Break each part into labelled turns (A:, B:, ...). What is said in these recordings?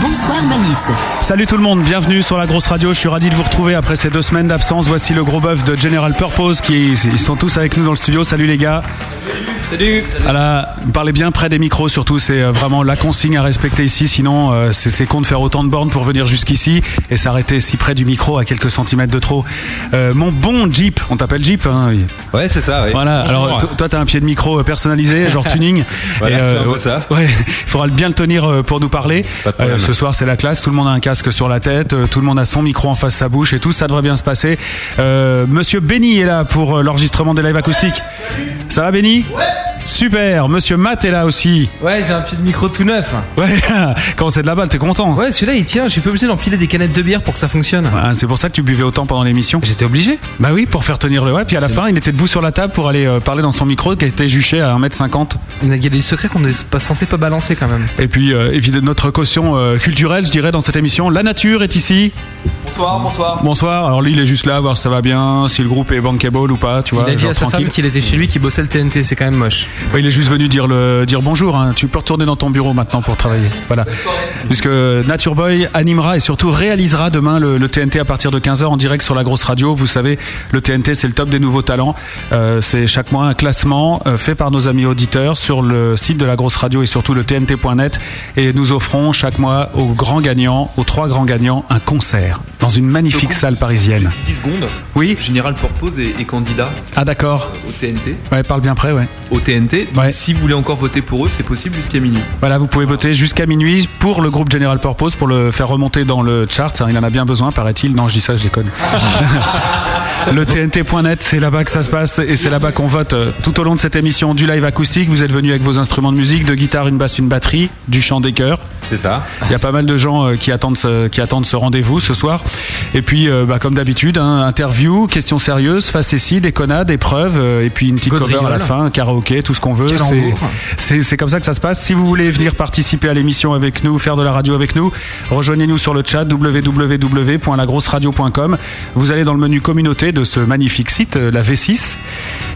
A: Bonsoir Malice.
B: Salut tout le monde, bienvenue sur la grosse radio. Je suis ravi de vous retrouver après ces deux semaines d'absence. Voici le gros bœuf de General Purpose qui ils sont tous avec nous dans le studio. Salut les gars. Salut. parlez bien près des micros surtout. C'est euh, vraiment la consigne à respecter ici. Sinon, euh, c'est c'est con de faire autant de bornes pour venir jusqu'ici et s'arrêter si près du micro à quelques centimètres de trop. Euh, mon bon Jeep, on t'appelle Jeep. Hein, oui.
C: Ouais, c'est ça. oui.
B: Voilà,
C: Bonjour.
B: alors to- toi t'as un pied de micro euh, personnalisé, genre tuning.
C: Voilà,
B: Et, euh,
C: c'est un peu ça.
B: Ouais, il faudra bien le tenir euh, pour nous parler. Euh,
C: Pas de problème.
B: ce soir c'est la classe, tout le monde a un casque sur la tête, euh, tout le monde a son micro en face de sa bouche et tout, ça devrait bien se passer. Euh, Monsieur Benny est là pour euh, l'enregistrement des lives acoustiques. Ça va Benny Super, Monsieur Matt est là aussi.
D: Ouais, j'ai un pied de micro tout neuf.
B: Ouais, quand c'est de la balle, t'es content.
D: Ouais, celui-là il tient, je suis pas obligé d'empiler des canettes de bière pour que ça fonctionne.
B: Ah, c'est pour ça que tu buvais autant pendant l'émission.
D: J'étais obligé.
B: Bah oui, pour faire tenir le. Ouais, puis à la fin, il était debout sur la table pour aller euh, parler dans son micro qui était juché à 1m50.
D: Il y a des secrets qu'on n'est pas censé pas balancer quand même.
B: Et puis, euh, évidemment, notre caution euh, culturelle, je dirais, dans cette émission, la nature est ici.
C: Bonsoir, bonsoir.
B: Bonsoir. Alors lui, il est juste là, voir si ça va bien, si le groupe est bankable ou pas, tu vois.
D: il a dit
B: genre
D: à sa
B: tranquille.
D: femme qu'il était chez lui, qu'il bossait le TNT, c'est quand même moche.
B: Ouais, il est juste venu dire le dire bonjour. hein. Tu peux retourner dans ton bureau maintenant pour travailler. Voilà. Puisque Nature Boy animera et surtout réalisera demain le, le TNT à partir de 15h en direct sur la grosse radio. Vous savez, le TNT, c'est le top des nouveaux talents. Euh, c'est chaque mois un classement euh, fait par nos amis auditeurs sur le site de la grosse radio et surtout le TNT.net. Et nous offrons chaque mois aux grands gagnants, aux trois grands gagnants, un concert dans une magnifique salle parisienne.
E: 10 secondes.
B: Oui.
E: Général Purpose est, est candidat Euh,
B: Ah d'accord.
E: au TNT.
B: Ouais, parle bien près, ouais.
E: Au TNT. Donc,
B: Ouais.
E: Si vous voulez encore voter pour eux, c'est possible jusqu'à minuit.
B: Voilà, vous pouvez voter jusqu'à minuit pour le groupe General Purpose, pour le faire remonter dans le chart. hein, Il en a bien besoin, paraît-il. Non, je dis ça, je déconne. le TNT.net, c'est là-bas que ça se passe et c'est là-bas qu'on vote euh, tout au long de cette émission du live acoustique. Vous êtes venus avec vos instruments de musique, de guitare, une basse, une batterie, du chant des chœurs.
C: C'est ça.
B: Il y a pas mal de gens euh, qui attendent ce, qui attendent ce rendez-vous ce soir. Et puis, euh, bah, comme d'habitude, hein, interview, questions sérieuses, facéties, déconnades, épreuves, euh, et puis une petite
D: Gaudriole.
B: cover à la fin, karaoké, tout ce qu'on veut.
D: Quel
B: C'est-
D: amour.
B: C'est c'est comme ça que ça se passe. Si vous voulez venir participer à l'émission avec nous, faire de la radio avec nous, rejoignez-nous sur le chat www.lagrosseradio.com. Vous allez dans le menu communauté de ce magnifique site, euh, la V6,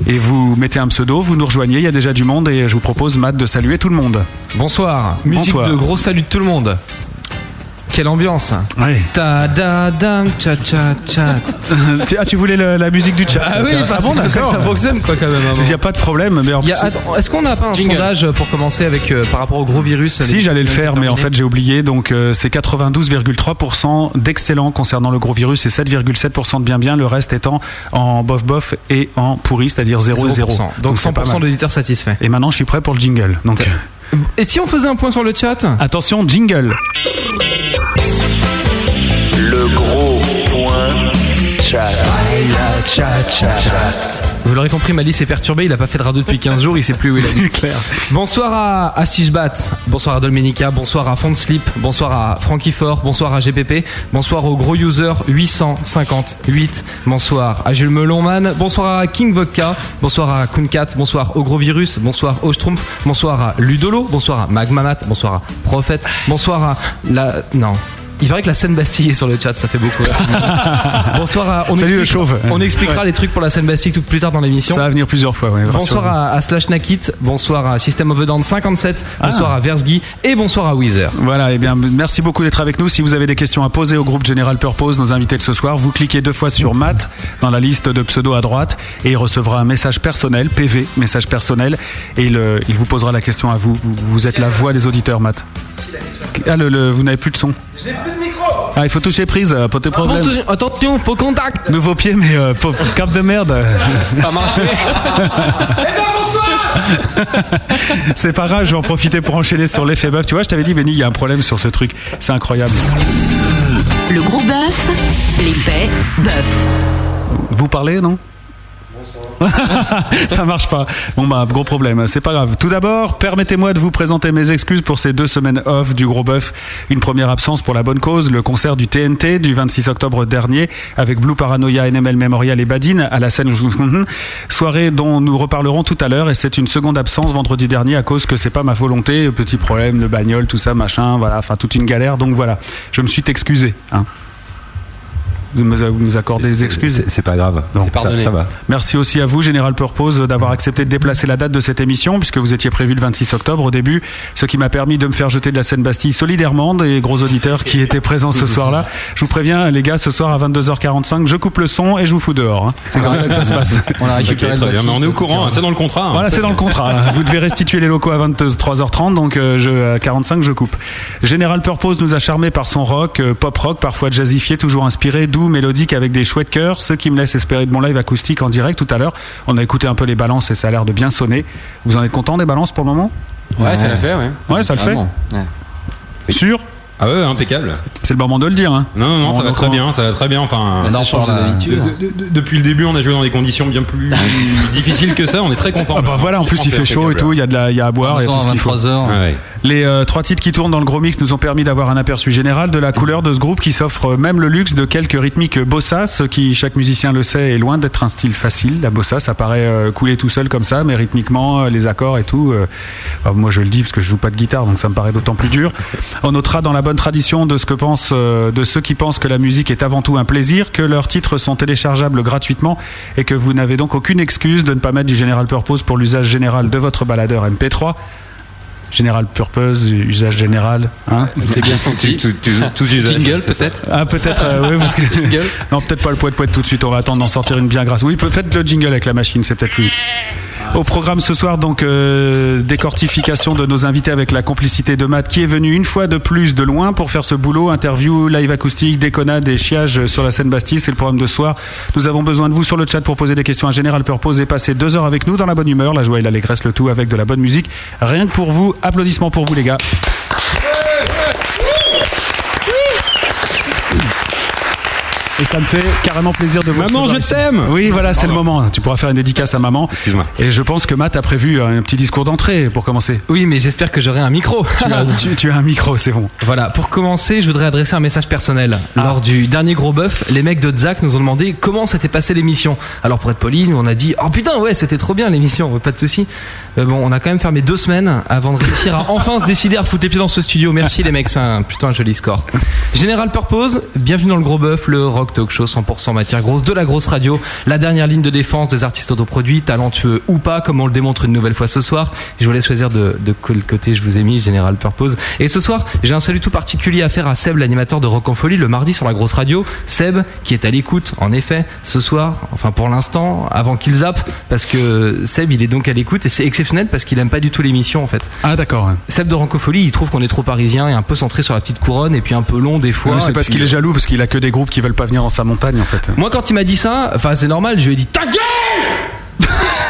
B: et vous mettez un pseudo, vous nous rejoignez. Il y a déjà du monde et je vous propose, Matt, de saluer tout le monde.
D: Bonsoir. Musique
B: Bonsoir.
D: de gros salut de tout le monde. Quelle ambiance.
B: Ouais.
D: Ta da dam cha cha cha.
B: Tu- ah, tu voulais le- la musique du chat
D: Ah oui,
B: ah
D: parce
B: bon,
D: que c'est
B: d'accord.
D: ça fonctionne quoi quand même. à un
B: Il n'y
D: moment.
B: a pas de problème, mais en
D: Il y a-
B: plus-
D: attends, Est-ce qu'on n'a pas un sondage pour commencer avec euh, par rapport au gros virus
B: si j'allais le faire, mais en fait j'ai oublié. Donc euh, c'est 92,3% d'excellents concernant le gros virus et 7,7% de bien bien. Le reste étant en bof bof et en pourri, c'est-à-dire 0 et 0.
D: 0%. Donc
B: c'est pas
D: 100%
B: mal.
D: d'auditeurs satisfaits.
B: Et maintenant je suis prêt pour le jingle. Donc
D: Et si on faisait un point sur le chat
B: attention jingle.
D: Vous l'aurez compris, Malice est perturbé, il a pas fait de radio depuis 15 jours, il sait plus où il est. Bonsoir à Assisbat, bonsoir à Dolmenica, bonsoir à Fond Sleep, bonsoir à Frankie Fort, bonsoir à GPP, bonsoir au gros user 858, bonsoir à Jules Melonman, bonsoir à King Vodka, bonsoir à Kunkat, bonsoir au gros virus, bonsoir au Schtroumpf, bonsoir à Ludolo, bonsoir à Magmanat, bonsoir à Prophet, bonsoir à la... non... Il paraît que la scène Bastille est sur le chat, ça fait beaucoup. Bonsoir à. On
B: Salut le
D: explique-
B: chauve.
D: On expliquera les trucs pour la scène Bastille tout plus tard dans l'émission.
B: Ça va venir plusieurs fois. ouais,
D: Bonsoir
B: rassurez-vous.
D: à, à Slash Nakit, bonsoir à System of a Down 57, bonsoir à Versgi et bonsoir à Weezer.
B: Ah. Voilà, et bien merci beaucoup d'être avec nous. Si vous avez des questions à poser au groupe General Purpose, nos invités de ce soir, vous cliquez deux fois sur Matt dans la liste de pseudo à droite et il recevra un message personnel, PV, message personnel, et il, euh, il vous posera la question à vous. Vous, vous êtes la voix des auditeurs, Matt. Ah, le, le- vous n'avez plus de son. Je n'ai plus de micro. Ah, il faut toucher prise, euh, pas de problème.
D: Attention, faut contact
B: Nouveau pied, mais euh, faut- cap de merde.
D: Pas marché
B: C'est pas grave, je vais en profiter pour enchaîner sur l'effet bœuf. Tu vois, je t'avais dit, Benny, il y a un problème sur ce truc. C'est incroyable.
A: Le gros bœuf, l'effet bœuf.
B: Vous parlez, non ça marche pas. Bon bah gros problème, c'est pas grave. Tout d'abord, permettez-moi de vous présenter mes excuses pour ces deux semaines off du gros bœuf. Une première absence pour la bonne cause, le concert du TNT du 26 octobre dernier avec Blue Paranoia, NML Memorial et Badine à la scène soirée dont nous reparlerons tout à l'heure et c'est une seconde absence vendredi dernier à cause que c'est pas ma volonté, petit problème de bagnole, tout ça machin, voilà, enfin toute une galère. Donc voilà, je me suis excusé. hein. Vous me, vous nous accordez des excuses
C: C'est- C'est pas grave.
B: Non.
C: C'est
D: pardonné.
C: Ça, ça va.
B: Merci aussi à vous, Général Purpose,
F: Mmh.
B: d'avoir accepté de déplacer la date de cette émission, puisque vous étiez prévu le 26 octobre au début, ce qui m'a permis de me faire jeter de la scène Bastille solidairement des gros auditeurs qui étaient présents ce soir-là. Je vous préviens, les gars, ce soir à 22h45, je coupe le son et je vous fous dehors. hein. C'est comme ça que ça se passe.
D: Ah. On a
F: Ok,
D: récupéré
F: très
D: le
F: bien.
D: bassiste.
F: Mais on est au courant, hein, c'est dans le contrat. hein.
B: Voilà, c'est dans le contrat. hein. Vous devez restituer les locaux à 23h30, donc euh, je, à 45, je coupe. General Purpose nous a charmés par son rock, euh, pop rock, parfois jazzifié, toujours inspiré, doux, mélodique, avec des chouettes chœurs, ce qui me laisse espérer de mon live acoustique en direct tout à l'heure. On a écouté un peu les balances et ça a l'air de bien sonner. Vous en êtes content des balances pour le moment
G: Ouais, ça l'a fait, ouais.
B: Ouais, ça le fait.
G: Carrément, ouais.
B: Sûr
F: Ah ouais, impeccable.
B: C'est le moment de le dire. Hein.
F: Non, non, non,
B: On
F: ça va
B: entend.
F: très bien, ça va très bien. Enfin,
G: Ça change
D: parle, euh,
G: d'habitude.
F: de- de- de- depuis le début, on a joué dans des conditions bien plus difficiles que ça. On est très content.
B: Ah bah voilà, en plus il fait chaud et tout, il y a de la, il y a à boire, il y a tout ce qu'il faut.
G: 23 heures.
F: Ah Ouais.
B: Les euh, trois titres qui tournent dans le gros mix nous ont permis d'avoir un aperçu général de la couleur de ce groupe qui s'offre euh, même le luxe de quelques rythmiques bossa, ce qui, chaque musicien le sait, est loin d'être un style facile. La bossa, ça paraît euh, couler tout seul comme ça, mais rythmiquement, euh, les accords et tout. euh, enfin, moi, je le dis parce que je joue pas de guitare, donc ça me paraît d'autant plus dur. On notera dans la bonne tradition de ce que pense, euh, de ceux qui pensent que la musique est avant tout un plaisir, que leurs titres sont téléchargeables gratuitement et que vous n'avez donc aucune excuse de ne pas mettre du General Purpose pour l'usage général de votre baladeur MP3. Général Purpose, usage général. Hein
G: C'est bien senti.
E: Jingle peut-être
B: ah, peut-être, euh, oui, parce que. non, peut-être pas le poète poète tout de suite, on va attendre d'en sortir une bien grasse. Oui, peut- faites le jingle avec la machine, c'est peut-être lui. Au programme ce soir, donc, euh, décortification de nos invités avec la complicité de Matt, qui est venu une fois de plus de loin pour faire ce boulot. Interview, live acoustique, déconnade et chiage sur la scène Bastille, c'est le programme de ce soir. Nous avons besoin de vous sur le chat pour poser des questions à Général Purpose et passer deux heures avec nous dans la bonne humeur, la joie et l'allégresse, le tout avec de la bonne musique. Rien que pour vous, applaudissements pour vous, les gars. Et ça me fait carrément plaisir de vous
F: Maman,
B: recevoir
F: je
B: ici.
F: t'aime
B: Oui, voilà, c'est le moment. Tu pourras faire une dédicace à maman.
F: Excuse-moi.
B: Et je pense que Matt a prévu euh, un petit discours d'entrée pour commencer.
D: Oui, mais j'espère que j'aurai un micro.
B: Tu as, tu- tu as un micro, c'est bon. Ah.
D: Voilà, pour commencer, je voudrais adresser un message personnel. Lors du dernier gros bœuf, les mecs de Zach nous ont demandé comment s'était passée l'émission. Alors pour être poli, nous on a dit Oh putain, ouais, c'était trop bien l'émission, pas de souci. Mais bon, on a quand même fermé deux semaines avant de réussir à enfin se décider à foutre les pieds dans ce studio. Merci les mecs, c'est un, plutôt un joli score. Général Purpose, bienvenue dans le gros bœuf, le rock talk show 100% matière grosse de la grosse radio, la dernière ligne de défense des artistes autoproduits, talentueux ou pas, comme on le démontre une nouvelle fois ce soir. Je vous laisse choisir de, de quel côté je vous ai mis, Général Purpose. Et ce soir, j'ai un salut tout particulier à faire à Seb, l'animateur de Rock en Folie, le mardi sur la grosse radio. Seb, qui est à l'écoute, en effet, ce soir, enfin pour l'instant, avant qu'il zappe, parce que Seb, il est donc à l'écoute et c'est exceptionnel parce qu'il aime pas du tout l'émission en fait.
B: Ah, d'accord.
D: Seb de Rancofolie, il trouve qu'on est trop parisien et un peu centré sur la petite couronne et puis un peu long des fois.
B: Ah Oui, c'est
D: Et
B: parce
D: puis- euh,
F: euh,
B: qu'il est jaloux, parce qu'il a que des groupes qui veulent pas venir dans sa montagne, en fait.
D: Moi, quand il m'a dit ça, enfin, c'est normal, je lui ai dit Ta gueule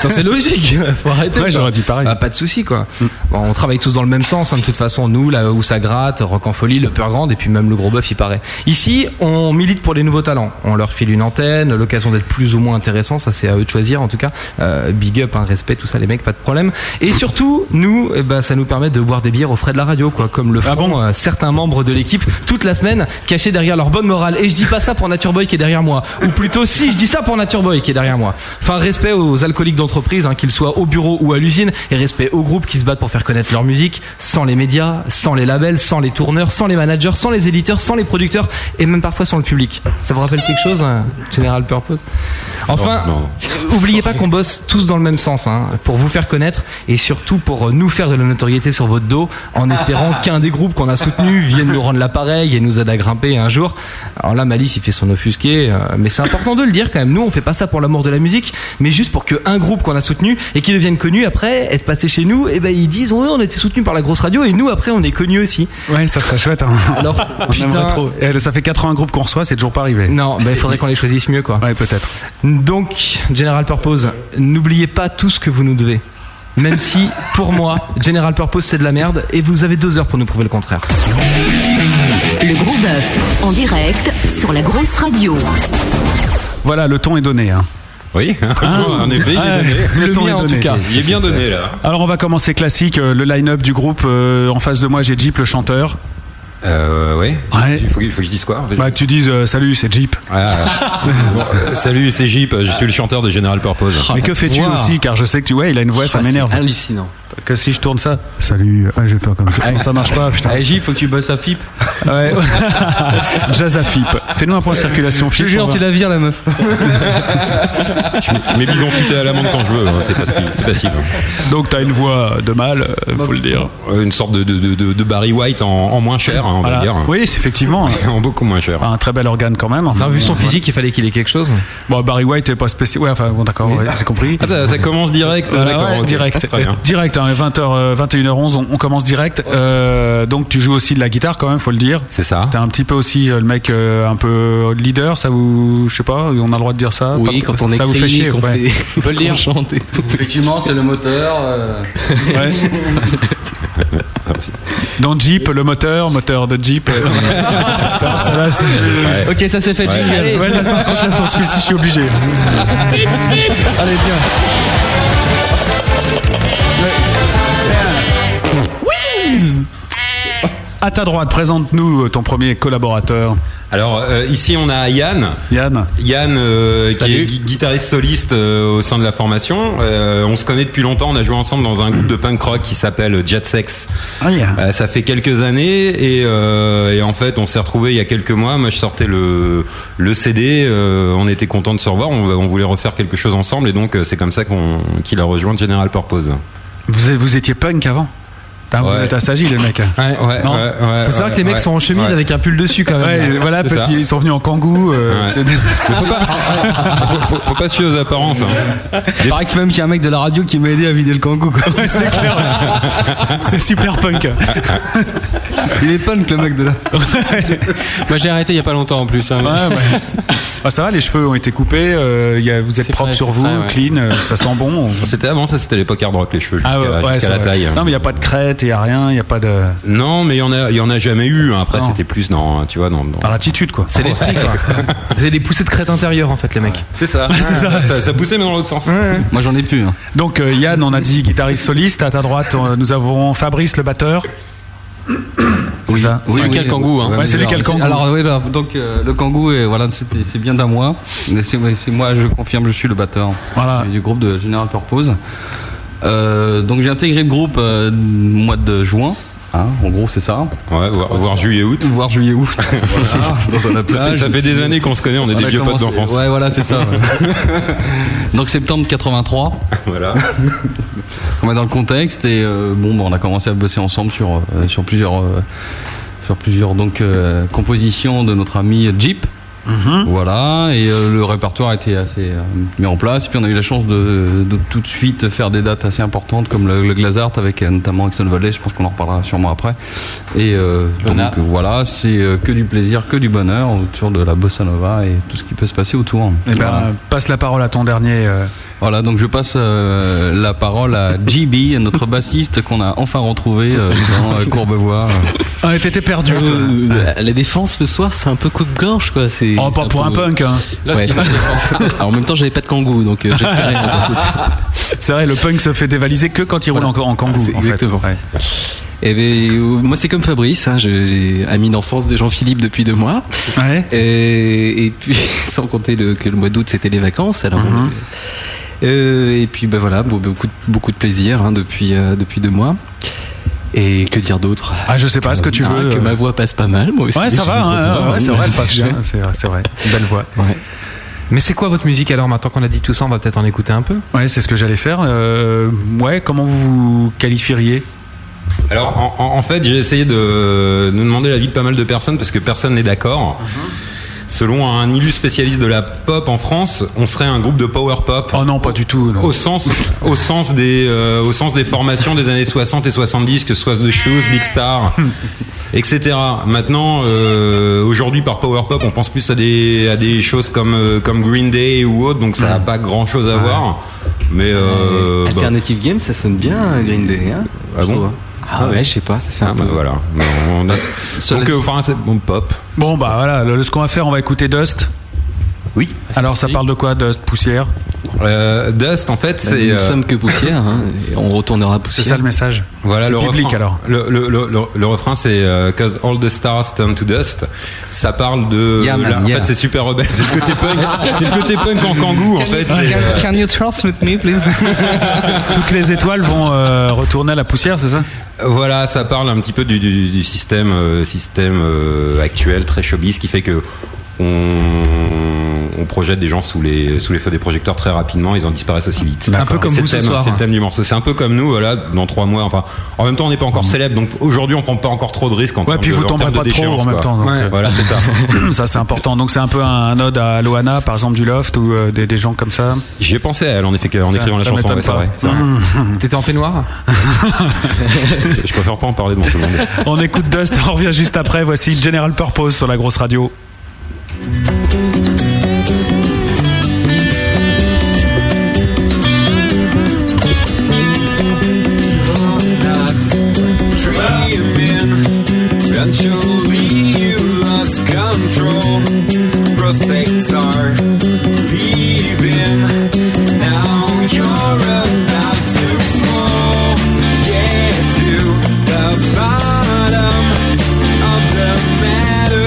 D: Putain, C'est logique, faut arrêter.
B: Ouais,
D: quoi.
B: j'aurais dit pareil. Mm.
D: Bah, pas de souci quoi. Bon, on travaille tous dans le même sens, hein, de toute façon, nous, là où ça gratte, Rock en Folie, le Peur Grande, et puis même le Gros Bœuf, il paraît. Ici, on milite pour les nouveaux talents. On leur file une antenne, l'occasion d'être plus ou moins intéressant, ça c'est à eux de choisir en tout cas. Euh, big up, hein, respect, tout ça, les mecs, pas de problème. Et surtout, nous, eh ben, ça nous permet de boire des bières aux frais de la radio, quoi, comme le font
B: Ah bon
D: euh, certains membres de l'équipe toute la semaine, cachés derrière leur bonne morale. Et je dis pas ça pour Nature Boy qui est derrière moi, ou plutôt si, je dis ça pour Nature Boy qui est derrière moi. Enfin, respect aux alcooliques d'entreprise, hein, qu'ils soient au bureau ou à l'usine, et respect aux groupes qui se battent pour faire connaître leur musique, sans les médias, sans les labels, sans les tourneurs, sans les managers, sans les éditeurs, sans les producteurs, et même parfois sans le public. Ça vous rappelle quelque chose, hein, General Purpose Enfin,
F: Non, non.
D: Oubliez pas qu'on bosse tous dans le même sens, hein, pour vous faire connaître et surtout pour euh, nous faire de la notoriété sur votre dos, en espérant qu'un des groupes qu'on a soutenu vienne nous rendre l'appareil et nous aide à grimper un jour. Alors là, Malice, il fait son offusqué, euh, mais c'est important de le dire quand même. Nous, on fait pas ça pour l'amour de la musique, mais juste pour que un groupe qu'on a soutenu et qui devienne connu après, être passé chez nous, et ben ils disent, ouais, on a été soutenu par la grosse radio et nous après on est connu aussi.
B: Ouais, ça serait chouette, hein.
D: Alors
F: Ah,
B: On
D: putain.
B: aimerait trop. Et ça fait 80 groupes qu'on reçoit, c'est toujours pas arrivé.
D: Non, ben il faudrait qu'on les choisisse mieux quoi.
B: Ouais, peut-être.
D: Donc, General Purpose, n'oubliez pas tout ce que vous nous devez. Même si, pour moi, General Purpose, c'est de la merde, et vous avez deux heures pour nous prouver le contraire.
A: Le gros bœuf, en direct sur la grosse radio.
B: Voilà, le ton est donné. hein.
F: Oui, Ah, en effet, il est
B: Ah, Ouais,
F: donné.
B: le
F: Le
B: ton
F: mien,
B: est
F: en
B: donné.
F: tout cas. Il est bien donné, là.
B: Alors on va commencer classique, euh, le line-up du groupe. euh, en face de moi, j'ai Jeep, le chanteur.
F: Euh, ouais.
B: Ouais.
F: Il faut, il faut que je dise quoi en fait
B: Bah que tu dises euh, salut, c'est Jeep.
F: Ah, bon, euh, Salut, c'est Jeep, je suis le chanteur de General Purpose.
B: Mais que fais-tu
G: Wow.
B: aussi Car je sais que tu ouais, il a une voix, ça
G: Ah, c'est
B: m'énerve.
G: hallucinant.
B: Que si je tourne ça, salut, ah, je vais faire comme ça. Non, ça marche pas, putain.
E: Ah, J, faut que tu bosses à FIP.
B: Ouais. Jazz à FIP. Fais-nous un point de circulation
E: Je
B: FIP.
E: te jure,
B: pour
E: tu
B: voir.
E: la vires, la meuf.
F: Je, mets- je mets bison futé à l'amande quand je veux, hein, c'est facile. c'est facile.
B: Donc t'as une voix de mal, euh, faut le dire.
F: Euh, Une sorte de, de, de- de- de Barry White en, en moins cher, hein, on
B: Voilà.
F: va dire.
B: Oui, c'est effectivement hein.
F: En beaucoup moins cher.
B: un très bel organe quand même.
D: Enfin, vu son physique, il fallait qu'il ait quelque chose.
B: Bon, Barry White est pas spécial. Ouais, enfin bon, d'accord, ouais, j'ai compris.
F: Ah, ça, ça commence direct.
B: Voilà,
F: d'accord,
B: ouais,
F: ok.
B: direct,
F: Très bien.
B: direct. hein, 20h, euh, 21h11, on, on commence direct. Euh, donc tu joues aussi de la guitare quand même, faut le dire.
F: C'est ça.
B: T'es un petit peu aussi euh, le mec euh, un peu leader, ça vous, je sais pas, on a le droit de dire ça.
E: Oui,
B: Pas-
E: quand on
B: ça
E: écrit,
B: vous fait chier.
E: qu'on
B: ouais.
E: fait-
G: On peut le dire.
E: qu'on chante et tout.
G: Effectivement, c'est le moteur. euh.
B: Ouais. Dans Jeep, le moteur, moteur de Jeep. euh, non, ça va, c'est-
E: Ok, ça c'est fait.
F: Ouais.
E: jingle.
F: Allez.
B: Ouais, là, par contre, là, sur celui-ci, je suis obligé. Allez, tiens. À ta droite, présente-nous euh, ton premier collaborateur,
F: Alors, euh, ici, on a Yann.
B: Yann.
F: Yann, euh, qui
G: Salut.
F: est gui- guitariste soliste euh, au sein de la formation. Euh, on se connaît depuis longtemps. On a joué ensemble dans un groupe de punk rock qui s'appelle Jet Sex.
B: Ah, Yann.
F: Euh, ça fait quelques années et, euh, et en fait on s'est retrouvé il y a quelques mois. Moi je sortais le le CD. euh, on était content de se revoir. On, on voulait refaire quelque chose ensemble et donc euh, c'est comme ça qu'on qu'il a rejoint General Purpose.
B: Vous, êtes- vous étiez punk avant Putain, Vous
F: Ouais.
B: êtes assagis, les mecs.
F: Ouais, ouais,
B: Non.
D: Faut savoir que les mecs sont en chemise
F: ouais.
D: avec un pull dessus quand même.
B: Ouais, voilà,
F: c'est
B: petit,
F: ça.
B: ils sont venus en kangou. euh,
F: Ouais. Mais faut pas, faut, faut- faut pas suivre aux apparences. hein.
E: Il paraît que même qu'il y a un mec de la radio qui m'a aidé à vider le kangou. Quoi.
B: Ouais, c'est clair. c'est super punk.
E: Il est punk le mec de la.
G: Moi, j'ai arrêté il y a pas longtemps en plus. hein.
B: Ouais, ouais. Ah, ça va, les cheveux ont été coupés, euh, y a- vous êtes
G: C'est
B: propre
G: vrai,
B: sur
G: c'est
B: vous,
G: vrai, ouais.
B: clean, euh, ça sent bon.
F: C'était avant ça, c'était l'époque hard rock les cheveux jusqu'à
B: Ah, ouais, ouais,
F: jusqu'à
B: c'est
F: la
B: vrai.
F: taille.
B: Non, mais il n'y a pas de crête, il n'y a rien, il n'y a pas de.
F: Non, mais il y en a, il y en a jamais eu. hein. Après, c'était plus dans, tu vois, dans. dans-
B: Par l'attitude, quoi.
D: C'est l'esprit quoi. Vous avez des poussées de crête intérieure en fait, les mecs.
F: C'est ça.
B: ça.
F: ça. ça poussait mais dans l'autre sens.
E: Moi j'en ai plus. hein.
B: Donc, euh, Yann, on a dit guitariste soliste. À ta droite, euh, nous avons Fabrice, le batteur. C'est ça
G: Oui,
E: Enfin,
G: oui,
E: quel
G: oui,
E: kangou, hein.
B: Ouais, c'est lui qui a le kangou.
E: Alors oui, bah, donc euh, le kangou, et voilà, c'était- c'est bien d'un mois. Mais c'est ouais, c'est moi, je confirme, je suis le batteur euh,
B: Voilà.
E: du groupe de General Purpose. Euh, donc j'ai intégré le groupe euh, au mois de juin. hein, en gros, c'est ça.
F: Ouais, voir, voir juillet août.
E: Voir juillet août. Voilà. Donc, on a
F: Ça fait,
E: plage.
F: ça fait des années qu'on se connaît, on est
E: On
F: des
E: a
F: vieux potes
E: commencé-
F: d'enfance.
E: Ouais, voilà, c'est ça. donc septembre 83.
F: Voilà.
E: On va dans le contexte et euh, bon, bah, on a commencé à bosser ensemble sur euh, sur plusieurs euh, sur plusieurs donc euh, compositions de notre ami Jeep.
B: Mhm.
E: Voilà et euh, le répertoire était assez euh, mis en place et puis on a eu la chance de, de tout de suite faire des dates assez importantes comme le, le Glazart avec euh, notamment Exxon Valley je pense qu'on en reparlera sûrement après et euh, donc
G: Lona.
E: voilà c'est euh, que du plaisir que du bonheur autour de la bossa nova et tout ce qui peut se passer autour
B: Eh ben,
E: Voilà.
B: passe la parole à ton dernier. euh,
E: Voilà, donc je passe euh, la parole à JB, notre bassiste qu'on a enfin retrouvé euh, dans euh, Courbevoie.
B: Ah, t'étais perdu. toi.
H: Euh, la défense ce soir, c'est un peu coupe-gorge quoi. C'est
B: oh, pas
H: c'est
B: pour un
H: peu-
B: punk. hein.
G: Là,
H: Ouais,
G: c'est
H: ça- Alors, en même temps, j'avais pas de kangou, donc euh, j'espérais. en passer.
B: C'est vrai, le punk se fait dévaliser que quand il roule en, en kangou.
H: Ah, c'est
B: en fait.
H: exactement.
B: Ouais.
H: Eh ben, euh, moi, c'est comme Fabrice, hein, je- j'ai ami d'enfance de Jean-Philippe depuis deux mois.
B: Ouais.
H: Et, et puis, sans compter le, que le mois d'août, c'était les vacances. Alors,
B: Mhm.
H: euh, et puis, ben voilà, be- beaucoup, de- beaucoup de plaisir hein, depuis, euh, depuis deux mois. Et que dire d'autre
B: Ah, je sais pas ce que tu
H: Ah,
B: veux.
H: Que
B: euh.
H: ma voix passe pas mal, moi aussi.
B: Ouais, ça
H: j'ai une
B: va,
H: grosse
B: hein,
H: voix,
B: ouais,
H: hein,
B: c'est vrai, elle passe
H: je-
B: bien, c'est vrai, c'est vrai. Belle voix.
H: Ouais.
D: Mais c'est quoi votre musique alors Maintenant qu'on a dit tout ça, on va peut-être en écouter un peu.
B: Ouais, c'est ce que j'allais faire. Euh, ouais, comment vous vous qualifieriez
F: Alors, en, en- en fait, j'ai essayé de, de demander l'avis de pas mal de personnes parce que personne n'est d'accord.
B: Mhm.
F: Selon un illustre spécialiste de la pop en France, on serait un groupe de power pop.
B: Oh non, pas du tout. non.
F: Au sens, au sens des, euh, au sens des formations des années 60 et 70, que ce soit The Shoes, Big Star, etc. Maintenant, euh, aujourd'hui, par power pop, on pense plus à des, à des choses comme, euh, comme Green Day ou autre, donc ça n'a pas grand chose à voir. Mais, euh, bah,
H: Alternative Game, ça sonne bien, Green Day. Hein,
F: Ah
H: je
F: bon
H: trouve, hein. Ah ouais, je sais pas, ça fait un peu.
F: bah Voilà. On a- Donc, euh, enfin, c'est bon, pop.
B: Bon, bah voilà, le, ce qu'on va faire, on va écouter Dust.
F: Oui. Euh,
B: Alors, ça parle de quoi, Dust Poussière
F: Dust, en fait,
B: Bah,
F: c'est. euh,
B: nous ne sommes
H: que poussière, hein, on retournera
B: poussière. C'est ça le message.
F: Voilà
B: C'est
F: le
B: le public,
F: refrain.
B: alors.
F: Le, le- le- le- le refrain, c'est euh, Cause all the stars turn to dust. Ça parle de.
E: Yeah, man,
F: là, en
E: yeah.
F: fait, c'est super rebelle. C'est le côté punk. c'est le côté punk en kangou, en fait. c'est, euh,
E: you trust with me, please
B: Toutes les étoiles vont euh, retourner à la poussière, c'est ça
F: Voilà, ça parle un petit peu du, du- du système, euh, système euh, actuel très showbiz qui fait que on, on projette des gens sous les, sous les feux des projecteurs très rapidement, ils en disparaissent aussi vite.
D: Un peu comme
F: C'est
D: vous
F: le
D: ce
F: thème,
D: soir.
F: C'est le thème du morceau. C'est un peu comme nous, voilà, dans trois mois. Enfin, en même temps, on n'est pas encore célèbre, donc aujourd'hui, on prend pas encore trop de risques. En
B: Mm. Ouais,
F: termes
B: puis
F: de-
B: vous
F: en
B: tomberez
F: termes de
B: pas trop
F: déchéance,
B: en même
F: quoi.
B: temps. donc, euh,
F: Voilà, c'est ça.
B: ça, c'est important. Donc, c'est un peu un, un ode à Loana, par exemple, du Loft ou euh, des, des gens comme ça.
F: J'y ai pensé à elle en, effet, en
B: Ça-
F: écrivant la
B: ça
F: chanson,
B: m'étonne
F: ouais, c'est
B: pas. Mm.
F: vrai. c'est vrai.
D: T'étais en peignoir
F: Je- Je préfère pas en parler devant tout le monde.
B: On écoute Dust, on revient juste après. Voici General Purpose sur la grosse radio.
C: Eventually you lost control. Prospects are leaving. Now you're about to fall. Get to the bottom of the matter.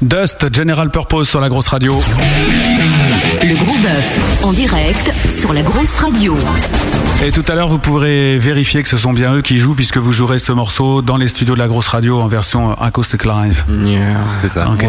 B: Dust, General Purpose sur la grosse radio.
A: Le gros bœuf en direct sur la grosse radio.
B: Et tout à l'heure, vous pourrez vérifier que ce sont bien eux qui jouent, puisque vous jouerez ce morceau dans les studios de la grosse radio en version acoustic live.
D: C'est ça.
B: Ok.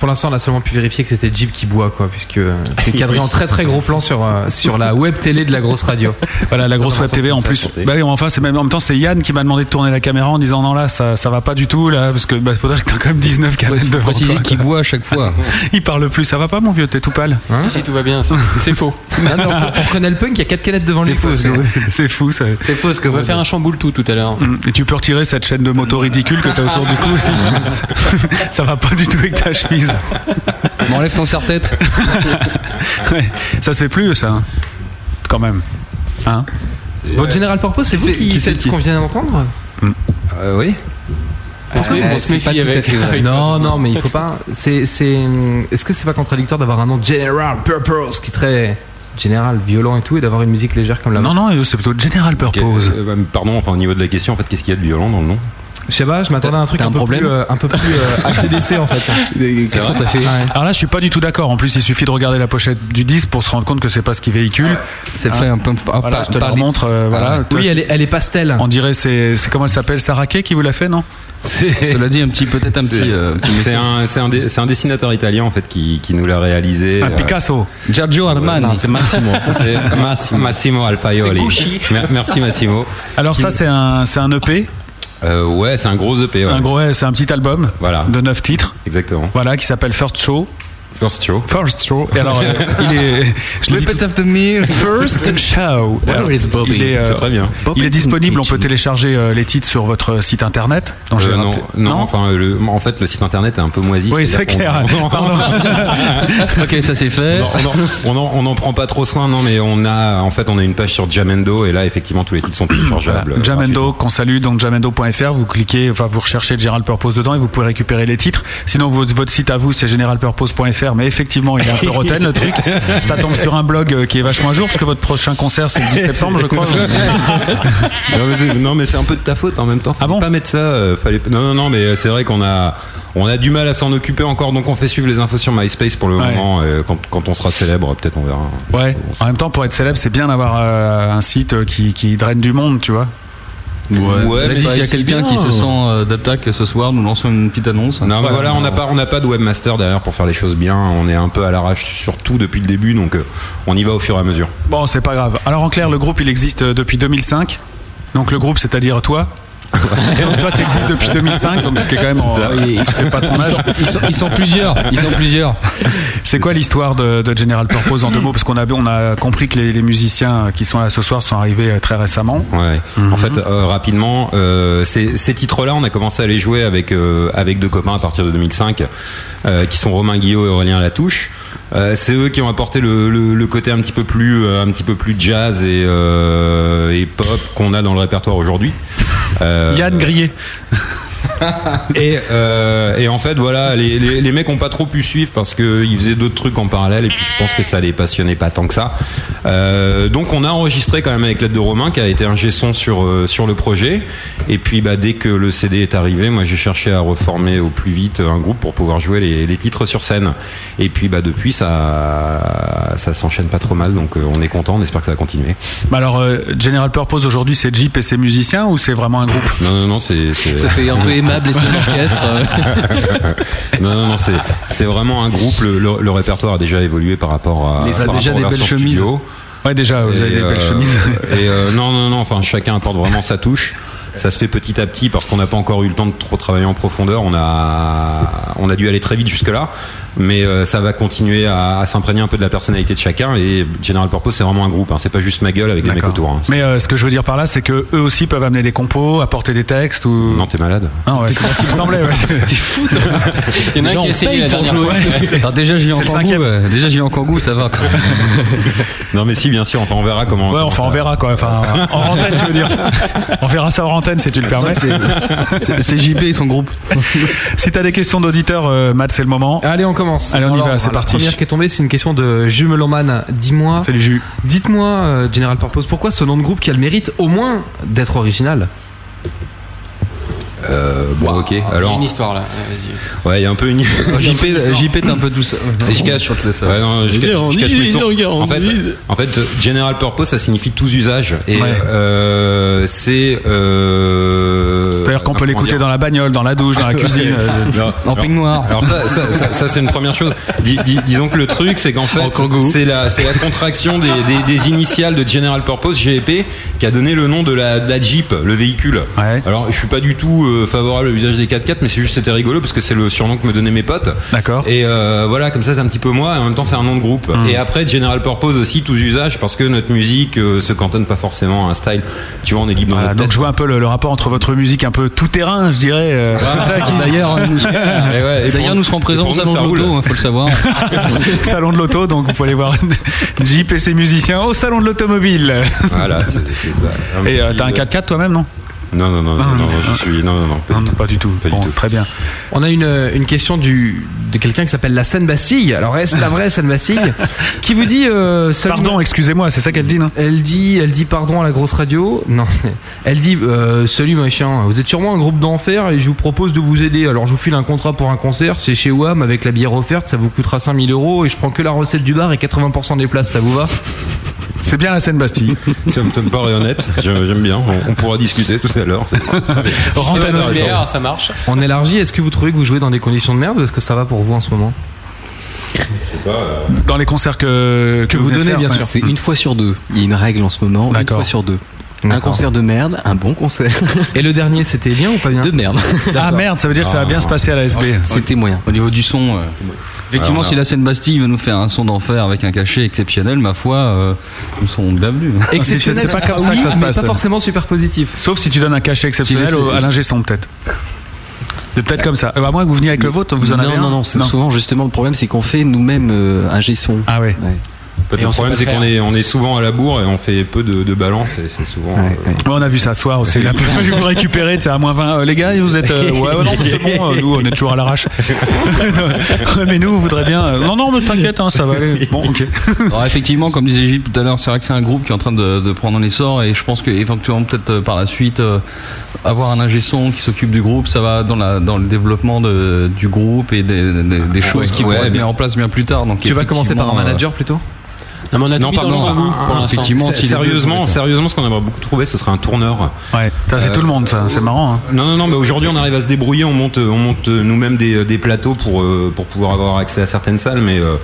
D: Pour l'instant, on a seulement pu vérifier que c'était Jeep qui boit, quoi, puisque euh, c'est cadré en très très gros plan sur, euh, sur la web télé de la grosse radio.
B: Voilà, la grosse web TV en plus. Bah oui, enfin, c'est même en même temps, c'est Yann qui m'a demandé de tourner la caméra en disant non là, ça, ça va pas du tout là, parce que bah, faudrait que t'as quand même 19 canettes devant
E: préciser
B: toi,
E: qu'il
B: quoi.
E: boit à chaque fois.
B: Il parle plus, ça va pas mon vieux, t'es tout pâle. Hein
H: Si, si, tout va bien, c'est c'est faux.
D: Ah non, on reconnaît le punk, il y a 4 canettes devant lui. quoi, c'est-
B: C'est fou ça.
H: C'est faux ce que On va faire un chamboule tout tout à l'heure.
B: Mm. Et tu peux retirer cette chaîne de moto ridicule que t'as autour du cou aussi. ça va pas du tout avec ta chemise.
E: M'enlève ton serre-tête.
B: Ouais, ça se fait plus ça. hein. Quand même. Hein
D: Votre General Purpose, c'est vous
E: C'est-
D: qui
E: qui c'est
D: c'est ce
E: qui
D: qu'on vient d'entendre
F: Euh, oui.
H: on se méfie avec.
D: Non, non, mais il faut pas. C'est, c'est. Est-ce que c'est pas contradictoire d'avoir un nom General Purpose qui est très général, violent et tout, et d'avoir une musique légère comme la
B: Non,
D: vôtre
B: non, c'est plutôt General Purpose.
F: Euh, bah, pardon, enfin au niveau de la question, en fait, qu'est-ce qu'il y a de violent dans le nom
D: Je sais pas, je m'attendais à un truc
H: T'as
D: un,
H: un
D: peu
H: problème
D: plus, euh, un peu plus euh, ACDC en fait.
H: Qu'est-ce qu'on t'a fait
B: Alors là, je suis pas du tout d'accord. En plus, il suffit de regarder la pochette du disque pour se rendre compte que c'est pas ce qui véhicule.
E: C'est fait un peu. un
B: Voilà,
E: pas-
B: je te la
E: parler-
B: montre. euh, voilà. Toi,
D: Oui, elle est, elle est pastel.
B: On dirait c'est c'est comment elle s'appelle Sarah Kay qui vous l'a fait non
E: Cela dit, un petit, peut-être un petit. euh, petit
F: C'est
E: message.
F: un, c'est un, dé- c'est un dessinateur italien en fait qui, qui nous l'a réalisé.
B: Ah,
F: Euh,
B: Picasso.
E: Giorgio Armani.
H: Non, c'est Massimo.
F: c'est Massimo, Alfaioli. Mer- Merci Massimo.
B: Alors ça c'est un c'est un EP,
F: Euh, ouais, c'est un gros EP. ouais.
B: un gros ouais, c'est un petit album
F: Voilà.
B: de 9 titres.
F: Exactement.
B: Voilà qui s'appelle First Show.
F: First show.
B: First Show. Et alors euh, il est je le dis tout-
E: after me.
B: First Show.
H: Where
B: Alors,
H: is Bobby
B: Il est, euh,
F: C'est très bien.
B: il est disponible, on peut télécharger euh, les titres sur votre site internet. dont je
F: Euh,
B: vais
F: non,
B: rappeler-
F: non, enfin, euh, le- en fait, le site internet est un peu moisi.
B: Oui, c'est
F: c'est-à-dire
B: clair.
F: qu'on-
B: Pardon.
E: Ok, ça c'est fait.
F: Non, on en- on en- on en prend pas trop soin, non, mais on a, en fait, on a une page sur Jamendo, et là, effectivement, tous les titres sont téléchargeables.
B: Voilà, Jamendo qu'on salue donc jamendo.fr vous cliquez enfin vous recherchez General Purpose dedans et vous pouvez récupérer les titres sinon votre, votre site à vous c'est generalpurpose.fr mais effectivement il est un peu rotten le truc ça tombe sur un blog euh, qui est vachement à jour parce que votre prochain concert c'est le 10 septembre je crois
F: non, mais c'est- non, mais c'est un peu de ta faute en même temps. Faut
B: Ah bon
F: pas mettre ça. euh, fallait... Non, non, non, mais euh, c'est vrai qu'on a, on a du mal à s'en occuper encore, donc on fait suivre les infos sur MySpace pour le
B: Ouais.
F: moment. et quand, quand on sera célèbre, peut-être on verra.
B: ouais en même temps pour être célèbre c'est bien d'avoir euh, un site euh, qui, qui draine du monde tu vois
E: Ouais,
F: Ouais,
E: mais
F: mais
E: s'il y a
F: c'est
E: quelqu'un qui se sent euh, d'attaque ce soir, nous lançons une petite annonce.
F: Non, mais voilà, on n'a pas, on n'a pas de webmaster derrière pour faire les choses bien. On est un peu à l'arrache surtout depuis le début, donc euh, on y va au fur et à mesure.
B: bon c'est pas grave alors en clair le groupe il existe euh, depuis 2005 donc le groupe c'est à dire toi donc toi t'existes depuis 2005 donc ce qui est quand même en- il te fait pas ton âge
E: Ils sont, ils sont plusieurs, ils sont plusieurs.
B: C'est quoi l'histoire de, de General Purpose en deux mots Parce qu'on a, on a compris que les, les musiciens qui sont là ce soir sont arrivés euh, très récemment.
F: Ouais. En fait, euh, rapidement, euh, ces, ces titres-là, on a commencé à les jouer avec euh, avec deux copains à partir de 2005, euh, qui sont Romain Guillot et Aurélien Latouche. Euh, c'est eux qui ont apporté le, le, le côté un petit peu plus euh, un petit peu plus jazz et, euh, et pop qu'on a dans le répertoire aujourd'hui. Euh,
B: Yann Grillet.
F: et, euh, et en fait, voilà, les, les, les mecs ont pas trop pu suivre parce que ils faisaient d'autres trucs en parallèle et puis je pense que ça les passionnait pas tant que ça. Euh, donc on a enregistré quand même avec l'aide de Romain qui a été un gesson sur euh, sur le projet. Et puis bah dès que le CD est arrivé, moi j'ai cherché à reformer au plus vite un groupe pour pouvoir jouer les, les titres sur scène. Et puis bah depuis ça ça s'enchaîne pas trop mal, donc euh, on est content, on espère que ça va continuer.
B: Bah alors, euh, General Purpose aujourd'hui, c'est Jeep et ses musiciens ou c'est vraiment un groupe
F: Non non non c'est c'est-
H: Ça fait un peu aimable et son orchestre.
F: Non, non, non, c'est, c'est vraiment un groupe. Le, le- le répertoire a déjà évolué par rapport à.
E: Les- ça a
F: Ah, par
E: déjà
F: rapport
E: des
F: à la
E: belles
F: version
E: chemises.
F: studio.
B: Ouais, déjà, Ah, vous avez
F: Et,
B: des belles
F: euh,
B: chemises.
F: et euh, non, non, non, enfin, chacun apporte vraiment sa touche. Ça se fait petit à petit parce qu'on n'a pas encore eu le temps de trop travailler en profondeur. On a, on a dû aller très vite jusque-là. Mais euh, ça va continuer à, à s'imprégner un peu de la personnalité de chacun. Et General Purpose, c'est vraiment un groupe. Hein. C'est pas juste ma gueule avec les mecs
B: D'accord.
F: autour. hein.
B: Mais euh, ce que je veux dire par là, c'est que eux aussi peuvent amener des compos, apporter des textes ou.
F: Non, t'es malade.
B: Ah ouais, c'est pas ce qui me semblait. ouais.
H: Il y en a un qui a essayé la dernière fois.
E: Alors déjà, je vis en
B: C'est le
E: Kangoo.
B: cinquième.
E: euh, Déjà, je vis en Kangoo, ça va. quoi.
F: Non, mais si, bien sûr. Enfin, on verra comment.
B: Ouais, enfin, on verra quoi. Enfin, en antenne, tu veux dire. On verra ça en antenne si tu le permets.
E: C'est c'est JP et son groupe.
B: Si t'as des questions d'auditeurs, euh, Matt, c'est le moment.
D: Allez, on commence.
B: Allez, on y va, c'est
D: la
B: parti.
D: première qui est tombée, c'est une question de Jumelomane. Dis-moi,
B: Salut, Jus.
D: dites-moi, euh, General Purpose, pourquoi ce nom de groupe qui a le mérite au moins d'être original
F: Euh, bon, ok. Alors,
G: une histoire là, Ouais, vas-y.
F: ouais, il y a un peu une.
E: JP, JP t'es un peu tout ça.
F: Et je cache, Ouais, non, je
G: Vas-y,
F: cache-
G: on
F: je cache
G: dit,
F: mes sources.
G: regarde, on
F: En fait,
G: dit.
F: en fait, general purpose, ça signifie tous usages. Et
B: Ouais.
F: euh, c'est. Euh,
B: C'est-à-dire qu'on peut
F: comment
B: l'écouter
F: dire
B: dans la bagnole, dans la douche, dans la cuisine. euh,
F: Non,
E: En
F: alors-
E: peignoir.
F: Alors ça, ça, ça- ça, c'est une première chose. Dis- dis- disons que le truc, c'est qu'en fait, c'est la, c'est la contraction des, des- des initiales de General Purpose (GEP) qui a donné le nom de la, de la Jeep, le véhicule.
B: Ouais.
F: Alors, je suis pas du tout euh, favorable à l'usage des 4x4, mais c'est juste c'était rigolo parce que c'est le surnom que me donnaient mes potes.
B: D'accord. Hmm.
F: Et euh, voilà, comme ça, c'est un petit peu moi. Et en même temps, c'est un nom de groupe. Et après, General Purpose aussi, tous usages, parce que notre musique euh, se cantonne pas forcément à un style. Tu vois, on est libre dans
B: Voilà,
F: notre
B: donc
F: tête.
B: je vois un peu le, le rapport entre votre musique un peu tout terrain, je dirais. euh, c'est ça qui
E: D'ailleurs, nous,
F: Et ouais, et
E: d'ailleurs,
F: pour-
E: nous serons
F: et
E: présents
F: pour
E: au
F: nous,
E: salon
F: ça
E: de
F: roule.
E: l'auto, hein, faut le savoir.
B: salon de l'auto, donc vous pouvez aller voir Jeep et ses musiciens au salon de l'automobile.
F: Voilà, c'est c'est ça.
B: Et euh,
F: petit,
B: t'as un
F: euh,
B: 4x4 toi-même, non
F: Non, non,
D: Ah,
F: non, non, non, je suis. Non, non, non, pas
B: Non,
F: du tout.
B: pas du tout.
F: Pas du
B: Bon,
F: tout.
B: Très bien.
D: On a une, une question du, de quelqu'un qui s'appelle la Seine Bastille. Alors est-ce la vraie Seine Bastille Qui vous dit euh, salut-
B: Pardon, excusez-moi, c'est ça qu'elle dit, non
D: Elle dit, elle dit pardon à la grosse radio. Non, elle dit euh, salut machin. Vous êtes sûrement un groupe d'enfer et je vous propose de vous aider. Alors je vous file un contrat pour un concert. C'est chez Wham avec la bière offerte. Ça vous coûtera 5000 euros et je prends que la recette du bar et 80% des places. Ça vous va
B: C'est bien la Seine-Bastille.
F: Ça me, ça me paraît honnête, j'aime j'aime bien. On, on pourra discuter tout à l'heure. c'est- c'est-
B: Rentre à nos
F: intéressant.
B: sphères.
G: ah, ça marche.
D: On élargit. Est-ce que vous trouvez que vous jouez dans des conditions de merde ou est-ce que ça va pour vous en ce moment
F: euh.
B: Dans les concerts Euh, que,
D: Que vous
B: venez de
D: donnez,
B: faire,
D: bien
B: ouais.
D: sûr.
H: C'est une fois sur deux. Il y a une règle en ce moment, une
B: D'accord.
H: fois sur deux. Un
D: D'accord.
H: concert de merde, un bon concert
D: Et le dernier, c'était bien ou pas bien
H: de merde.
B: Ah merde, ça veut dire que ça va bien se passer à la SB.
H: C'était moyen.
E: Au niveau du son, euh, effectivement,
F: Ouais, on a-
E: si la scène Bastille veut nous faire un son d'enfer avec un cachet exceptionnel, ma foi, euh, nous serons bienvenus.
D: Exceptionnel,
B: C'est- c'est pas
E: Ah
D: sera
B: comme ça que
D: oui,
B: ça se
D: mais
B: passe.
D: Pas forcément super positif.
B: Sauf si tu donnes un cachet exceptionnel
E: Si,
B: au-
E: c'est-
B: à l'ingé son, peut-être. C'est peut-être comme ça. Euh, À moins que vous veniez avec le vôtre, vous en
H: non,
B: avez un
H: non, non, c'est souvent justement le problème, c'est qu'on fait nous-mêmes euh, un G-son.
B: Ah ouais.
H: Ouais.
F: Le problème, c'est qu'on est, on est souvent à la bourre et on fait peu de, de balance. et C'est souvent.
H: Ouais,
F: euh,
H: ouais.
B: Ouais, on a vu ça ce soir aussi. Il a peu fallu vous récupérer, tu sais, à moins 20. Euh, les gars, vous êtes. euh, ouais, ouais, non, mais c'est bon, euh, nous, on est toujours à l'arrache. mais nous, on voudrait bien. euh, non, non, mais t'inquiète, hein, ça va aller. Bon, ok.
E: Alors effectivement, comme disait Gilles tout à l'heure, c'est vrai que c'est un groupe qui est en train de, de prendre un essor et je pense que éventuellement peut-être euh, par la suite euh, avoir un ingé son qui s'occupe du groupe, ça va dans, la, dans le développement de, du groupe et des, des- des choses qui
F: ouais,
E: vont être
F: mais-
E: mises en place bien plus tard. Donc
D: Tu vas commencer par un
E: effectivement, euh,
D: manager plutôt
G: Non, Ah, mais on a
F: Non,
G: tout mis dans
F: pardon,
G: l'ordre,
F: un-
G: nous,
F: un-
G: pour l'instant.
E: effectivement.
F: sé-
E: si les deux
F: Sérieusement,
E: sont-
F: sérieusement, ce qu'on aimerait beaucoup trouver, ce serait un tourneur.
B: Ouais, Ça,
F: Euh,
B: c'est tout le monde, ça. C'est marrant. hein.
F: Non, non, non, mais aujourd'hui, on arrive à se débrouiller. On monte, on monte euh, nous-mêmes des, des plateaux pour, euh, pour pouvoir avoir accès à certaines salles, mais. euh,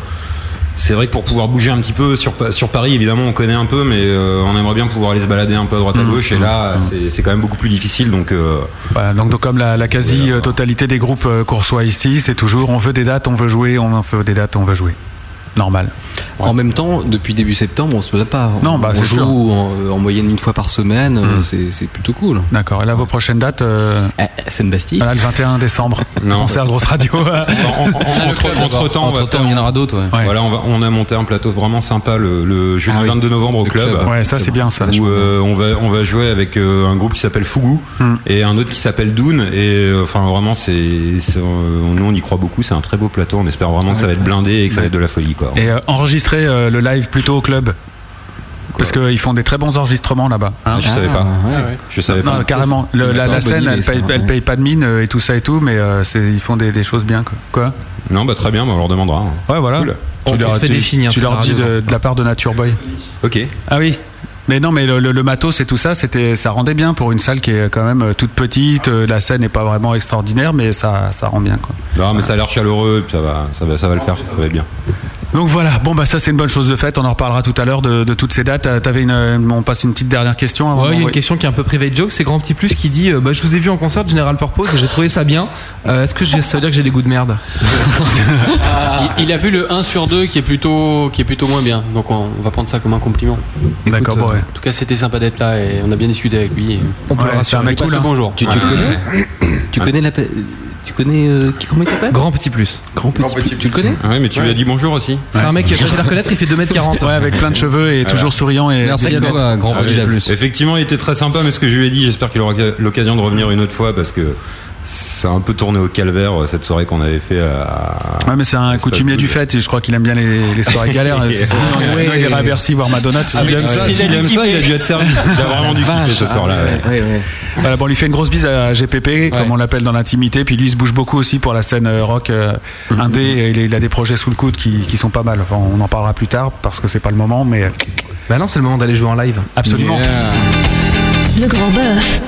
F: c'est vrai que pour pouvoir bouger un petit peu sur, Pa- sur Paris, évidemment, on connaît un peu, mais euh, on aimerait bien pouvoir aller se balader un peu à droite à gauche. Et là, c'est- c'est quand même beaucoup plus difficile. Donc, euh,
B: Voilà, donc, donc, comme la, la quasi-totalité des groupes euh, qu'on reçoit ici, c'est toujours on veut des dates, on veut jouer, on en veut des dates, on veut jouer. Normal.
H: En même temps, depuis début septembre, on se plaint pas. On-
B: Non, bah,
H: on
B: c'est
H: joue
B: sûr. Hmm.
H: en, en moyenne une fois par semaine, euh, c'est- c'est plutôt cool.
B: D'accord. Et là, vos prochaines dates, euh,
H: Ah, Seine-Bastille.
B: voilà, le 21 décembre,
F: Non.
B: concert Grosse Radio.
F: en- en-
B: Ah,
F: en- entre, temps,
E: Entre-temps, il y en aura d'autres. ouais.
B: Ouais.
F: Voilà, on, va- on a monté un plateau vraiment sympa le, le jeudi
H: Ah oui.
F: 22 novembre au
H: Le
F: club.
H: club.
B: ouais, ça, c'est bien, ça.
F: Où euh, on va on va jouer avec euh, un groupe qui s'appelle Fougou
B: Hmm.
F: et un autre qui s'appelle Doon et euh, enfin vraiment c'est c'est, euh, nous on y croit beaucoup c'est un très beau plateau on espère vraiment que ça va être blindé et que ça va être de la folie quoi.
B: Et euh, enregistrer euh, le live plutôt au club. Parce qu'ils font des très bons enregistrements là-bas. hein.
F: Ah, Je savais pas.
D: Ah,
H: ouais.
F: Je savais
B: Non,
F: pas.
B: carrément. Le-
H: Attends,
B: la, la
H: bonne
B: scène,
H: idée,
B: elle,
H: ça,
B: paye,
H: ouais.
B: elle paye pas de mine euh, et tout ça et tout, mais euh, c'est- ils font des, des choses bien. Quoi, Quoi
F: Non bah très bien, bah, on leur demandera. hein.
B: Ouais, voilà.
F: Cool.
D: On
B: Tu
D: se
B: leur,
D: fait
B: tu-
D: des signes, hein,
B: tu
D: sur
B: leur
D: la
B: dis
D: radio,
B: de, de la part de Nature Boy.
F: OK.
B: Ah oui. Mais non, mais le, le- le matos et tout ça, c'était, ça rendait bien pour une salle qui est quand même euh, toute petite. euh, La scène n'est pas vraiment extraordinaire, mais ça, ça rend bien. Quoi.
F: Non Bah, mais ça a l'air chaleureux, puis ça va ça va ça va le faire, ça va être bien.
B: Donc voilà. Bon, bah ça, c'est une bonne chose de faite. On en reparlera tout à l'heure de, de toutes ces dates. Euh, T'avais une, euh, on passe une petite dernière question. avant
D: Ouais, il y a une
B: d'envoyer-
D: question qui est un peu private joke, c'est Grand Petit Plus qui dit euh, bah, Je vous ai vu en concert de General Purpose et j'ai trouvé ça bien. Euh, Est-ce que j'ai- ça veut dire que j'ai des goûts de merde
G: Il, il a vu le 1 sur 2 qui est plutôt, qui est plutôt moins bien. Donc on, on va prendre ça comme un compliment. euh,
B: D'accord,
D: Écoute,
B: bon, ouais.
G: En tout cas, c'était sympa d'être là et on a bien discuté avec lui. et-
D: On peut
B: Ouais,
D: le
B: c'est un
D: rassurer.
B: mec
G: Passe
B: cool.
G: le
B: hein.
G: bonjour.
H: Tu, tu le connais Tu connais la. pa- Tu connais. euh, qui- comment il s'appelle
D: Grand Petit Plus.
H: Grand petit. Tu le connais
F: Ouais Ah mais tu lui as dit bonjour aussi.
D: C'est un mec qui a pas de reconnaître, il fait 2m40.
B: Ouais, avec plein de cheveux et toujours souriant et
E: Merci à toi, grand
F: Ah oui.
E: Gilles, à plus.
F: Effectivement, il était très sympa, mais ce que je lui ai dit, j'espère qu'il aura l'occasion de revenir une autre fois parce que ça a un peu tourné au calvaire euh, cette soirée qu'on avait fait à.
B: Ouais, mais c'est un coutumier du fait et je crois qu'il aime bien les, les soirées galères.
F: Ouais.
B: Sinon, sinon, il ira à Bercy voir Madonna. tout Ah,
F: S'il aime ça, s'il aime ça, il a dû être servi. Il a vraiment dû kiffer ce soir-là. ouais.
H: Ah,
B: Voilà, bon, on lui fait une grosse bise à GPP, comme on l'appelle dans l'intimité. Puis lui, il se bouge beaucoup aussi pour la scène euh, rock euh,
F: Mm-hmm.
B: indé. Et Il, est- il a des projets sous le coude qui, qui sont pas mal. Enfin, on en parlera plus tard parce que c'est pas le moment, mais euh,
D: Bah non, c'est le moment d'aller jouer en live. euh,
B: absolument.
A: Le grand bœuf.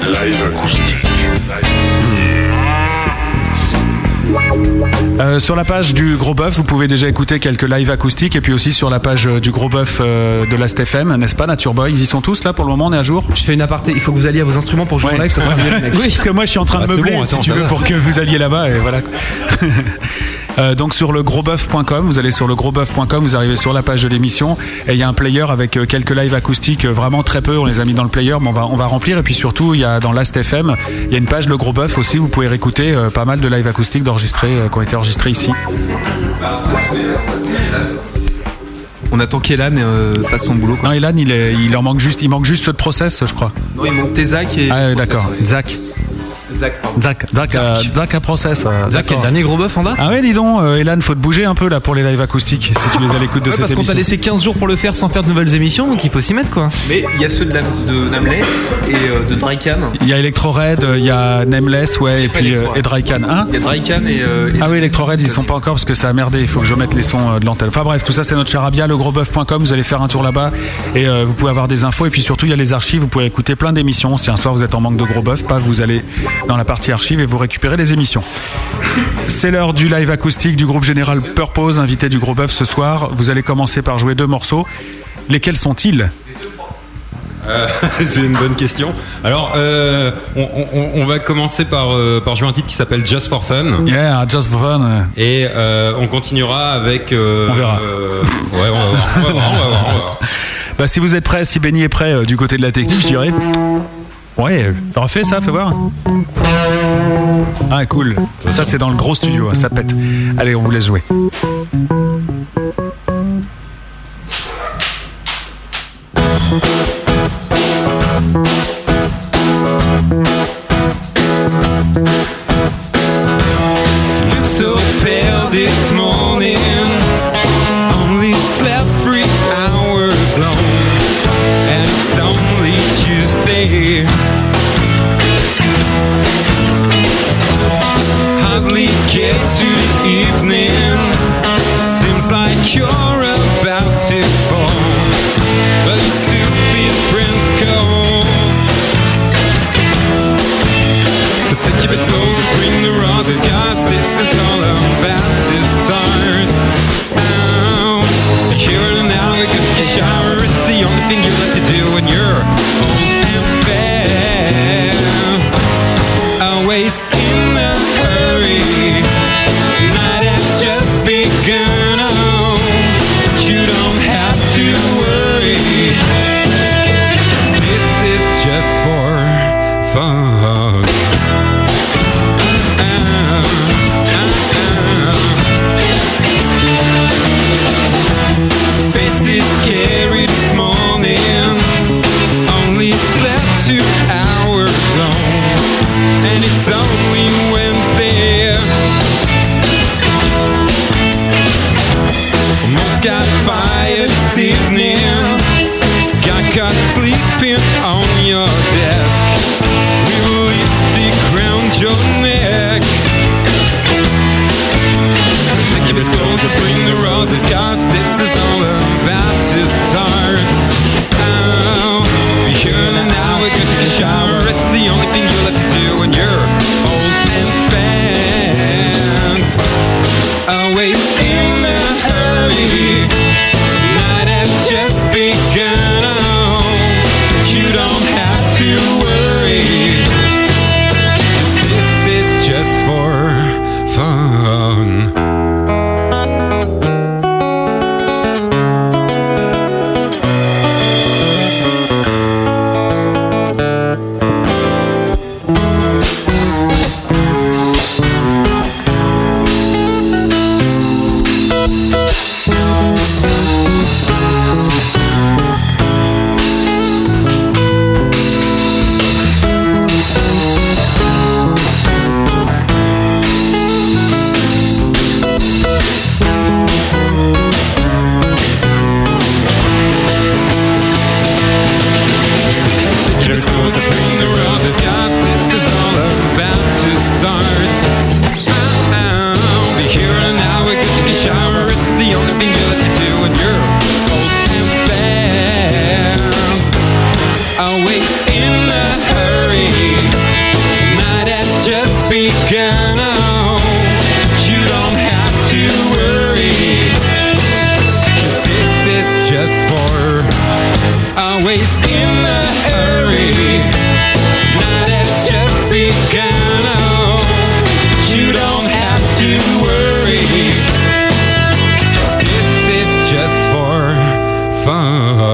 B: Euh, sur la page du Gros Bœuf, vous pouvez déjà écouter quelques lives acoustiques et puis aussi sur la page euh, du Gros Bœuf euh, de Last FM, n'est-ce pas, Nature Boy Ils y sont tous là pour le moment, on est à jour
D: Je fais une aparté, il faut que vous alliez à vos instruments pour jouer en live, ça sera bien. mec.
B: Parce que moi, je suis en train
F: Ah,
B: de
F: c'est
B: meubler,
F: bon,
B: si
F: attends,
B: tu veux,
F: ça va.
B: pour que vous alliez là-bas, et voilà. Euh, donc sur le grosboeuf.com, vous allez sur le grosboeuf.com, vous arrivez sur la page de l'émission et il y a un player avec euh, quelques lives acoustiques, euh, vraiment très peu, on les a mis dans le player, mais on va, on va remplir. Et puis surtout, il y a dans Last FM, il y a une page Le Gros Bœuf aussi, vous pouvez réécouter euh, pas mal de lives acoustiques d'enregistrés euh, qui ont été enregistrés ici.
I: On attend qu'Elan euh, fasse son boulot. Quoi.
B: Non, Elan, il, est- il en manque juste, il manque juste ceux de process, je crois.
I: Non, il manque Tezak et.
B: Ah, d'accord. Zach,
I: Zach, pardon.
B: Zach, Zach, euh, Zach à process. euh,
D: Zach,
B: d'accord.
D: le dernier gros bœuf en date
B: Ah ouais, dis donc, euh, Elan, faut te bouger un peu là pour les lives acoustiques, si tu les as à l'écoute de
D: Ouais,
B: cette
D: parce qu'on
B: émission.
D: t'a laissé 15 jours pour le faire sans faire de nouvelles émissions, donc il faut s'y mettre quoi.
I: Mais il y a ceux de, la, de Namless et euh, de Drycan.
B: Il y a Electro Red, euh, il y a Nameless, ouais, et puis
I: Electro
B: euh, et Drycan. Hein
I: Il y a Drycan et. euh, et-
B: ah oui, Electro Red, ils sont pas encore parce que ça a merdé. Il faut que je mette les sons euh, de l'antenne. Enfin bref, tout ça, c'est notre charabia, legrosboeuf.com. Vous allez faire un tour là-bas et euh, vous pouvez avoir des infos. Et puis surtout, il y a les archives. Vous pouvez écouter plein d'émissions. Si un soir vous êtes en manque de gros bœuf, pas vous allez dans la partie archives et vous récupérez les émissions. C'est l'heure du live acoustique du groupe général Purpose, invité du gros bœuf ce soir. Vous allez commencer par jouer deux morceaux. Lesquels sont-ils
F: Euh, C'est une bonne question. Alors, euh, on, on- on va commencer par, euh, par jouer un titre qui s'appelle Just for Fun.
B: Yeah, just for fun.
F: Et euh, on continuera avec. euh,
B: On verra.
F: euh, ouais, on va voir. On va voir, on va voir, on va voir.
B: Bah, si vous êtes prêts, si Benny est prêt euh, du côté de la technique, je dirais. Ouais, euh, refais ça, fais voir. Ah, cool. Ça, c'est dans le gros studio, hein, ça pète. Allez, on vous laisse jouer.
C: Looked so pale this morning. Only slept three hours long, and it's only Tuesday. Hardly get to the evening. Seems like you're about to fall, but stupid friends come. So take your best clothes, bring the roses, guys. This is all I'm about to start. Now, here and now, a good shower is the only thing you like to do when you're old and fair. Always in a hurry. Night has just begun. Oh, you don't have to worry. 'Cause This is just for fun. Face is scary this morning. Only slept two hours long, and it's only Wednesday. Most got fired this evening. Got caught sleeping on your desk. With lipstick round your neck. So take your best clothes, just bring the roses, cause this is all about to start. Now, you're in an hour, go take a shower, it's the only thing you'll have to do when you're old and bent. Always in a hurry, night has just begun. Oh, you don't Oh, always in a hurry. Now that's just begun. Oh, you don't have to worry. 'Cause this is just for fun.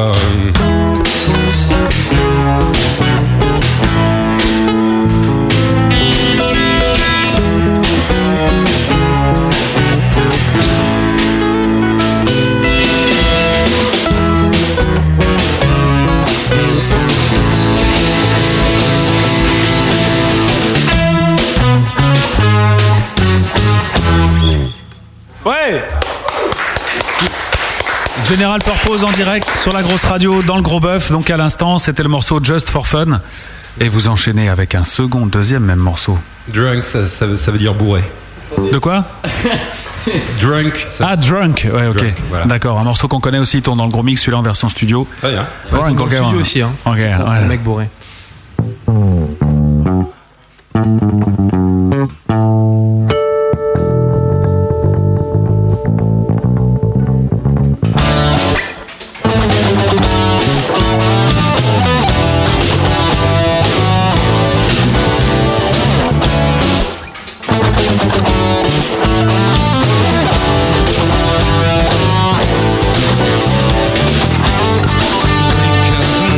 B: Ouais General Purpose en direct sur la grosse radio dans le gros bœuf. Donc à l'instant, c'était le morceau Just for Fun. Et vous enchaînez avec un second, deuxième même morceau.
F: Drunk, ça, ça- ça veut dire bourré.
B: De quoi
F: Drunk.
B: Ah, Drunk, ouais, ok. D'accord, un morceau qu'on connaît aussi, il tourne dans le gros mix, celui-là en version studio.
F: Très bien.
B: Ouais,
D: Ouais, dans
B: ok,
D: le studio
B: ouais.
D: aussi, hein.
B: Ok,
D: C'est
B: ouais.
D: un mec bourré.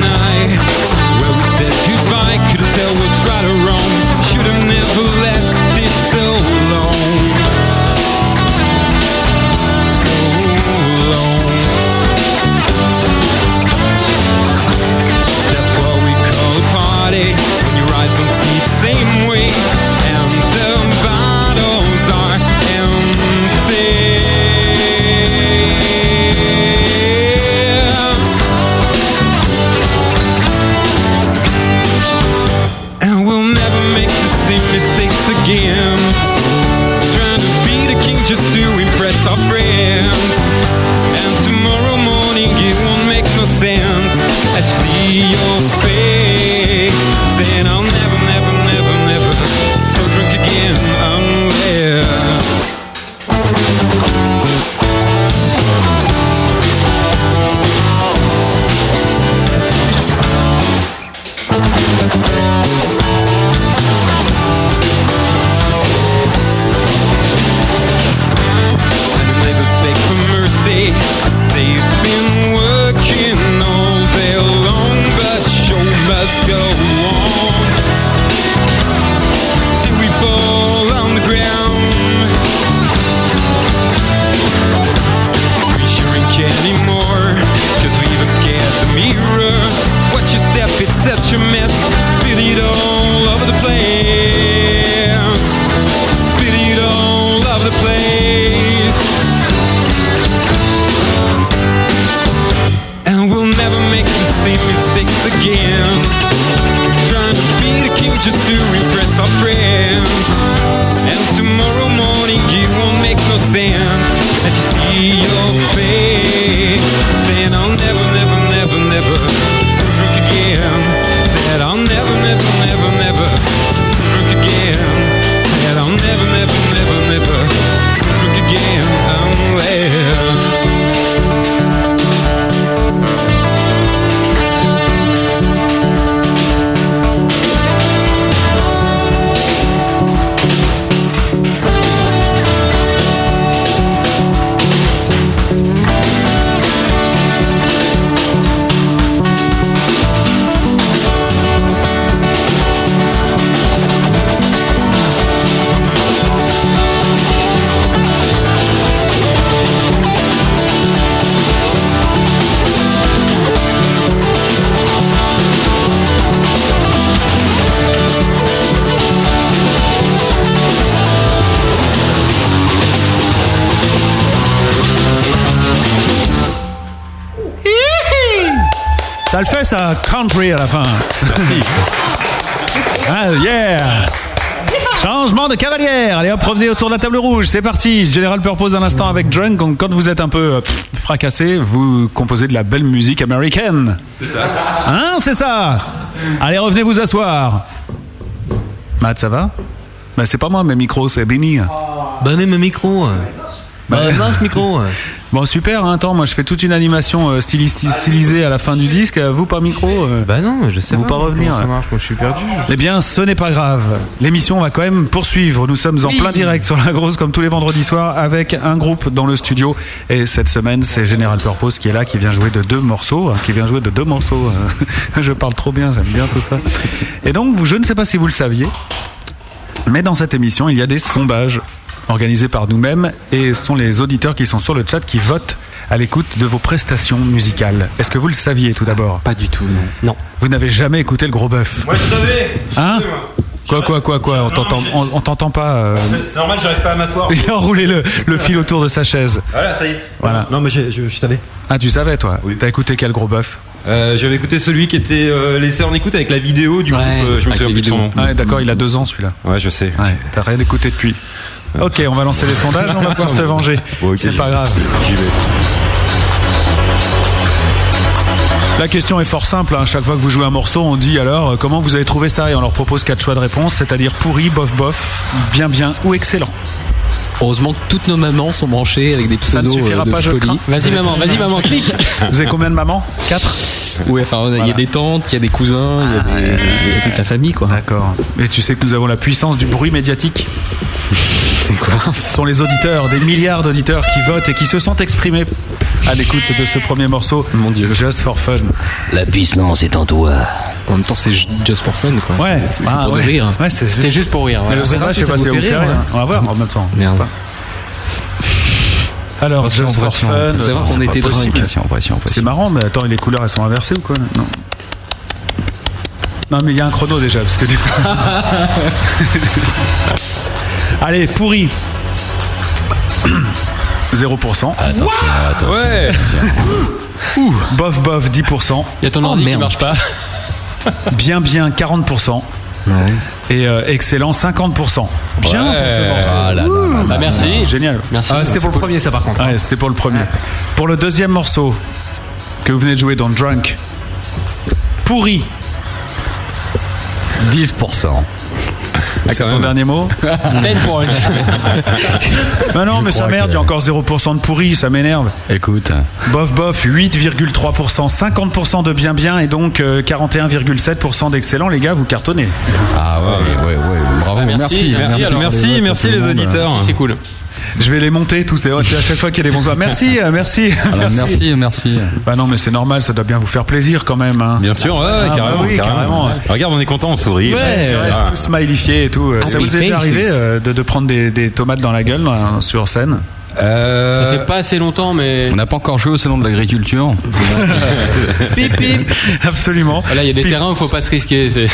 C: night where we said goodbye. Couldn't tell which right or wrong. Should have never lasted so long. So long. That's what we call a party. When your eyes don't see the same way, and the bottles are empty. And we'll never make the same mistakes again. Trying to be the king just to impress our friends. And tomorrow morning it won't make no sense. I see your face, and I'll never, never, never, never so drunk again unless. neighbors beg for mercy. They've been working all day long, but show must go on. Till we fall on the ground. We sure ain't care anymore, cause we even scared the mirror. Watch your step, it's such a mess. Spit it all over the place. Spit it all over the place. And we'll never make the same mistakes again. Trying to be the king just to impress our friends. And tomorrow morning it won't make no sense. As you see your face, saying I'll never, never, never, never so drunk again. Said I'll never, never, never, never so drunk again. Said I'll never, never, never, never so drunk again. Unless.
B: Ça le fait, ça country à la fin. Merci. Ah, yeah! Changement de cavalière. Allez hop, revenez autour de la table rouge. C'est parti. General Purpose un instant avec Drunk. Donc, quand vous êtes un peu euh, pff, fracassé, vous composez de la belle musique américaine.
C: C'est ça.
B: Hein, c'est ça Allez, revenez vous asseoir. Matt, ça va Ben, Bah, c'est pas moi, mes micros, c'est Benny.
D: Bah, mes micros. Bah,
B: marche,
D: micro.
B: Bon, super, hein, attends, moi je fais toute une animation euh, stylis- stylisée à la fin du disque. Euh, Vous pas micro
D: Bah non, je sais
B: Vous
D: pas,
B: pas
D: moi,
B: revenir.
D: comment ça marche, moi je suis perdu.
B: Eh bien, ce n'est pas grave. L'émission va quand même poursuivre. Nous sommes en plein direct sur la grosse comme tous les vendredis soirs avec un groupe dans le studio. Et cette semaine, c'est General Purpose qui est là, qui vient jouer de deux morceaux, hein, qui vient jouer de deux morceaux. euh. je parle trop bien, j'aime bien tout ça. Et donc, vous- je ne sais pas si vous le saviez, mais dans cette émission, il y a des sondages organisés par nous-mêmes et ce sont les auditeurs qui sont sur le chat qui votent à l'écoute de vos prestations musicales. Est-ce que vous le saviez tout d'abord Pas du tout, non.
G: Non.
B: Vous n'avez jamais écouté le gros bœuf
F: Moi, je savais
B: Hein Quoi, quoi, quoi, quoi On t'entend, on, on t'entend pas. euh,
F: C'est normal, j'arrive pas à m'asseoir.
B: Il a enroulé le, le fil autour de sa chaise.
F: Voilà, ça y est.
B: Voilà.
F: Non, mais je, savais.
B: Ah, tu savais, toi T'as écouté quel gros bœuf
F: Euh, J'avais écouté celui qui était euh, laissé en écoute avec la vidéo du groupe. euh, je me souviens plus de son nom.
B: Ouais, Ah, d'accord, il a deux ans celui-là.
F: Ouais, je sais.
B: Ouais, t'as rien écouté depuis. Ok, on va lancer les sondages, on va pouvoir se venger.
F: Bon, ok,
B: C'est pas
F: j'y-
B: grave.
F: J'y vais.
B: La question est fort simple. hein. Chaque fois que vous jouez un morceau, on dit alors euh, comment vous avez trouvé ça et on leur propose quatre choix de réponse, c'est-à-dire pourri, bof, bof, bien, bien ou excellent.
H: Heureusement que toutes nos mamans sont branchées avec des
B: Ça ne
H: pseudos
B: suffira
H: euh, de
B: pas, je crains.
H: folie.
G: Vas-y, maman, vas-y, maman, clique.
B: Vous avez combien de mamans Quatre
H: Ouais, Ah, enfin, on a- il y a des tantes, il y a des cousins, il y a des- il y a toute la famille, quoi.
B: D'accord. Et tu sais que nous avons la puissance du bruit médiatique C'est quoi Ce sont les auditeurs, des milliards d'auditeurs qui votent et qui se sont exprimés à l'écoute de ce premier morceau. Mon Dieu. Just for fun.
J: La puissance est en toi.
H: En même temps, c'est ju- just for fun, quoi.
B: Ouais,
H: C'est- c'est
B: Ah,
H: pour
B: ouais.
H: de rire.
B: Ouais, c'est-
G: C'était juste pour rire.
B: Mais
G: voilà.
B: le sondage, je sais pas si ça vous fait rire. hein. On va voir en même temps. je sais
H: Merde.
B: pas. Alors, euh,
E: Attention,
B: Just for
E: attention.
B: fun.
H: Faut savoir qu'on
B: c'est pas
H: était
B: possible.
H: drunk.
E: Pression, pression,
B: C'est
E: pression.
B: marrant, mais attends, et les couleurs elles sont inversées ou quoi Non. Non, mais il y a un chrono déjà, parce que du coup. Allez, pourri 0%.
E: euh,
F: Ouais
B: Bof bof 10%.
G: Il y a ton ordi qui marche pas.
B: Oh, Bien bien 40%. Et euh, excellent 50%. Bien pour ce morceau.
G: Bah merci.
B: Génial.
G: Merci.
D: Ah, c'était pour le premier ça par contre.
B: Ouais, c'était pour le premier. hein. Pour le deuxième morceau que vous venez de jouer dans Drunk. Pourri.
E: 10%.
B: Ah, C'est ton dernier mot
G: 10 points.
B: Bah non, mais ça
E: crois
B: merde,
E: que-
B: il y a encore 0% de pourri, ça m'énerve.
E: Écoute,
B: Bof bof 8,3%, 50% de bien bien et donc euh, 41,7% d'excellent. Les gars, vous cartonnez.
E: ah ouais, ouais, ouais, bravo, merci,
G: merci, merci,
E: pour les
F: Merci,
D: euh,
E: votes à
F: merci, merci
E: tout le
F: les
E: monde.
F: auditeurs.
G: C'est cool.
B: hein. Je vais les monter tous. les- À chaque fois qu'il y a des bons Merci, euh, merci,
E: Ah,
B: merci.
E: Merci, merci.
B: Bah non, mais c'est normal, ça doit bien vous faire plaisir quand même. hein.
F: Bien sûr, ouais, ouais,
B: Ah, bah
F: carrément,
B: oui, carrément, ouais.
F: Regarde, on est content, on sourit.
B: Ouais, Ah, c'est vrai,
F: Voilà.
B: tout smilifié et tout.
E: Ah,
B: Ça vous est déjà arrivé euh, de, de prendre des, des tomates dans la gueule euh, sur scène
G: Ça
F: Euh,
G: fait pas assez longtemps, mais.
E: On n'a pas encore joué au salon de l'agriculture.
G: Pip, pip.
B: Absolument.
G: Là, il y a des
B: Puis-
G: terrains où faut pas se risquer. c'est-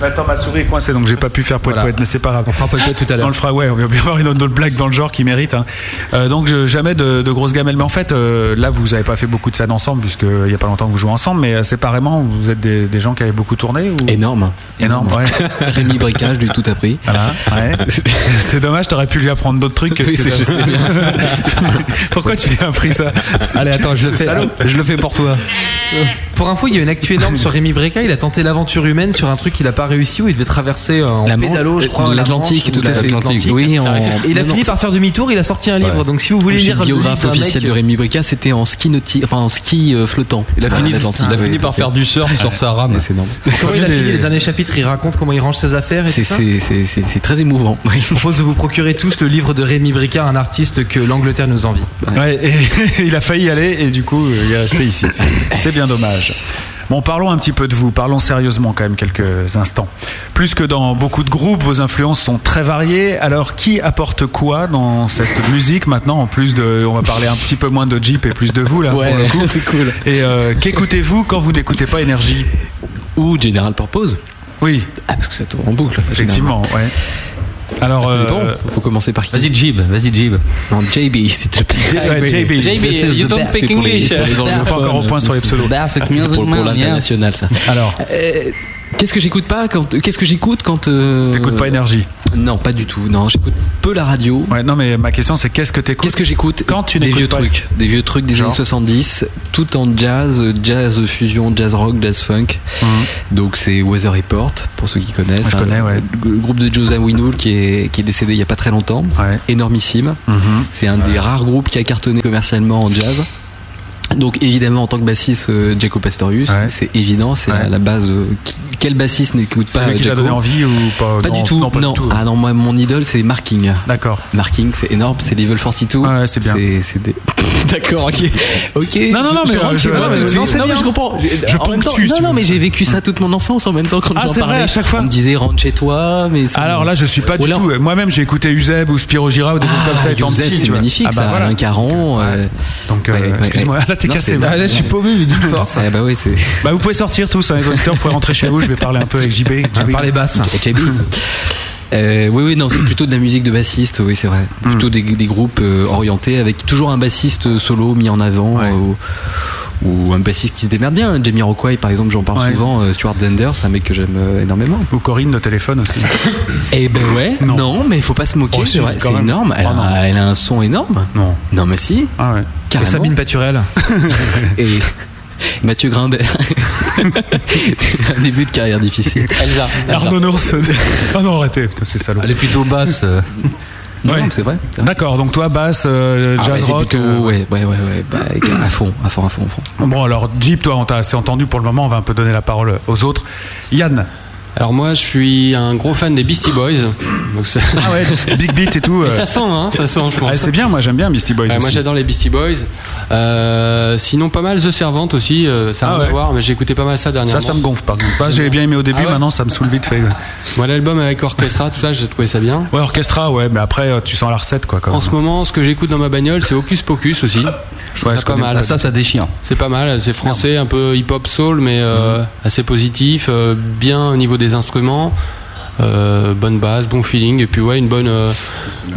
B: Bah, Attends, ma souris est coincée, donc j'ai pas pu faire poète
D: Voilà.
B: poète, mais c'est pas grave.
D: On fera poète-poète tout à l'heure.
B: On le fera, ouais, on va bien voir une autre blague dans le genre qui mérite. hein. Euh, donc, je- jamais de, de grosses gamelles. Mais en fait, euh, là, vous avez pas fait beaucoup de scènes ensemble, puisqu'il y a pas longtemps que vous jouez ensemble, mais euh, séparément, vous êtes des, des gens qui avaient beaucoup tourné ou...
H: Énorme.
B: Énorme, ouais.
H: Rémi Bricage, du tout appris.
B: Voilà, ouais. C'est c'est dommage, t'aurais pu lui apprendre d'autres trucs. que ce
H: Oui,
B: que
H: c'est-
B: t'as-
H: je sais
B: Pourquoi tu lui as appris ça Allez,
D: Attends, je le fais.
B: hein.
D: Je le fais pour toi. Pour info, il y a une actu énorme sur Rémi Breca. Il a tenté l'aventure humaine sur un truc qu'il a pas réussi où il devait traverser euh, en
H: La Manche,
D: pédalo, je
H: euh,
D: crois,
H: de
D: la
H: l'Atlantique,
D: Manche,
H: tout
D: ou
H: à
D: la-
H: fait.
D: l'Atlantique.
H: Oui,
D: C'est vrai
H: en-
D: que- Et il a
H: non,
D: fini par faire demi-tour. Il a sorti un livre. Donc si vous voulez
H: Je suis
D: lire le
H: biographe
D: livre d'un
H: officiel de
D: mec-
H: Rémi Brica, c'était en ski nautique, enfin en ski euh, flottant.
E: Il a fini,
H: Ah, l'Atlantique,
E: il a
H: oui,
E: fini
H: tout à
E: par
H: fait.
E: faire du surf sur sa rame.
H: Ouais, C'est énorme.
D: Comment il a fini les derniers chapitres, il raconte comment il range ses affaires et
H: C'est-
D: tout ça.
H: C'est c'est- c'est- c'est très émouvant. oui.
D: Je propose de vous procurer tous le livre de Rémi Bricard, un artiste que l'Angleterre nous envie.
B: Ouais, et il a failli y aller et du coup, euh, il est resté ici. C'est bien dommage. Bon, parlons un petit peu de vous, parlons sérieusement quand même quelques instants. Plus que dans beaucoup de groupes, vos influences sont très variées. Alors, qui apporte quoi dans cette musique maintenant En plus de, on va parler un petit peu moins de Jeep et plus de vous là pour le coup.
H: c'est cool.
B: Et euh, qu'écoutez-vous quand vous n'écoutez pas Énergie
H: Ou General Purpose.
B: Oui,
H: Ah, parce que ça tourne en boucle.
B: effectivement, ouais. Alors,
H: généralement. Ça
B: euh,
H: dépend. Faut commencer par qui
E: Vas-y, Jib, vas-y, Jib.
H: Non, JB, s'il te plaît.
B: ouais, JB.
G: JB,
H: This is
G: you
H: the
G: don't
H: best,
G: speak
H: c'est pour les-
G: English.
H: pour les anglophones.
B: pas encore au point sur les pseudos.
H: C'est pour, pour l'international, ça.
B: alors,
H: Euh, Qu'est-ce que j'écoute pas quand Qu'est-ce que j'écoute quand euh,
B: t'écoutes pas Énergie
H: Non, pas du tout. Non, j'écoute peu la radio.
B: Ouais, non, mais ma question c'est qu'est-ce que t'écoutes
H: Qu'est-ce que j'écoute
B: Quand tu
H: Des
B: n'écoutes
H: vieux
B: pas-
H: trucs, des vieux trucs des
B: Genre
H: années 70, tout en jazz, euh, jazz fusion, jazz rock, jazz funk. Donc c'est Weather Report pour ceux qui connaissent.
B: Hum. Je connais, ouais.
H: Le groupe de Joseph Winoul qui est est, qui est décédé il y a pas très longtemps. Énormissime.
B: Mhm.
H: C'est un des rares groupes qui a cartonné commercialement en jazz. Donc évidemment en tant que bassiste euh, Jaco Pastorius, c'est évident, c'est la, la base. euh, qui- quel bassiste n'écoute
B: C'est
H: pas
B: lui qui t'a
H: Jaco
B: donné envie ou pas
H: Pas
B: Non,
H: du tout.
B: non, pas du
H: non.
B: tout.
H: Ah non, moi mon idole c'est Marking. D'accord. Marking, c'est énorme, c'est Level 42. Ouais, c'est bien. des- D'accord, ok, ok.
B: Non, non, non,
H: Je
B: mais,
H: rentre
B: euh,
H: chez
B: je-
H: moi tout de
B: euh,
H: suite.
B: non, c'est
H: Non, mais
B: bien.
H: je comprends.
B: Je
H: en même temps,
B: ponctue, si
H: non,
B: tu
H: non,
B: veux.
H: mais j'ai vécu ça toute mon enfance en même temps quand
B: Ah,
H: j'en
B: c'est vrai,
H: parlais,
B: à chaque fois.
H: On me disait rentre chez toi, mais ça-
B: Alors là, je suis pas du tout. Moi-même, j'ai écouté Uzeb ou Spiro Gira ou des groupes comme ça étant
H: Youssef,
B: petit,
H: Ah, c'est
B: tu vois.
H: magnifique
B: Ah bah
H: ça,
B: voilà.
H: Alain Caron. euh,
B: Donc, euh,
H: ouais, ouais,
B: excuse-moi,
H: ouais.
B: là, t'es
H: Non,
B: cassé.
H: c'est-
B: Là, je suis paumé, mais d'une force.
H: Ah bah oui, c'est.
B: Bah, vous pouvez sortir tous, hein, les auditeurs, vous pouvez rentrer chez vous. Je vais parler un peu avec JB. JB.
H: les basses. Euh, oui, oui, non, c'est plutôt de la musique de bassiste, oui, c'est vrai.
B: Hmm.
H: Plutôt des, des groupes euh, orientés avec toujours un bassiste solo mis en avant euh, ou, ou un bassiste qui se démerde bien. Jamie Rockway, par exemple, j'en parle
B: Ouais.
H: souvent. euh, Stuart Zander, c'est un mec que j'aime euh, énormément.
B: Ou Corinne, le téléphone aussi.
H: Eh ben ouais, non, mais il faut pas se moquer,
B: Oh, si,
H: c'est vrai,
B: quand
H: c'est
B: même.
H: énorme. Elle,
B: Oh, non.
H: a, elle a un son énorme.
B: Non.
H: Non, mais si.
B: Ah ouais.
H: Carrément.
D: Et Sabine Paturel.
H: Et Mathieu Grimbert. un début de carrière difficile. Elsa.
B: Arnaud Nours. Ah non, arrêtez, putain, c'est salaud.
E: Elle est plutôt basse. euh.
H: Non, c'est vrai.
B: D'accord, donc toi, basse, euh,
H: Ah,
B: jazz
H: mais c'est
B: rock.
H: plutôt-
B: euh,
H: ouais, ouais, ouais, ouais, bah, à fond, à fond, à fond, à fond.
B: Bon, alors, Jeep, toi, on t'a assez entendu pour le moment. On va un peu donner la parole aux autres. Yann.
G: Alors moi, je suis un gros fan des Beastie Boys. Donc ça-
B: Ah ouais, Big Beat et tout. euh.
G: Et ça sent, hein, ça sent, je pense.
B: Ah, c'est bien, moi, j'aime bien Beastie Boys.
G: Ouais, moi
B: aussi.
G: j'adore les Beastie Boys. Euh, sinon pas mal The Servant aussi, euh, ça n'a
B: Ah
G: rien
B: ouais.
G: à voir, mais j'ai écouté pas mal ça dernièrement.
B: Ça, ça me gonfle, par contre. Bah, J'ai bien aimé au début,
G: Ah ouais
B: maintenant, ça me saoule vite fait.
G: Moi l'album avec Orchestra, tout ça, j'ai trouvé ça bien.
B: Ouais, orchestra, ouais, mais après, euh, tu sens la recette, quoi. Quand
G: En
B: même.
G: ce moment, ce que j'écoute dans ma bagnole, c'est Hocus Pocus aussi. Je trouve
B: Ouais,
G: ça
B: je
G: pas
B: connais
G: mal.
B: pas. Ça,
E: ça déchire.
G: C'est pas mal. C'est français, un peu hip-hop soul, mais euh, assez positif, euh, bien au niveau des instruments, euh, bonne base, bon feeling, et puis ouais, une bonne, euh,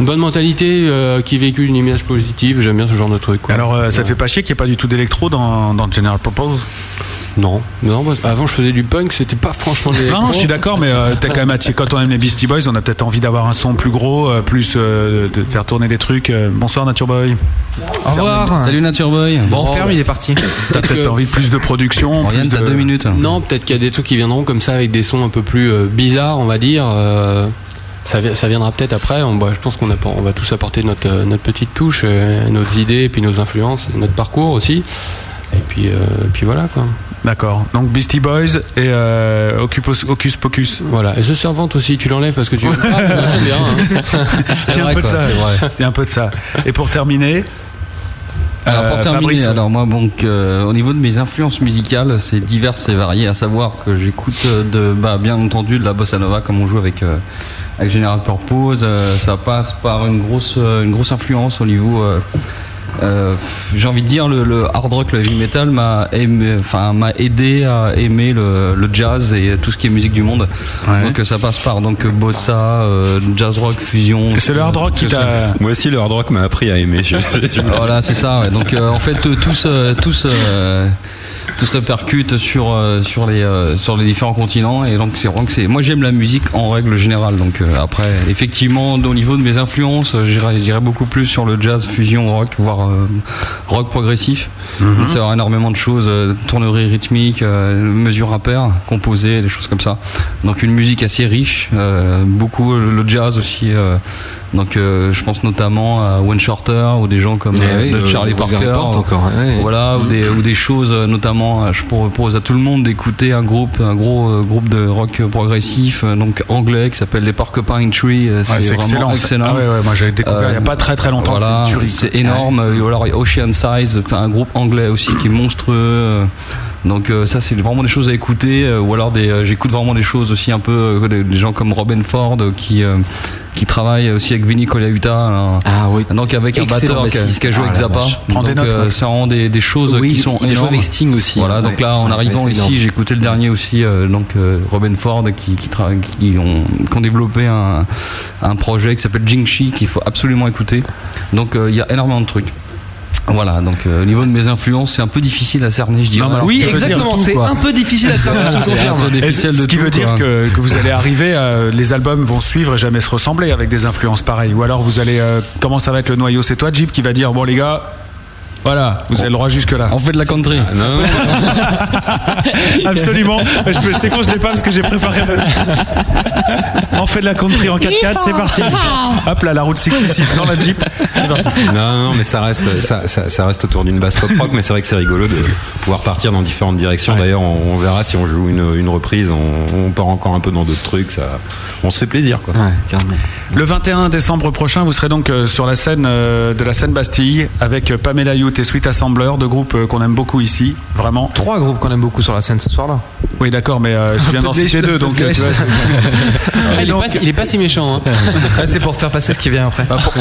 G: une bonne mentalité euh, qui véhicule une image positive. J'aime bien ce genre de truc. quoi.
B: Alors, euh, ça fait pas chier qu'il n'y ait pas du tout d'électro dans, dans General Purpose
G: Non, non, parce- avant je faisais du punk, c'était pas franchement des.
B: Non, non, je suis d'accord, mais euh, t'as quand même attiré. Quand on aime les Beastie Boys, on a peut-être envie d'avoir un son plus gros, euh, plus euh, de faire tourner des trucs. Euh, bonsoir, Nature Boy.
D: Au revoir.
E: Salut Nature Boy.
D: Bon, on ferme, il est parti.
B: T'as
G: euh,
B: peut-être envie de plus de production. plus de-
G: Non, peut-être qu'il y a des trucs qui viendront comme ça avec des sons un peu plus euh, bizarres, on va dire. euh, ça, vi- ça viendra peut-être après. On, bah, je pense qu'on appo- on va tous apporter notre, euh, notre petite touche, euh, nos idées, et puis nos influences, et notre parcours aussi. Et puis, euh, et puis voilà quoi.
B: D'accord. Donc Beastie Boys et euh, Occupus, Hocus Pocus.
G: Voilà. Et The Servant aussi, tu l'enlèves parce que tu. Ah, non, j'aime bien, hein.
B: C'est un
G: vrai,
B: peu de
G: quoi,
B: ça.
G: c'est vrai.
B: C'est un peu de ça. Et pour terminer.
E: Alors pour
B: euh,
E: terminer,
B: Fabrice,
E: alors moi donc euh, au niveau de mes influences musicales, c'est divers et varié. À savoir que j'écoute euh, de bah, bien entendu de la bossa nova comme on joue avec euh, avec General Purpose. Euh, ça passe par une grosse euh, une grosse influence au niveau euh, euh, j'ai envie de dire le, le hard rock, le heavy metal m'a aimé- enfin m'a aidé à aimer le, le jazz et tout ce qui est musique du monde. Donc euh, ça passe par donc euh, bossa, euh, jazz rock, fusion.
B: C'est le hard rock qui t'a
F: Moi aussi, le hard rock m'a appris à aimer. Je- je-
E: voilà, c'est ça. ouais. Donc euh, en fait, euh, tous, euh, tous, euh, tous répercutent sur euh, sur les euh, sur les différents continents. Et donc c'est vraiment que c'est. Moi, j'aime la musique en règle générale. Donc euh, après, effectivement, au niveau de mes influences, euh, j'irais j'irais beaucoup plus sur le jazz, fusion, rock, voire euh, rock progressif.
K: Mhm.
E: Donc, ça va avoir énormément de choses, euh, tourneries rythmiques, euh, mesures à pair, composées, des choses comme ça. Donc une musique assez riche, euh, beaucoup euh, le jazz aussi. euh, donc euh, je pense notamment à Wayne Shorter ou des gens comme
H: Eh
E: euh,
H: oui,
E: de
H: euh,
E: Charlie
H: Weather
E: Parker.
H: Report
E: euh,
H: encore, eh Mm. ouais.
E: Voilà, ou des, ou des choses, euh, notamment, euh, je propose à tout le monde d'écouter un groupe, un gros euh, groupe de rock progressif, euh, donc anglais, qui s'appelle les Porcupine Tree. euh,
B: Ouais, c'est
E: vraiment Euh,
B: excellent, ça. Ah ouais, ouais, moi, j'avais découvert il y a pas très, très longtemps,
E: voilà,
B: c'est une tuerie,
E: C'est
B: quoi.
E: énorme. Euh, Alors, il y a Ocean Size, enfin, un groupe anglais aussi qui est monstrueux. Donc euh, ça c'est vraiment des choses à écouter euh, ou alors des euh, j'écoute vraiment des choses aussi un peu euh, des, des gens comme Robin Ford euh, qui euh, qui travaille aussi avec Vinny Colaiuta un- donc avec un
H: Ah Excellent
E: batteur qui a,
H: bassiste.
E: qui a joué
H: Ah,
E: avec
H: la
E: Zappa
H: vache. Prends des
E: Donc,
H: notes,
E: euh,
H: moi.
E: c'est vraiment des, des choses
H: Oui,
E: qui sont
H: il a joué
E: énormes
H: avec Sting aussi. hein.
E: voilà
H: Ouais.
E: donc là en
H: Ouais,
E: arrivant
H: c'est
E: ici
H: énorme.
E: j'ai écouté le dernier aussi euh, donc euh, Robin Ford qui qui, tra- qui ont qui ont développé un, un projet qui s'appelle Jingxi qu'il faut absolument écouter donc euh, il y a énormément de trucs voilà, donc euh, au niveau de mes influences, c'est un peu difficile à cerner, je dirais.
B: Non, mais alors, ce qui veut dire tout, quoi.
E: C'est
B: C'est
E: un peu
B: Et
E: difficile
B: Ce
E: de
B: qui
E: tout,
B: veut dire
E: quoi.
B: que, que vous allez arriver, euh, les albums vont suivre et jamais se ressembler avec des influences pareilles. Ou alors vous allez, euh, comment ça va être le noyau C'est toi, Jeep, qui va dire bon les gars, voilà, vous avez le droit jusque là.
E: On fait de la country.
B: Absolument. Je peux- C'est con, je l'ai pas parce que j'ai préparé. notre- On fait de la country en 4x4, c'est parti. Hop là, la route 66 dans la Jeep.
F: Non, non, non, mais ça reste, ça, ça- ça reste autour d'une basse pop rock, mais c'est vrai que c'est rigolo de pouvoir partir dans différentes directions. D'ailleurs, on, on verra si on joue une, une reprise, on, on part encore un peu dans d'autres trucs. Ça, on se fait plaisir, quoi.
B: Le 21 décembre prochain, vous serez donc euh, sur la scène euh, de la scène Bastille avec euh, Pamela Youth et Sweet Assembler, deux groupes euh, qu'on aime beaucoup ici, vraiment.
D: Trois groupes qu'on aime beaucoup sur la scène ce soir-là.
B: Oui, d'accord, mais euh, je viens d'en
D: Peut-être
B: citer
D: les-
B: deux, donc euh, tu vois.
G: Ah, il, est pas, il est pas si méchant. hein. Bah,
D: Ah, c'est pour faire passer ce qui vient après.
E: pour,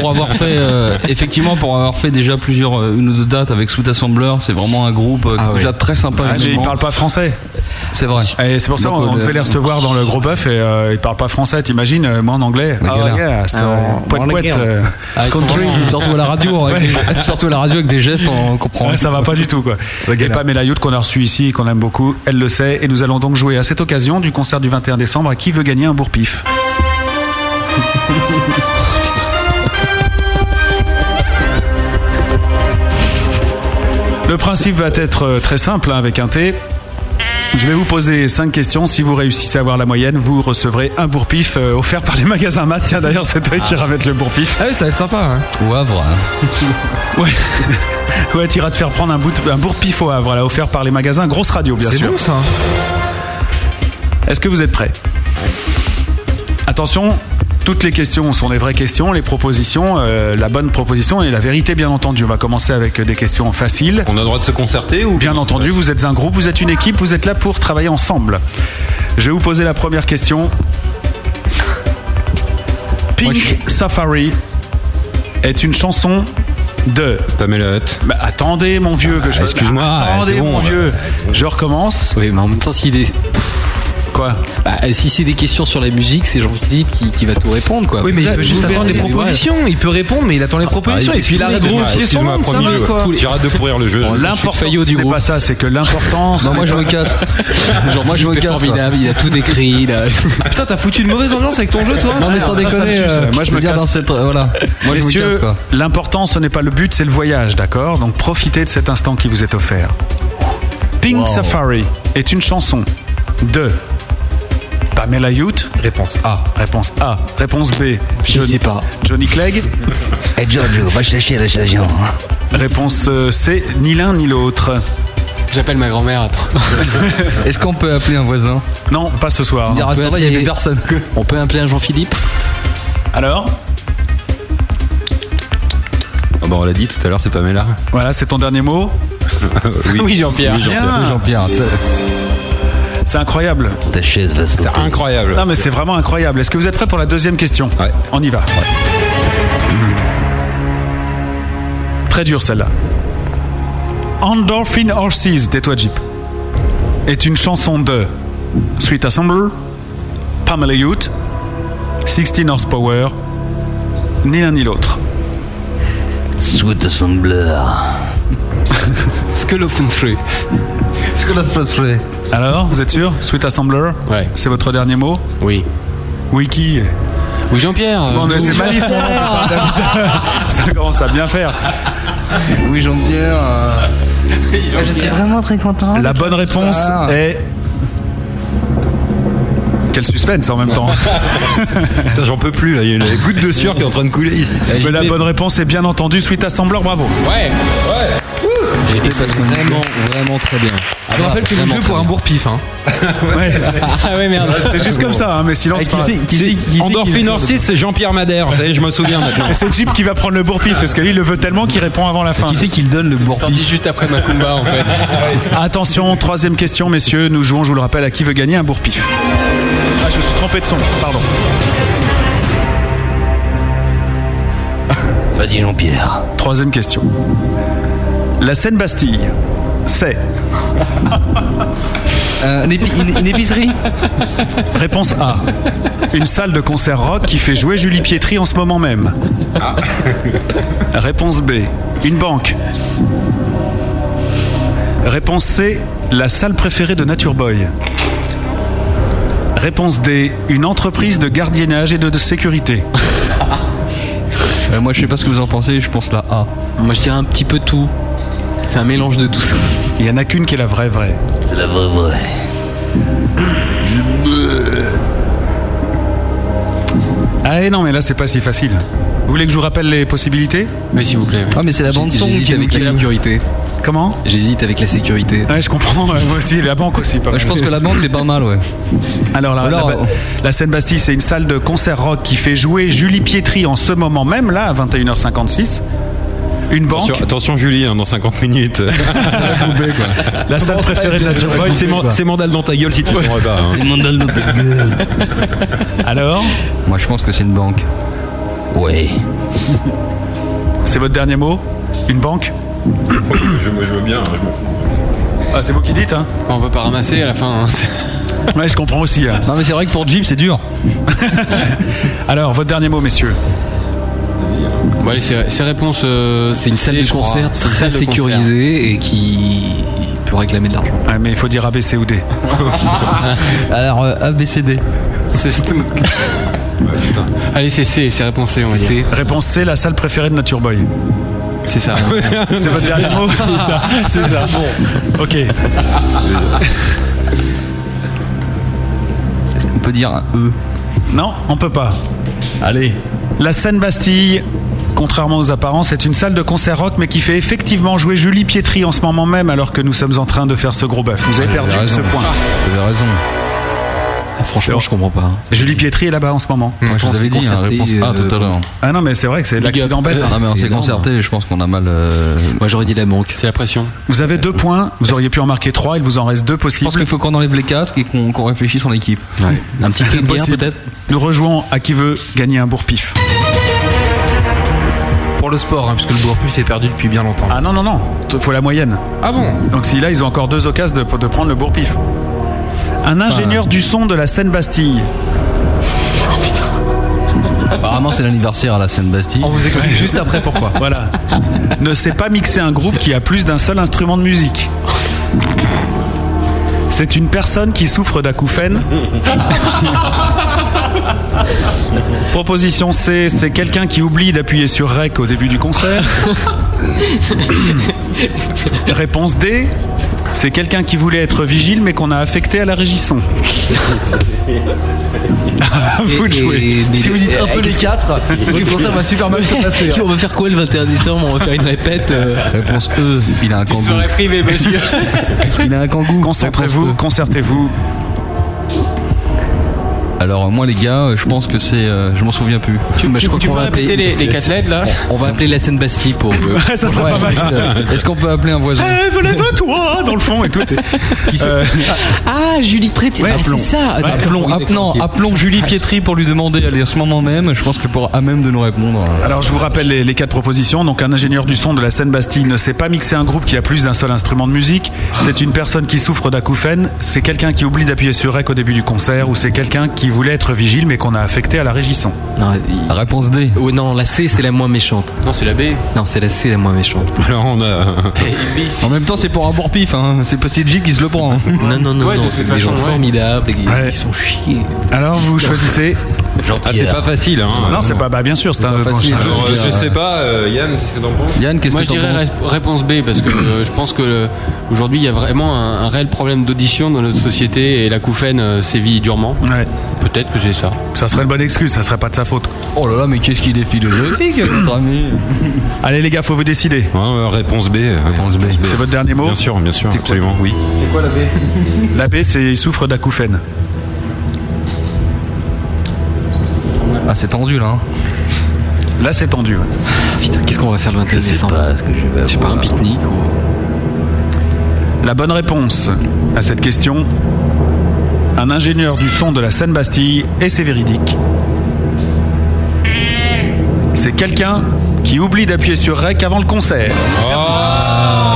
E: pour avoir fait euh, effectivement pour avoir fait déjà plusieurs euh, une ou deux dates avec Sweet Assembler c'est vraiment un groupe euh,
B: Ah ouais.
E: déjà très sympa
B: Ah, mais
E: humainement.
B: ils parlent pas français
E: c'est vrai
B: Et Eh, c'est pour ça
E: Donc,
B: qu'on
E: euh,
B: devait les recevoir dans le gros bœuf et euh, ils parlent pas français, t'imagines euh, Moi en anglais.
E: La
B: Ah
E: galère.
B: yeah, c'est
E: Ah,
B: en poète
E: dans la
B: poète.
E: guerre.
B: euh,
E: Ah, ils sont
B: country.
E: vraiment- surtout à la radio, hein, avec
B: Ouais.
E: des- surtout à la radio avec des gestes, on comprend.
B: Ouais, ça va pas du tout quoi. Et Pamela Youth qu'on a reçu ici et qu'on aime beaucoup, elle le sait et nous allons donc jouer à cette occasion du concert du 21 décembre à qui veut gagner un bourre-pif. Le principe va être euh, très simple hein, avec un thé. Je vais vous poser 5 questions. Si vous réussissez à avoir la moyenne, vous recevrez un bourre-pif euh, offert par les magasins Mat. Tiens, d'ailleurs, c'est toi qui ramènes le bourre-pif.
D: Ah oui, ça va être sympa.
E: Au Havre.
B: ouais. ouais, tu iras te faire prendre un, bout un bourre-pif au Havre, là, offert par les magasins Grosse Radio, bien
D: C'est
B: sûr.
D: beau, ça. hein.
B: Est-ce que vous êtes prêts Attention, toutes les questions sont des vraies questions, les propositions, euh, la bonne proposition et la vérité, bien entendu. On va commencer avec des questions faciles.
F: On a le droit de se concerter ou
B: Bien entendu, vous êtes un groupe, vous êtes une équipe, vous êtes là pour travailler ensemble. Je vais vous poser la première question. Pink Safari est une chanson de.
F: Pamela Hutt. Ah,
B: Bah, attendez, mon vieux, que je.
F: excuse-moi,
B: attendez,
F: c'est bon,
B: mon
F: euh,
B: vieux. Je recommence.
H: Oui, mais en même temps, si des. Bah, euh,
B: Quoi
H: Si c'est des questions sur la musique, c'est Jean-Philippe qui, qui va tout répondre, quoi.
D: Oui, mais il peut juste attendre les propositions. Il peut répondre, mais il attend les
G: Ah, bah,
D: propositions. Et puis il a grossier son monde, ça va quoi.
F: J'arrête de pourrir le jeu.
B: L'important, ce n'est pas ça, c'est que l'importance.
H: Non, moi, je me casse. Genre, moi, je me casse, formidable, il a tout écrit. Il a...
D: Ah, Putain, t'as foutu une mauvaise ambiance avec ton jeu, toi. Ah,
H: Non, mais sans
D: Ça, ça me
H: déconner,
D: tue, ça.
H: euh,
B: moi, je me
H: dire
B: casse.
H: dans cette- euh, voilà. Moi, je me
B: Messieurs,
H: casse, quoi.
B: l'important, ce n'est pas le but, c'est le voyage, d'accord Donc profitez de cet instant qui vous est offert. Pink Safari est une chanson de Pamela Youth.
D: Réponse A.
B: Réponse A. Réponse B.
J: Je sais
H: pas.
B: Johnny Clegg.
J: Eh Giorgio, va chercher la station.
B: Réponse euh, C. Ni l'un ni l'autre.
H: J'appelle ma grand-mère.
E: Est-ce qu'on peut appeler un voisin
B: Non, pas ce soir.
E: Il y a
H: Ah, On peut
E: il y
H: appeler-
E: avait personne.
H: On peut appeler un Jean-Philippe
B: Alors
F: Ah bah, on l'a dit tout à l'heure, c'est Pamela.
B: Voilà, c'est ton dernier mot
F: oui, Oui,
E: Ah.
F: Jean-Pierre.
B: Bien. C'est incroyable.
J: Ta chaise va sauter.
F: C'est incroyable.
B: Non mais c'est vraiment incroyable. Est-ce que vous êtes prêts pour la deuxième question
F: Ouais.
B: On y va. Très dure celle-là. Endorphin Horses des Toi Jeep est une chanson de Sweet Assembler, Pamela Youth, 16 Horsepower, ni l'un ni l'autre.
J: Sweet Assembler.
H: Skull of Country.
B: Alors, vous êtes sûr Sweet Assembler
G: Ouais.
B: C'est votre dernier mot
G: Oui.
B: Wiki
G: Oui, Jean-Pierre. euh,
B: Non, mais c'est
G: oui.
B: malice mon nom. Ça commence à bien faire.
I: Oui, Jean-Pierre.
J: euh, Ah, Je suis vraiment très content.
B: La bonne réponse
D: Ah.
B: est. Quel suspense en même temps.
F: Putain, j'en peux plus, là. Il y a une goutte de sueur qui est en train de couler ici.
B: Mais la bonne réponse est bien entendu Suite Assembler, bravo.
G: Ouais.
H: Et c'est vraiment, vraiment très bien.
D: Je rappelle que le jeu pour un bourre-pif. hein.
B: Ouais,
G: Ah ouais, merde.
B: c'est juste comme ça, hein, mais sinon c'est pas-
F: Endorphine Orsis, c'est Jean-Pierre Madère. Ça y est, je me souviens maintenant.
B: Et c'est Jeep qui va prendre le bourre-pif, parce que lui il le veut tellement qu'il répond avant la fin.
E: qu'il donne le bourre
G: Sorti juste après ma combat en fait.
B: Attention, troisième question, messieurs, nous jouons, je vous le rappelle, à qui veut gagner un bourre-pif. Ah, je me suis trompé de son, pardon.
J: Vas-y Jean-Pierre.
B: Troisième question. La Seine-Bastille, c'est Euh,
I: une, épicerie
B: Réponse A. Une salle de concert rock qui fait jouer Julie Pietri en ce moment même.
H: Ah.
B: Réponse B. Une banque. Réponse C. La salle préférée de Nature Boy. Réponse D. Une entreprise de gardiennage et de, de sécurité.
E: Euh, Moi, je sais pas ce que vous en pensez, je pense ah. la A.
H: Moi, je dirais un petit peu tout. C'est un mélange de tout ça.
B: Il n'y en a qu'une qui est la vraie vraie.
J: C'est la vraie vraie.
B: Ah et non, mais là, c'est pas si facile. Vous voulez que je vous rappelle les possibilités
H: Mais s'il vous plaît.
B: Ah, mais c'est la
H: J'ai-
B: bande-son
H: J'hésite
B: qui
H: avec
B: nous-
H: la sécurité.
B: Comment
H: J'hésite avec la sécurité.
B: Ouais, je comprends. ouais, Moi aussi, la banque aussi. Pas
H: Ouais, je pense que la
E: banque, c'est pas mal, ouais.
B: Alors, la, la ba- la Seine-Bastille, c'est une salle de concert rock qui fait jouer Julie Pietri en ce moment même, là, à 21h56. Une banque.
F: Attention, attention, Julie, hein, dans 50 minutes.
B: La salle préférée de Nature Boy,
F: C'est man-
B: quoi.
F: c'est mandal dans ta gueule si tu hein. ne comprends pas.
B: C'est
F: mandal dans ta gueule.
B: Alors
E: Moi, je pense que c'est une banque.
J: Ouais.
B: C'est votre dernier mot Une banque
F: je, moi, je veux bien, hein, je m'en fous.
B: Ah, c'est vous qui dites, hein
G: On va pas ramasser à la fin. hein.
B: Ouais, je comprends aussi. hein.
E: Non, mais c'est vrai que pour Jim, c'est dur.
B: Alors, votre dernier mot, messieurs
G: Bon, allez, c'est c'est réponse. euh,
H: C'est une salle de
G: je crois.
H: concert
G: C'est une
H: très
G: salle de concert.
H: sécurisée et qui peut réclamer de l'argent.
B: Ouais, mais il faut dire ABC ou D.
E: Alors, euh, ABCD.
G: C'est Allez, c'est C, Bah, c'est réponse C, on va dire.
B: Réponse C, la salle préférée de Nature Boy.
G: C'est ça.
B: C'est votre dernier mot
G: C'est ça,
B: C'est ça. Ok.
E: On peut dire un E.
B: Non, on peut pas.
E: Allez.
B: La Seine-Bastille, contrairement aux apparences, est une salle de concert rock, mais qui fait effectivement jouer Julie Pietri en ce moment même, alors que nous sommes en train de faire ce gros bœuf. Vous
E: Ah,
B: avez perdu ce point.
E: Vous avez raison.
H: Ah, Franchement, je comprends pas.
B: Julie Pietri est là-bas en ce moment.
D: Mmh.
E: Ouais, je vous avais dit, hein, réponse A tout à l'heure.
B: Ah non, mais c'est vrai que c'est l'accident bête. hein.
E: Ah, Non, mais on s'est
D: hein.
E: concerté, je pense qu'on a mal. euh,
H: Moi, j'aurais dit la banque.
G: C'est la pression.
B: Vous avez deux points, vous auriez pu en marquer trois, il vous en reste deux
E: Je pense
B: possibles.
E: qu'il faut qu'on enlève les casques et qu'on qu'on réfléchisse en équipe.
H: Un petit cri de guerre,
B: Possible.
H: peut-être
B: Nous rejouons à qui veut gagner un bourre-pif.
D: Pour le sport, hein, puisque le Bourpif est perdu depuis bien longtemps.
B: Ah non, non, non, t- faut la moyenne.
D: Ah bon
B: Donc si là, ils ont encore deux occasions de, de prendre le bourre-pif. Un ingénieur du son de la Seine-Bastille.
E: Apparemment, c'est l'anniversaire à la Seine-Bastille.
D: On vous explique juste après pourquoi.
B: Voilà.
E: Ah,
B: ne sait pas mixer un groupe qui a plus d'un seul instrument de musique. C'est une personne qui souffre d'acouphènes. Proposition C, c'est quelqu'un qui oublie d'appuyer sur REC au début du concert. Réponse D, c'est quelqu'un qui voulait être vigile mais qu'on a affecté à la régisson. À vous de jouer.
D: Si vous dites un peu les quatre, votre concert va super mal se
B: hein.
D: passer.
H: on va faire quoi le 21 décembre On va faire une répète euh.
E: Réponse E, il a un kangou.
G: privé, monsieur.
E: Il a un kangou.
B: Concentrez-vous, concertez-vous.
E: Alors, moi, les gars, euh, je pense que c'est. euh, je m'en souviens plus.
H: je crois
G: tu
H: qu'on
G: peux
H: va
G: répéter
H: appeler
G: les- les quatre lettres, là
H: On va appeler la scène Bastille pour.
B: Ouais, ça serait pas mal. ça.
E: Est-ce qu'on peut appeler un voisin
B: Eh, Lève-toi dans le fond et tout. Euh,
H: Ah, Julie Prété.
B: Ouais.
H: Ah, c'est ça. Ah, d'accord.
E: Appelons,
H: Oui,
E: app- non,
H: d'accord, ok.
E: appelons Julie Pietri pour lui demander, allez, en ce moment même, je pense que pour à même de nous répondre. euh,
B: Alors je vous rappelle les, les quatre propositions. Donc un ingénieur du son de la Seine-Bastille ne sait pas mixer un groupe qui a plus d'un seul instrument de musique. C'est une personne qui souffre d'acouphènes. C'est quelqu'un qui oublie d'appuyer sur REC au début du concert. Ou c'est quelqu'un qui voulait être vigile mais qu'on a affecté à la régisson.
H: Non, il-
E: Réponse D.
H: Oh, non, la C, c'est la moins méchante.
G: Non, c'est la B.
H: Non, c'est la C, la moins méchante.
F: Alors, on a.
E: En même temps, c'est pour un bourre pif, hein. c'est pas Jim qui se le prend. hein.
H: Non, non, non,
G: Ouais,
H: non
G: de
H: c'est
G: cette
H: des gens
G: façon, ouais.
H: formidables. Ils,
B: Ouais.
H: ils sont chiés.
B: Alors vous choisissez.
F: Ah, c'est pas facile, hein.
B: Non c'est pas. Bah bien sûr c'est un.
E: pas
B: bon,
E: facile.
B: c'est un jeu.
F: Alors, euh, je sais pas, euh, Yann, qu'est-ce que t'en penses
E: Yann, qu'est-ce
G: Moi,
E: que
G: je
E: t'en
G: dirais
E: penses
G: ré- réponse B parce que euh, je pense que euh, aujourd'hui, il y a vraiment un, un réel problème d'audition dans notre société et l'acouphène euh, sévit durement.
B: Ouais.
G: Peut-être que c'est ça.
B: Ça serait une bonne excuse. Ça serait pas de sa faute.
E: Oh là là, mais qu'est-ce qu'il est philosophique, notre ami
B: Allez les gars faut vous décider.
F: Ouais, ouais, Réponse B. ouais.
E: Réponse B.
B: C'est votre dernier mot.
F: Bien sûr, bien sûr, absolument, oui.
B: La B c'est il souffre d'acouphènes.
E: Ah, c'est tendu là. hein.
B: Là c'est tendu. ouais.
H: Ah, putain, qu'est-ce qu'on va faire le 21
J: Je sais
H: décembre
J: pas ce que je vais
H: Je sais pas,
J: avoir.
H: un pique-nique ou...
B: La bonne réponse à cette question, un ingénieur du son de la Seine-Bastille, et c'est véridique. C'est quelqu'un qui oublie d'appuyer sur REC avant le concert.
H: Eh, Ah.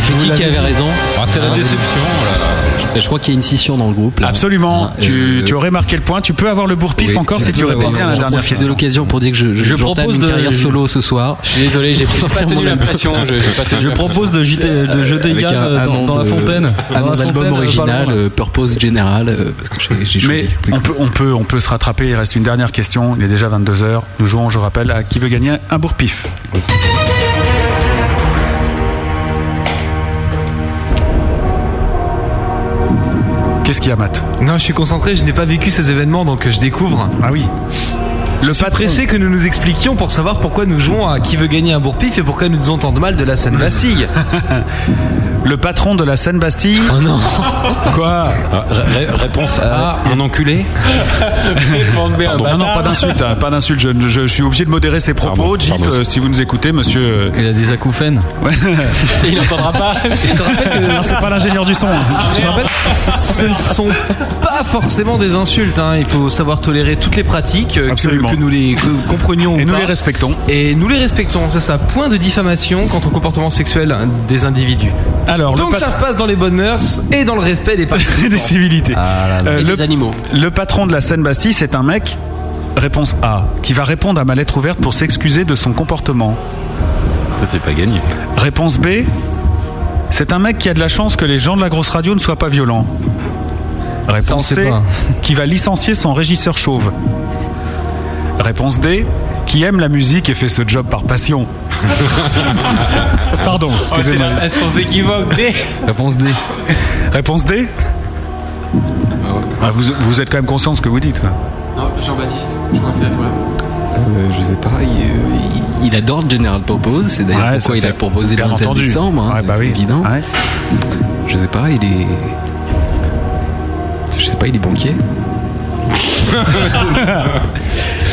H: C'est qui qui avait raison
F: Ah, c'est la déception, là.
H: Je crois qu'il y a une scission dans le groupe. là.
B: Absolument,
H: Ah,
B: tu,
H: euh,
B: tu aurais marqué le point, tu peux avoir le bourre-pif
H: oui,
B: encore
H: je
B: si tu
H: peux
B: réponds
H: avoir-
B: bien à la
H: je
B: dernière
H: profite de
B: question.
H: l'occasion pour dire que je, je,
E: Je
H: j'entame
E: propose
H: une
E: de-
H: carrière solo ce soir.
G: Je suis désolé, j'ai pas
H: Sincèrement,
G: tenu
H: même.
G: l'impression. Je, j'ai pas tenu
E: Je
G: la pression.
E: propose de, jeter- de jeter
H: Avec
E: Yann
H: un-
E: euh,
H: un
E: dans,
H: nom
E: dans la
H: de- Un
E: fontaine. Dans
H: nom
E: la
H: d'album
E: fontaine, euh, pas
H: original,
E: loin.
H: euh, Purpose Général, euh, parce que j'ai j'ai
B: Mais
H: choisi. plus-
B: on peut, on, peut, on peut se rattraper, il reste une dernière question, il est déjà 22h, nous jouons, je rappelle, à qui veut gagner un bourre-pif. Qu'est-ce qu'il y a, Matt
D: Non, je suis concentré, je n'ai pas vécu ces événements, donc euh, je découvre.
B: Ah oui.
D: Le suis pressé que nous nous expliquions pour savoir pourquoi nous jouons à Qui veut gagner un bourre-pif et pourquoi nous disons tant de mal de la scène Bastille.
B: Le patron de la Seine-Bastille. Oh
D: non
B: Quoi
F: Ah, Réponse A, un enculé
B: Pardon. Non, non, pas d'insulte, hein, pas d'insulte. Je, je- je suis obligé de modérer ses propos. Jeep, euh, si vous nous écoutez, monsieur. euh,
E: Il a des acouphènes.
B: Il n'entendra pas.
D: Je te rappelle que.
B: Non, c'est pas l'ingénieur du son. hein.
D: Je te rappelle, ce ne sont pas forcément des insultes. hein. Il faut savoir tolérer toutes les pratiques euh, que,
B: Absolument.
D: que nous les que comprenions.
B: Et
D: ou
B: nous
D: pas.
B: les respectons.
D: Et nous les respectons, c'est ça. Point de diffamation quant au comportement sexuel hein, des individus.
B: Alors,
D: Donc ça se passe dans les bonnes mœurs et dans le respect des
B: Et des civilités.
D: Ah Et des
B: animaux. Le patron de la Seine-Bastille, c'est un mec, réponse A, qui va répondre à ma lettre ouverte pour s'excuser de son comportement.
F: Ça, c'est pas gagné.
B: Réponse B, c'est un mec qui a de la chance que les gens de la grosse radio ne soient pas violents. Réponse
D: sait
B: C,
D: pas.
B: qui va licencier son régisseur chauve. Réponse D, qui aime la musique et fait ce job par passion. Pardon,
D: Ah,
B: excusez-moi.
D: sans équivoque, des.
E: Réponse D.
B: Réponse D Ah, vous, vous êtes quand même conscient de ce que vous dites. quoi.
G: Non, Jean-Baptiste, je crois que c'est à toi.
H: Euh, je sais pas, il, euh, il adore General Purpose, c'est d'ailleurs
B: Ouais, ça,
H: pourquoi il
B: c'est
H: a proposé le
B: bien
H: 21
B: entendu.
H: décembre, hein,
B: Ouais,
H: c'est
B: bah
H: c'est
B: oui.
H: évident. Je sais pas, il est. Je sais pas, il est banquier.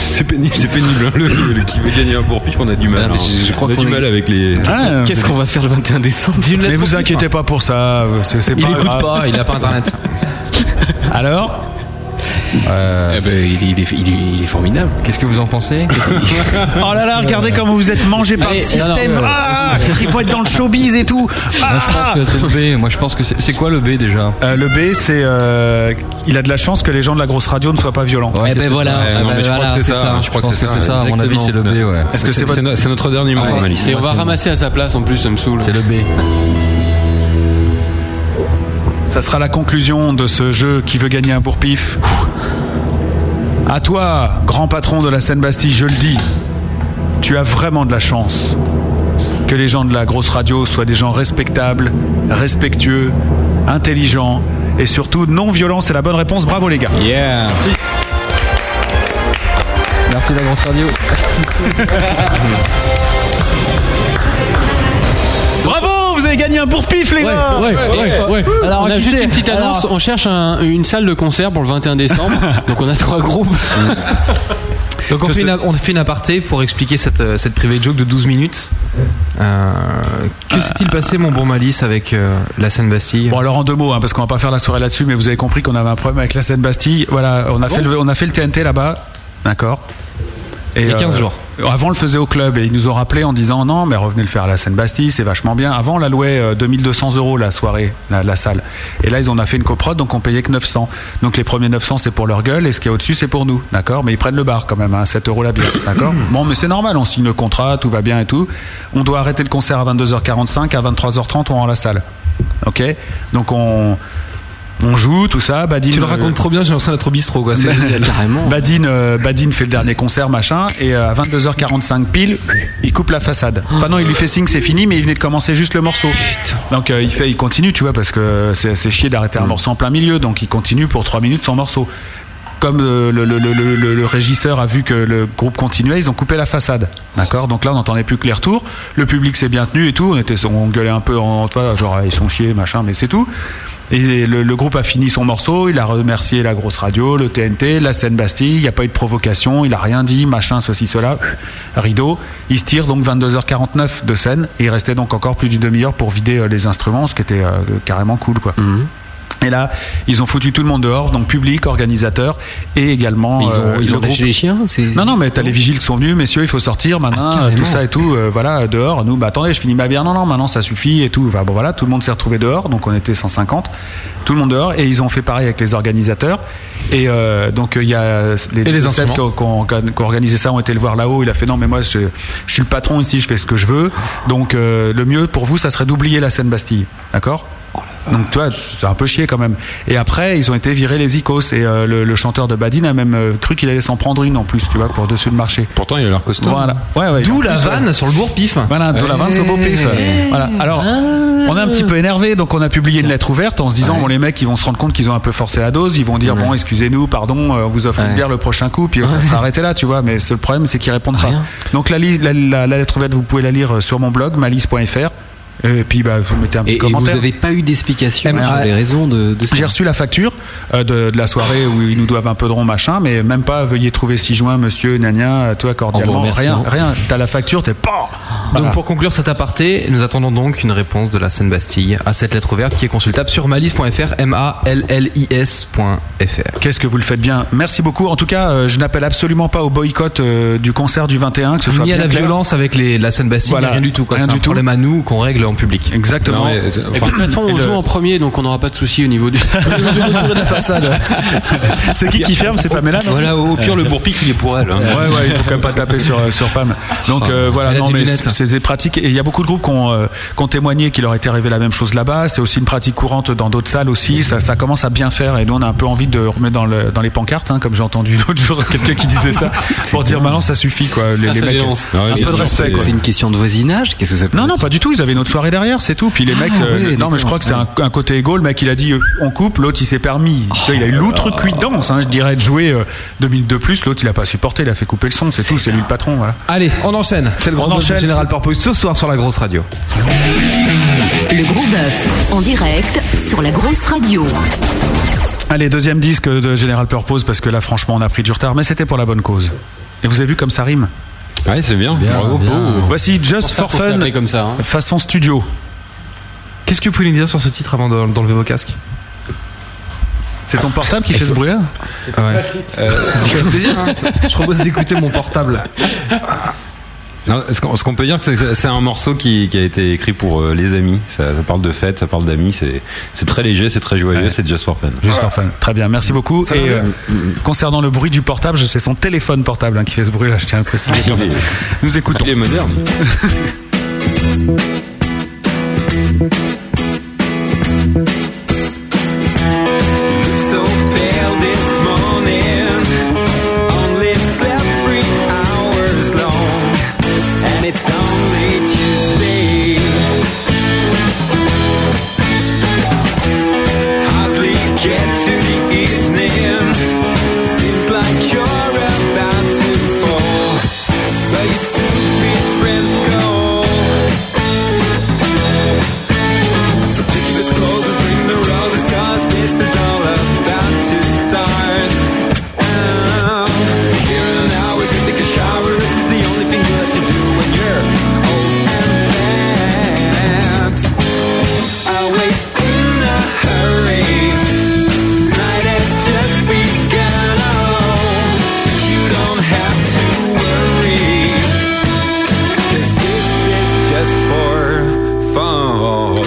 F: C'est pénible, c'est pénible. hein, Le, le qui veut gagner un bourre-pif, on a du mal.
H: Ah, mais
F: hein.
H: je- je crois
F: on a
H: qu'on
F: du
H: est-
F: mal avec les.
B: Ah,
H: Qu'est-ce qu'on va faire le 21 décembre
B: Mais vous inquiétez pas pour ça. c'est- c'est
D: Il écoute
B: grave.
D: pas, il a pas internet.
B: Alors
H: Eh ben, il, est- il est, il est- il est formidable.
E: Qu'est-ce que vous en pensez
B: Oh là là, regardez comment vous êtes mangé par
E: Allez,
B: le
E: alors,
B: système.
E: euh,
B: Ah, il faut être dans le showbiz et tout. Ah.
E: Moi, je pense que c'est le B. Moi, je pense que c'est c'est quoi le B déjà
B: Euh, le B, c'est euh, il a de la chance que les gens de la grosse radio ne soient pas violents.
E: Ouais,
H: Eh
E: c'est
H: ben
E: peut-être
H: voilà,
E: ça.
B: ah
H: eh
F: non,
H: ben
F: mais je crois
H: voilà,
F: que Ah, c'est
H: c'est
F: ça, hein.
H: ça.
F: je crois que
E: pense
F: c'est
E: que
F: ça,
E: c'est ça. À mon avis,
H: exactement.
E: c'est le B. Ouais.
B: Est-ce que c'est votre-
F: C'est Ah, no- c'est notre dernier mot, Malice. hein,
G: Et on va ramasser à sa place en plus, ça me saoule.
E: C'est le B.
B: ça sera la conclusion de ce jeu qui veut gagner un bourre-pif À toi, grand patron de la Seine-Bastille, je le dis, tu as vraiment de la chance que les gens de la grosse radio soient des gens respectables, respectueux, intelligents et surtout non violents. C'est la bonne réponse. Bravo les gars.
E: Yeah. Merci. Merci la grosse radio.
B: Bravo, vous avez gagné un bourre-pif les gars.
G: Ouais, ouais, ouais. Alors, on a
H: écoutez,
G: juste une petite
H: alors-
G: annonce. On cherche un- une salle de concert pour le 21 décembre. Donc, on a trois groupes.
D: Donc on fait, une, on fait une aparté pour expliquer cette, euh, cette private joke de 12 minutes. Euh, que s'est-il passé, mon bon Malice, avec euh, la scène Bastille
B: Bon alors en deux mots, hein, parce qu'on va pas faire la soirée là-dessus, mais vous avez compris qu'on avait un problème avec la Seine-Bastille. Voilà,
D: Ah
B: on a, fait le, on a fait le TNT là-bas, d'accord euh,
D: Il y a 15 jours.
B: Avant, on le faisait au club et ils nous ont rappelé en disant non, mais revenez le faire à la Seine-Bastille, c'est vachement bien. Avant, on la louait euh, 2200 euros la soirée, la, la salle. Et là, ils ont on a fait une coprode, donc on payait que 900. Donc les premiers 900, c'est pour leur gueule et ce qu'il y a au-dessus, c'est pour nous, d'accord Mais ils prennent le bar quand même, hein, 7 euros la bière, d'accord Bon, mais c'est normal, on signe le contrat, tout va bien et tout. On doit arrêter le concert à 22h45, à 23h30, on rend la salle. Ok Donc on. On joue, tout ça. Badine, euh,
D: Tu le racontes trop bien, j'ai l'impression d'être au bistrot, quoi.
G: Bah,
D: C'est génial.
H: Carrément.
B: Badine, euh, Badine fait le dernier concert, machin, et euh, à 22h45 pile, il coupe la façade. Enfin non, il lui fait signe, c'est fini, mais il venait de commencer juste le morceau. Donc euh, il fait, il continue, tu vois, parce que c'est c'est chier d'arrêter
D: Mm.
B: un morceau en plein milieu, donc il continue pour 3 minutes son morceau. Comme euh, le, le- le- le- le- le régisseur a vu que le groupe continuait, ils ont coupé la façade. D'accord Donc là, on n'entendait plus que les retours. Le public s'est bien tenu et tout. On, était, on gueulait un peu en. tu vois, Genre, ah, ils sont chiés, machin, mais c'est tout. Et le, le groupe a fini son morceau, il a remercié la grosse radio, le TNT, la scène Bastille, il n'y a pas eu de provocation, il a rien dit, machin, ceci, cela, rideau. Il se tire donc 22h49 de scène, et il restait donc encore plus d'une demi-heure pour vider euh, les instruments, ce qui était euh, carrément cool, quoi. Et là, ils ont foutu tout le monde dehors, donc public, organisateur, et également.
H: Ils ont,
B: euh,
H: ils
B: le
H: ont lâché
B: groupe.
H: les chiens c'est-
B: Non, non, mais t'as les vigiles qui sont venus, messieurs, il faut sortir maintenant,
H: Ah, carrément.
B: tout ça et tout, euh, voilà, dehors. Nous, bah attendez, je finis ma bière, non, non, maintenant ça suffit et tout. Enfin, bon, voilà, tout le monde s'est retrouvé dehors, donc on était 150, tout le monde dehors, et ils ont fait pareil avec les organisateurs. Et euh, donc il y a les,
D: Et les
B: celles
D: instruments.
B: qui ont- qui ont qui ont organisé ça ont été le voir là-haut. Il a fait non, mais moi je, je suis le patron ici, je fais ce que je veux. Donc euh, le mieux pour vous, ça serait d'oublier la scène Bastille, d'accord Donc, tu vois, c'est un peu chier quand même. Et après, ils ont été virés les Icos. Et euh, le, le chanteur de Badine a même euh, cru qu'il allait s'en prendre une en plus, tu vois, pour dessus le marché.
F: Pourtant, il a l'air costaud.
B: Voilà. Ouais, ouais,
D: D'où
B: en
D: la
B: plus,
D: vanne
B: ouais.
D: sur le bourg-pif.
B: Voilà, d'où la vanne sur le bourg-pif.
D: Ouais.
B: Voilà. Alors,
H: Ah.
B: on est un petit peu énervé, donc on a publié une lettre ouverte en se disant bon, les mecs, ils vont se rendre compte qu'ils ont un peu forcé la dose. Ils vont dire bon, excusez-nous, pardon, euh, on vous offre une bière le prochain coup, puis euh, ça sera arrêté là, tu vois. Mais c'est- le problème, c'est qu'ils répondent pas. Donc la, li- la- la- la lettre ouverte, vous pouvez la lire euh, sur mon blog malice.fr. Et puis bah, vous mettez un petit
H: Et, et vous
B: commentaire.
H: n'avez pas eu d'explication
B: Eh ben,
H: sur
B: ouais.
H: les raisons de, de ça
B: J'ai reçu la facture euh, de, de la soirée où ils nous doivent un peu de rond machin, mais même pas veuillez trouver 6 juin, monsieur, Nania, toi
D: En vous
B: cordialement, rien,
H: hein.
D: remerciant.
B: rien. T'as la facture, t'es pas.
D: Donc pour conclure cet aparté, nous attendons donc une réponse de la Seine-Bastille à cette lettre ouverte qui est consultable sur malice.fr, m a l l i s.fr.
B: Qu'est-ce que vous le faites bien Merci beaucoup. En tout cas, euh, je n'appelle absolument pas au boycott euh, du concert du 21, que ce soit
D: Ni à
B: bien
D: la
B: clair.
D: violence avec les, la Seine-Bastille,
B: Voilà.
D: rien du tout. quoi.
B: Rien
D: C'est un
B: du tout.
D: problème à nous qu'on règle en public.
F: Non,
B: Exactement.
F: mais, euh,
G: Et puis, de toute façon, on
D: Et le-
G: joue en premier, donc on n'aura pas de soucis au niveau du.
D: de la façade.
B: C'est qui qui ferme C'est Pamela non Euh,
F: Voilà, au au pire, le bourpic, il est pour elle. hein.
B: Ouais, ouais, il faut quand même pas taper sur, euh, sur Pam. Donc euh, voilà,
D: Ah. Elle a
B: non,
D: des
B: mais
D: lunettes.
B: c'est c'est pratique. Et il y a beaucoup de groupes qui ont, euh, qui ont témoigné qu'il leur était arrivé la même chose là-bas. C'est aussi une pratique courante dans d'autres salles aussi. Ça, ça commence à bien faire. Et nous, on a un peu envie de remettre dans, le- dans les pancartes, hein, comme j'ai entendu l'autre jour quelqu'un qui disait ça, pour dire maintenant ça suffit, quoi. Les,
H: Ah,
B: les
H: ça
B: mecs,
H: dénonce.
B: un
H: Ouais,
B: peu
H: bien
B: de
H: sûr,
B: respect,
H: c'est-
B: quoi.
H: C'est une question de voisinage Qu'est-ce que ça peut
B: Non, non, pas du tout. Ils avaient une autre soirée derrière, c'est tout. Puis les mecs,
H: Ah
B: euh,
H: oui,
B: non, mais je crois que c'est un, un côté égo. Le mec, il a dit euh, on coupe, l'autre, il s'est permis.
H: Oh
B: Tu vois, il a eu l'outrecuidance, hein, je dirais, de jouer euh, deux minutes de plus. L'autre, il a pas supporté, il a fait couper le son, c'est tout, c'est lui le patron. Voilà.
G: Ah.
D: Allez, on enchaîne. C'est le
B: On
D: grand
B: enchaîne.
D: enchaîne Général Purpose ce soir sur la grosse radio.
A: Le gros bœuf en direct sur la grosse radio.
B: Allez, deuxième disque de General Purpose, parce que là, franchement, on a pris du retard, mais c'était pour la bonne cause. Et vous avez vu comme ça rime
F: Ouais, c'est bien. Bravo.
B: Voici Just
G: Pour ça
B: for
G: qu'on s'appelait
B: Fun,
G: comme ça. hein.
B: façon studio.
D: Qu'est-ce que vous pouvez nous dire sur ce titre avant d'en- d'enlever vos casques
B: C'est ton portable qui fait ce bruit-là
D: Ah ouais. Ça fait plaisir, hein. Je propose d'écouter mon portable.
F: Non, ce qu'on ce qu'on peut dire, c'est que c'est un morceau qui, qui a été écrit pour euh, les amis. Ça, ça parle de fête, ça parle d'amis. C'est c'est très léger, c'est très joyeux, c'est just for fun.
B: Juste for fun. Très bien, merci beaucoup.
D: Ça
B: Et
D: va bien.
B: euh, concernant le bruit du portable, c'est son téléphone portable hein, qui fait ce bruit-là, je tiens à le préciser.
F: Il est,
B: Nous écoutons.
F: il est moderne.
C: so pale this morning. Only slept three hours long, and it's only Tuesday. Hardly get to the evening. Seems like you're about to fall, but your stupid friends go.
L: Oh, Oh,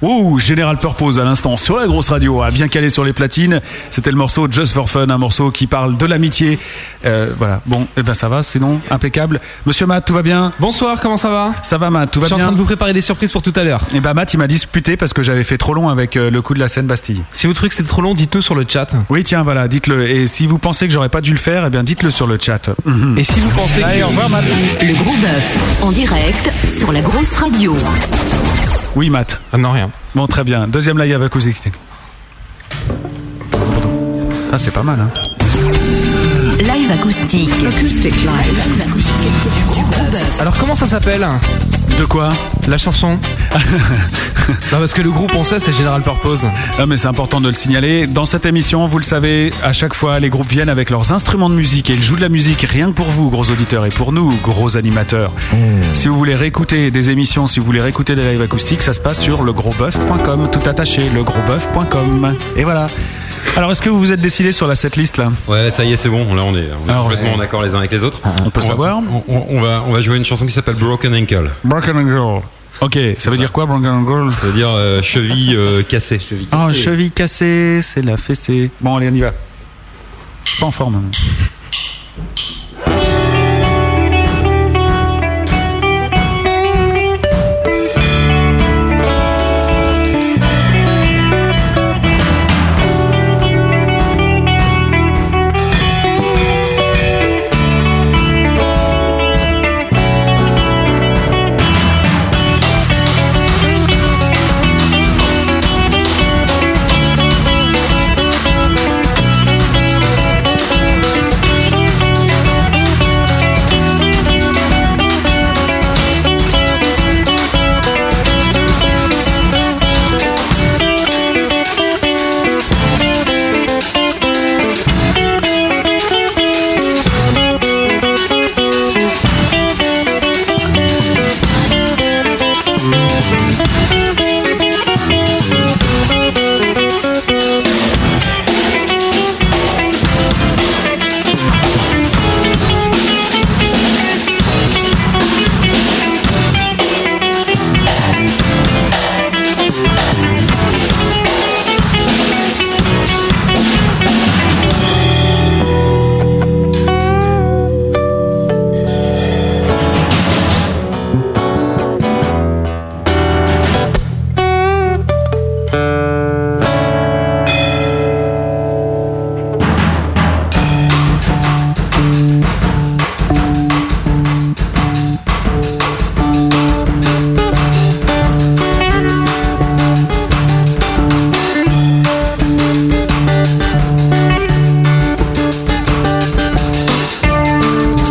B: vous, Général Purpose, à l'instant, sur la grosse radio, à bien calé sur les platines. C'était le morceau Just for Fun, un morceau qui parle de l'amitié. Euh, voilà, bon, et ben ça va, sinon, impeccable. Monsieur Matt, tout va bien
D: Bonsoir, comment ça va
B: Ça va, Matt, tout va
D: Je suis en
B: bien
D: train de vous préparer des surprises pour tout à l'heure.
B: Et ben Matt, il m'a disputé parce que j'avais fait trop long avec euh, le coup de la scène Bastille.
D: Si vous trouvez que c'était trop long, dites-nous sur le chat.
B: Oui, tiens, voilà, dites-le. Et si vous pensez que j'aurais pas dû le faire, eh bien, dites-le sur le chat. Mhm.
D: Et si vous pensez
B: Allez,
D: que-
B: au revoir, Matt.
A: Le gros bœuf en direct sur la grosse radio.
B: Oui, Matt.
D: Ah, non, rien.
B: Bon, très bien. Deuxième live avec Ouzek. Ah, c'est pas mal, hein.
A: Live acoustique. Acoustic live. Du gros bœuf.
D: Alors comment ça s'appelle
B: De quoi
D: La chanson Non parce que le groupe on sait c'est General Purpose.
B: Ah, mais c'est important de le signaler. Dans cette émission, vous le savez, à chaque fois, les groupes viennent avec leurs instruments de musique et ils jouent de la musique rien que pour vous, gros auditeurs, et pour nous, gros animateurs.
D: Hmm.
B: Si vous voulez réécouter des émissions, si vous voulez réécouter des lives acoustiques, ça se passe sur legrosboeuf.com, tout attaché, legrosboeuf.com. Et voilà. Alors, est-ce que vous vous êtes décidé sur la setlist là
F: Ouais, ça y est, c'est bon. Là, on est, on est
B: Alors,
F: complètement
B: ouais.
F: en accord les uns avec les autres. On
B: peut
F: va-
B: savoir
F: on, on- on va, on va jouer une chanson qui s'appelle Broken Ankle.
B: Broken Girl. Ok, ça veut dire quoi, Broken Girl
F: Ça veut dire euh, cheville euh, cassée. Cheville
B: Ah, cheville cassée, c'est la fessée. Bon, allez, on y va. Je suis Pas en forme. hein.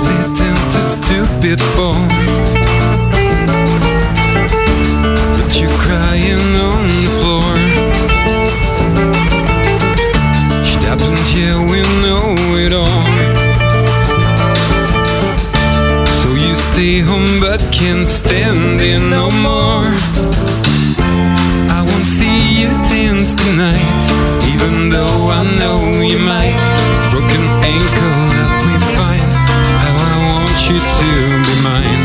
C: Satan to stupid form. But you're crying on the floor. Shit happens here, we know it all. So you stay home but can't stand it no more. I won't see you dance tonight, even though I know we might. It's broken ankle that we find. Now I want you to be mine.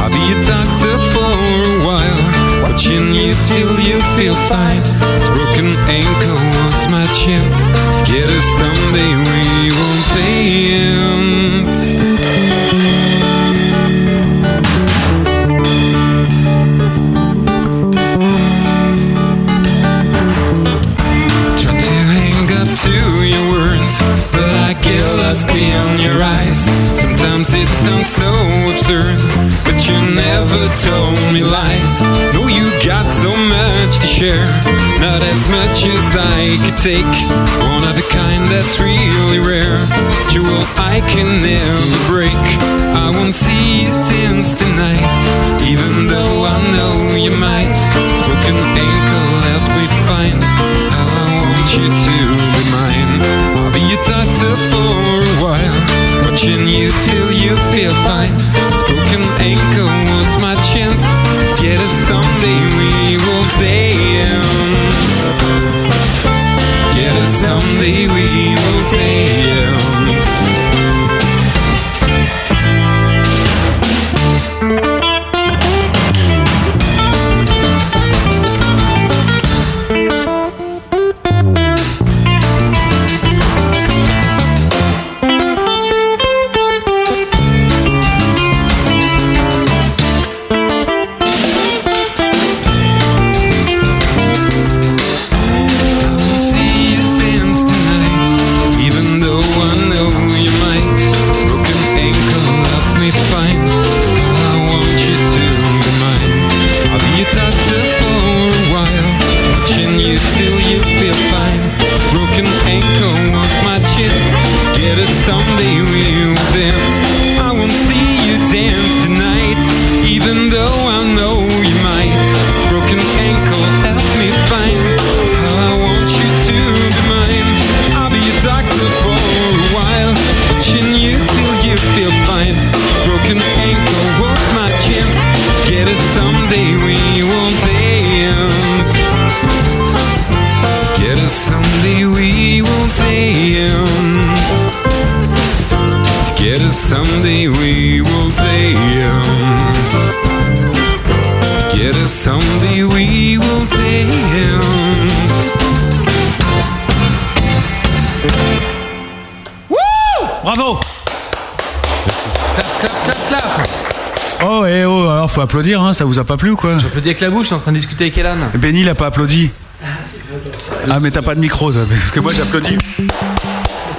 C: I'll be a doctor for a while, watching you till you feel fine. This broken ankle was my chance. Get us someday we will dance. Try to hang up to your words, but I get lost in your eyes. Sometimes it sounds so absurd, but you never told me lies. No, you got so much to share, not as much as I could take. One of the kind that's really rare, jewel I can never break. I won't see you dance tonight, even though I know you might. Spoken ankle that we find. Now I want you to be mine. I'll be your doctor for a while, watching you till you feel fine. Spoken ankle was my chance. Together someday we will dance. Together someday we will dance.
B: Oh, eh oh, alors faut applaudir, hein, ça vous a pas plu ou quoi
M: J'applaudis avec la bouche, je suis en train de discuter avec Elan.
B: Benny, il a pas applaudi. Ah, mais t'as pas de micro, toi, parce que moi j'applaudis.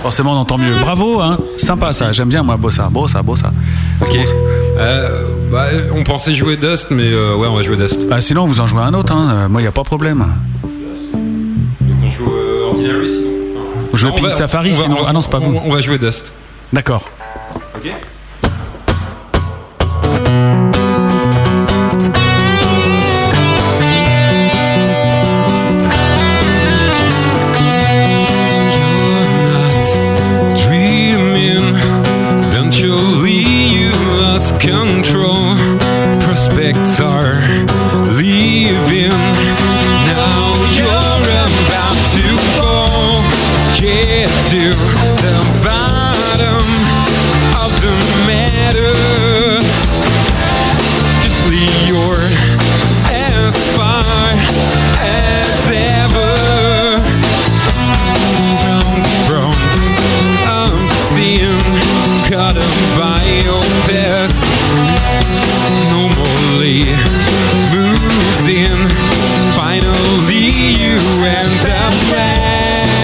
B: Forcément, on entend mieux. Bravo, hein. Sympa ça, j'aime bien moi, beau ça, beau ça, beau ça.
C: Ok. Euh, bah, on pensait jouer Dust, mais euh, ouais, on va jouer Dust.
B: Ah, sinon, vous en jouez un autre, hein. Euh, Moi, y a pas de problème.
C: On joue euh, Ordinary sinon.
B: Vous jouez
C: Non, on
B: Pink
C: va-
B: Safari,
C: on va-
B: sinon.
C: on va-
B: ah non, c'est pas vous.
C: On, on va jouer Dust.
B: D'accord.
C: Ok. dreaming. Eventually, you lost control. Prospects are leaving. Now you're about to fall. Get to the bottom of the matter. Just leave your as far as ever. Front of seeing cut up by your best. Normally moves in. Finally, you end up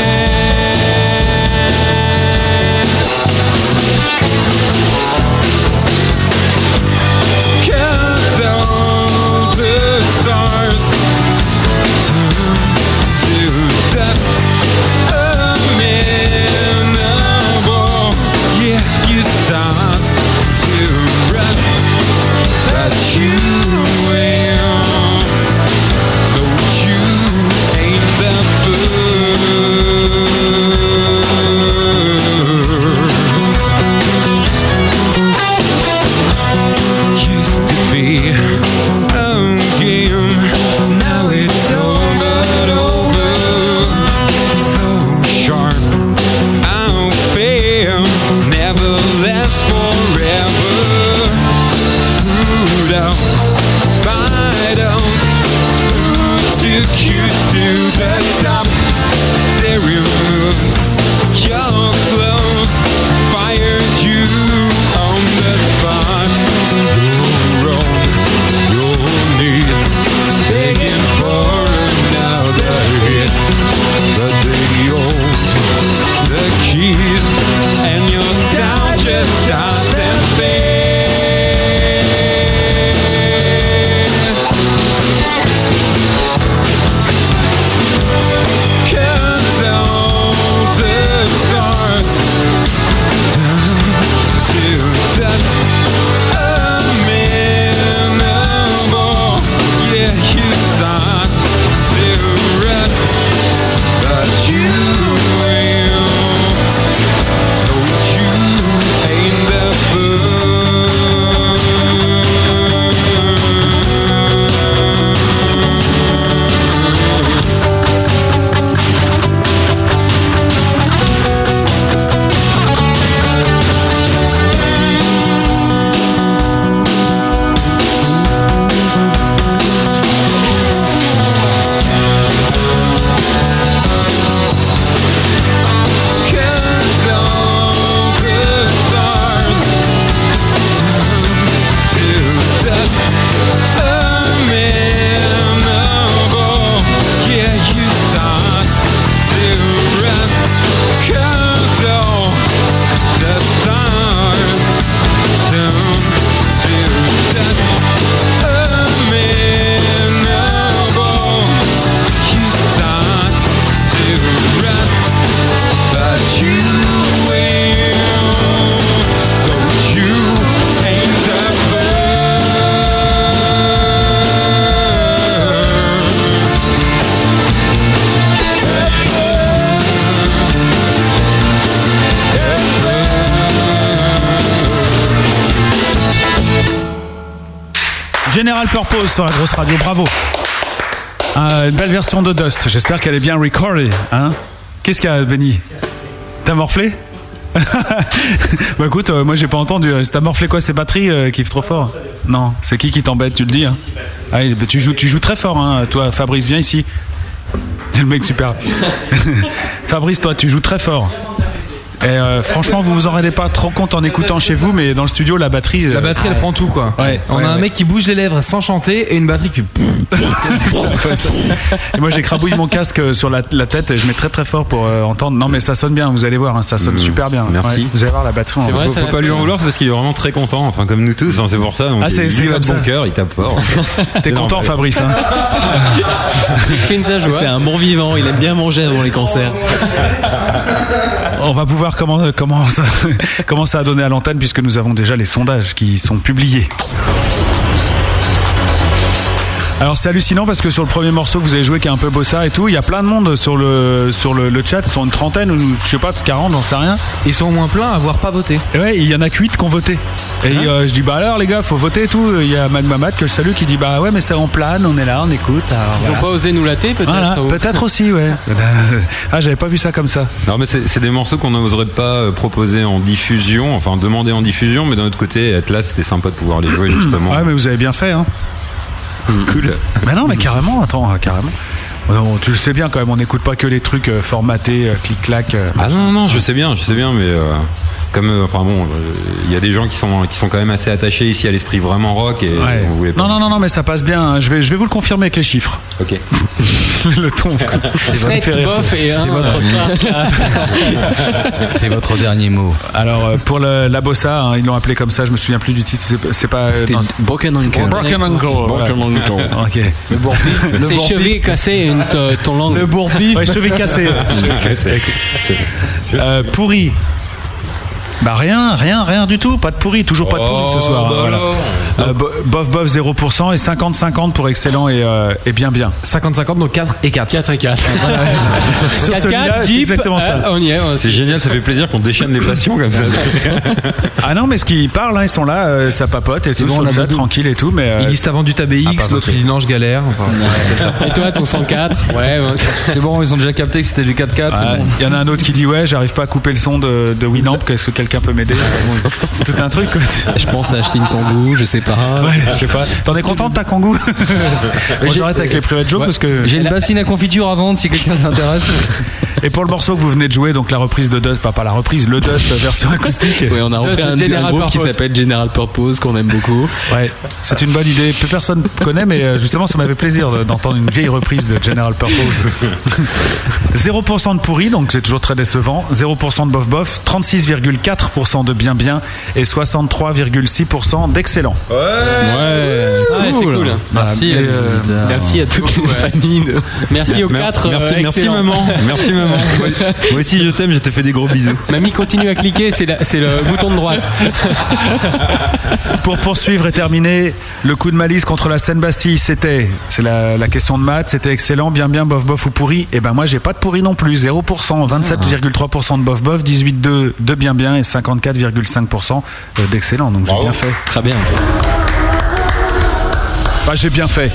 C: last. 'Cause all the stars turn to dust. Amenable, yeah, you start to rust, but you will. Though you ain't the first. Used to be a game, now it's all but over. So sharp, I'll fail, never lasts forever. Screwed out by those who took you to the top. They removed your clothes, fired you on the spot. You're on your knees, begging for another hit. The day old, the keys, and your style just doesn't Cause all the stars turn to dust. Amenable, yeah, you start to rust, but you will. Though you ain't the you will
B: General Purpose sur la grosse radio, bravo. Ah, une belle version de Dust, j'espère qu'elle est bien recordée. Hein Qu'est-ce qu'il y a, Benny T'as morflé Bah écoute, euh, moi j'ai pas entendu. Euh, T'as morflé quoi ces batteries euh, qui kiffent trop fort Non, c'est qui qui t'embête Tu le dis hein Ah, et- bah, tu, joues, tu joues très fort, hein, toi Fabrice, viens ici. C'est le mec super. Fabrice, toi tu joues très fort. Et euh, franchement, vous vous en rendez pas trop compte en écoutant chez vous, mais dans le studio, la batterie.
D: La batterie, elle prend tout, quoi.
B: euh, ah, Ouais.
D: On a un mec qui bouge les lèvres sans chanter et une batterie qui fait.
B: Et moi, j'ai crabouillé mon casque euh, sur la, la tête et je mets très très fort pour euh, entendre. Non, mais ça sonne bien, vous allez voir, hein, ça sonne super bien.
F: Merci.
B: Ouais, vous allez voir la batterie. on-
F: faut, faut pas lui en vouloir, c'est parce qu'il est vraiment très content, enfin comme nous tous, hein, c'est pour ça. Donc,
B: Ah, c'est-
F: il
B: c'est
F: lui va
B: comme
F: de bon
B: ça.
F: cœur, il tape fort.
B: T'es content, Fabrice hein
H: C'est un bon vivant, il aime bien manger avant les concerts.
B: On va pouvoir comment, euh, comment, ça, comment ça a donné à l'antenne puisque nous avons déjà les sondages qui sont publiés. Alors c'est hallucinant parce que sur le premier morceau que vous avez joué qui est un peu bossa et tout, il y a plein de monde sur le, sur le, le chat, ils sont une trentaine ou je sais pas, 40, j'en sais rien.
D: Ils sont au moins plein à avoir pas voté. Hein
B: Ouais, il y en a que 8 qui ont voté. Et euh, je dis bah alors les gars, faut voter et tout. Il y a Mad Mamad que je salue qui dit bah ouais mais c'est en plane, on est là, on écoute. Alors,
G: Ils ont
B: voilà.
G: pas osé nous latter peut-être
B: Voilà,
G: ou-
B: peut-être aussi ouais. Ah j'avais pas vu ça comme ça.
F: Non mais c'est c'est des morceaux qu'on n'oserait pas euh, proposer en diffusion, enfin demander en diffusion, mais d'un autre côté, être là, c'était sympa de pouvoir les jouer justement.
B: Ouais mais vous avez bien fait hein.
F: Cool.
B: Mais non, mais carrément, attends, euh, carrément. Non, tu le sais bien quand même, on n'écoute pas que les trucs euh, formatés, euh, clic-clac. euh.
F: Ah non, non, non, je sais bien, je sais bien, mais euh, comme, euh, enfin bon, euh, il y a des gens qui sont, qui sont quand même assez attachés ici à l'esprit vraiment rock et
B: Ouais.
F: on voulait pas.
B: Non, non, non, non, mais ça passe bien. hein. Je, vais, je vais vous le confirmer avec les chiffres.
F: Ok.
B: le ton. Ça me fait rire, ça. C'est votre
E: C'est votre dernier mot.
B: Alors, euh, pour le- la bossa, hein, ils l'ont appelé comme ça, je me souviens plus du titre. C'est c'est pas. euh,
H: C'était
B: non,
H: Broken Ankle.
B: Broken Ankle. voilà.
H: Broken Ankle.
B: Ok.
H: Le bourbier.
G: C'est cheville cassée une t- ton langue.
H: Le
G: bourbier.
B: Ouais, cheville cassée. Euh, pourri. Bah rien, rien, rien du tout, pas de pourri, toujours pas de pourri ce soir. hein, voilà. Euh, bo- bof bof 0% et 50-50 pour excellent et, euh, et bien bien.
D: 50-50, donc 4 et 4.
G: 4 et 4.
B: Sur celui-là, c'est
F: euh,
B: exactement ça.
G: Ah, On y est. on-
F: C'est génial, ça fait plaisir qu'on déchaîne les passions comme ça.
B: Ah non, mais ce qu'ils parlent, hein, ils sont là, euh, ça papote et tout,
D: bon,
B: sur
D: on
B: le
D: a
B: chat,
D: beaucoup.
B: tranquille et tout, mais. euh,
D: Ils disent t'as vendu ta BX,
B: Ah, pas
D: l'autre
B: voté.
D: il dit non, je galère. Enfin,
G: Et toi, ton 104 Ouais, ouais, c'est-
E: C'est bon, ils ont déjà capté que c'était du 4x4.
B: ah,
E: c'est bon.
B: Il y en a un autre qui dit ouais, j'arrive pas à couper le son de, de Winamp, est-ce que quelqu'un peut m'aider C'est tout un truc. quoi.
H: Je pense à acheter une kangou, je sais pas.
B: Ouais, je sais pas. T'en es content de ta kangou Moi j'arrête avec les private jokes parce que.
H: Eh
E: J'ai une
H: ben,
E: bassine à confiture à vendre si quelqu'un s'intéresse.
B: Et pour le morceau que vous venez de jouer, donc la reprise de Dust, enfin pas la reprise, le Dust version acoustique.
H: Ouais, on a
G: Dust
H: refait
G: de
H: un, un
G: General
H: groupe qui
G: Purpose.
H: s'appelle General Purpose, qu'on aime beaucoup.
B: Ouais, c'est une bonne idée. Plus personne connaît, mais euh, justement, ça m'avait plaisir de- d'entendre une vieille reprise de General Purpose. 0% de pourri, donc c'est toujours très décevant. 0% de bof bof, 36,4% de bien bien et 63,6% d'excellent.
G: ouais. Ah ouais, c'est cool. hein.
E: hein. Merci.
B: Voilà, mais, euh,
H: Merci à toutes les familles. de-
G: Merci aux euh,
F: Mer-
G: 4.
F: merci, merci maman, merci maman. Moi- Moi aussi je t'aime, je te fais des gros bisous.
G: Mamie continue à cliquer, c'est la- c'est le bouton de droite.
B: Pour poursuivre et terminer, le coup de malice contre la Seine-Bastille, c'était, c'est la, la question de maths, c'était excellent, bien bien, bof bof ou pourri. Et ben moi j'ai pas de pourri non plus, 0%, 27,3% de bof bof, 18,2% de bien bien et 54,5% euh, d'excellent. Donc j'ai bien fait.
H: Très bien.
B: Enfin j'ai bien fait.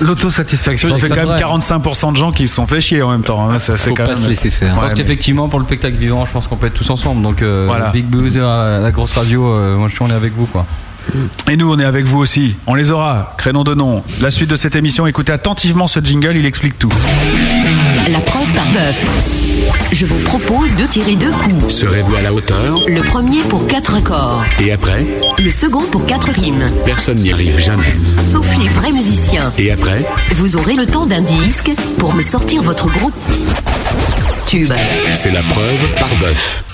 D: L'autosatisfaction.
B: C'est
D: il y a que
B: quand
D: ça.
B: même 45% de gens qui se sont fait chier en même temps. hein. Ça, c'est
H: Faut
B: quand
H: pas
B: même-
H: se laisser faire.
E: Je pense
B: Ouais, mais-
E: qu'effectivement, pour le spectacle vivant, je pense qu'on peut être tous ensemble. Donc, euh,
B: Voilà.
E: Big Boozer, euh, la grosse radio, euh, moi je suis on est avec vous quoi.
B: Et nous, on est avec vous aussi. On les aura, créneau de nom. La suite de cette émission, écoutez attentivement ce jingle, il explique tout.
A: La preuve par bœuf. Je vous propose de tirer deux coups.
N: Serez-vous à la hauteur
A: Le premier pour quatre accords,
N: Et après
A: le second pour quatre rimes.
N: Personne n'y arrive jamais.
A: Sauf les vrais musiciens.
N: Et après
A: Vous aurez le temps d'un disque pour me sortir votre gros tube.
N: C'est la preuve par bœuf.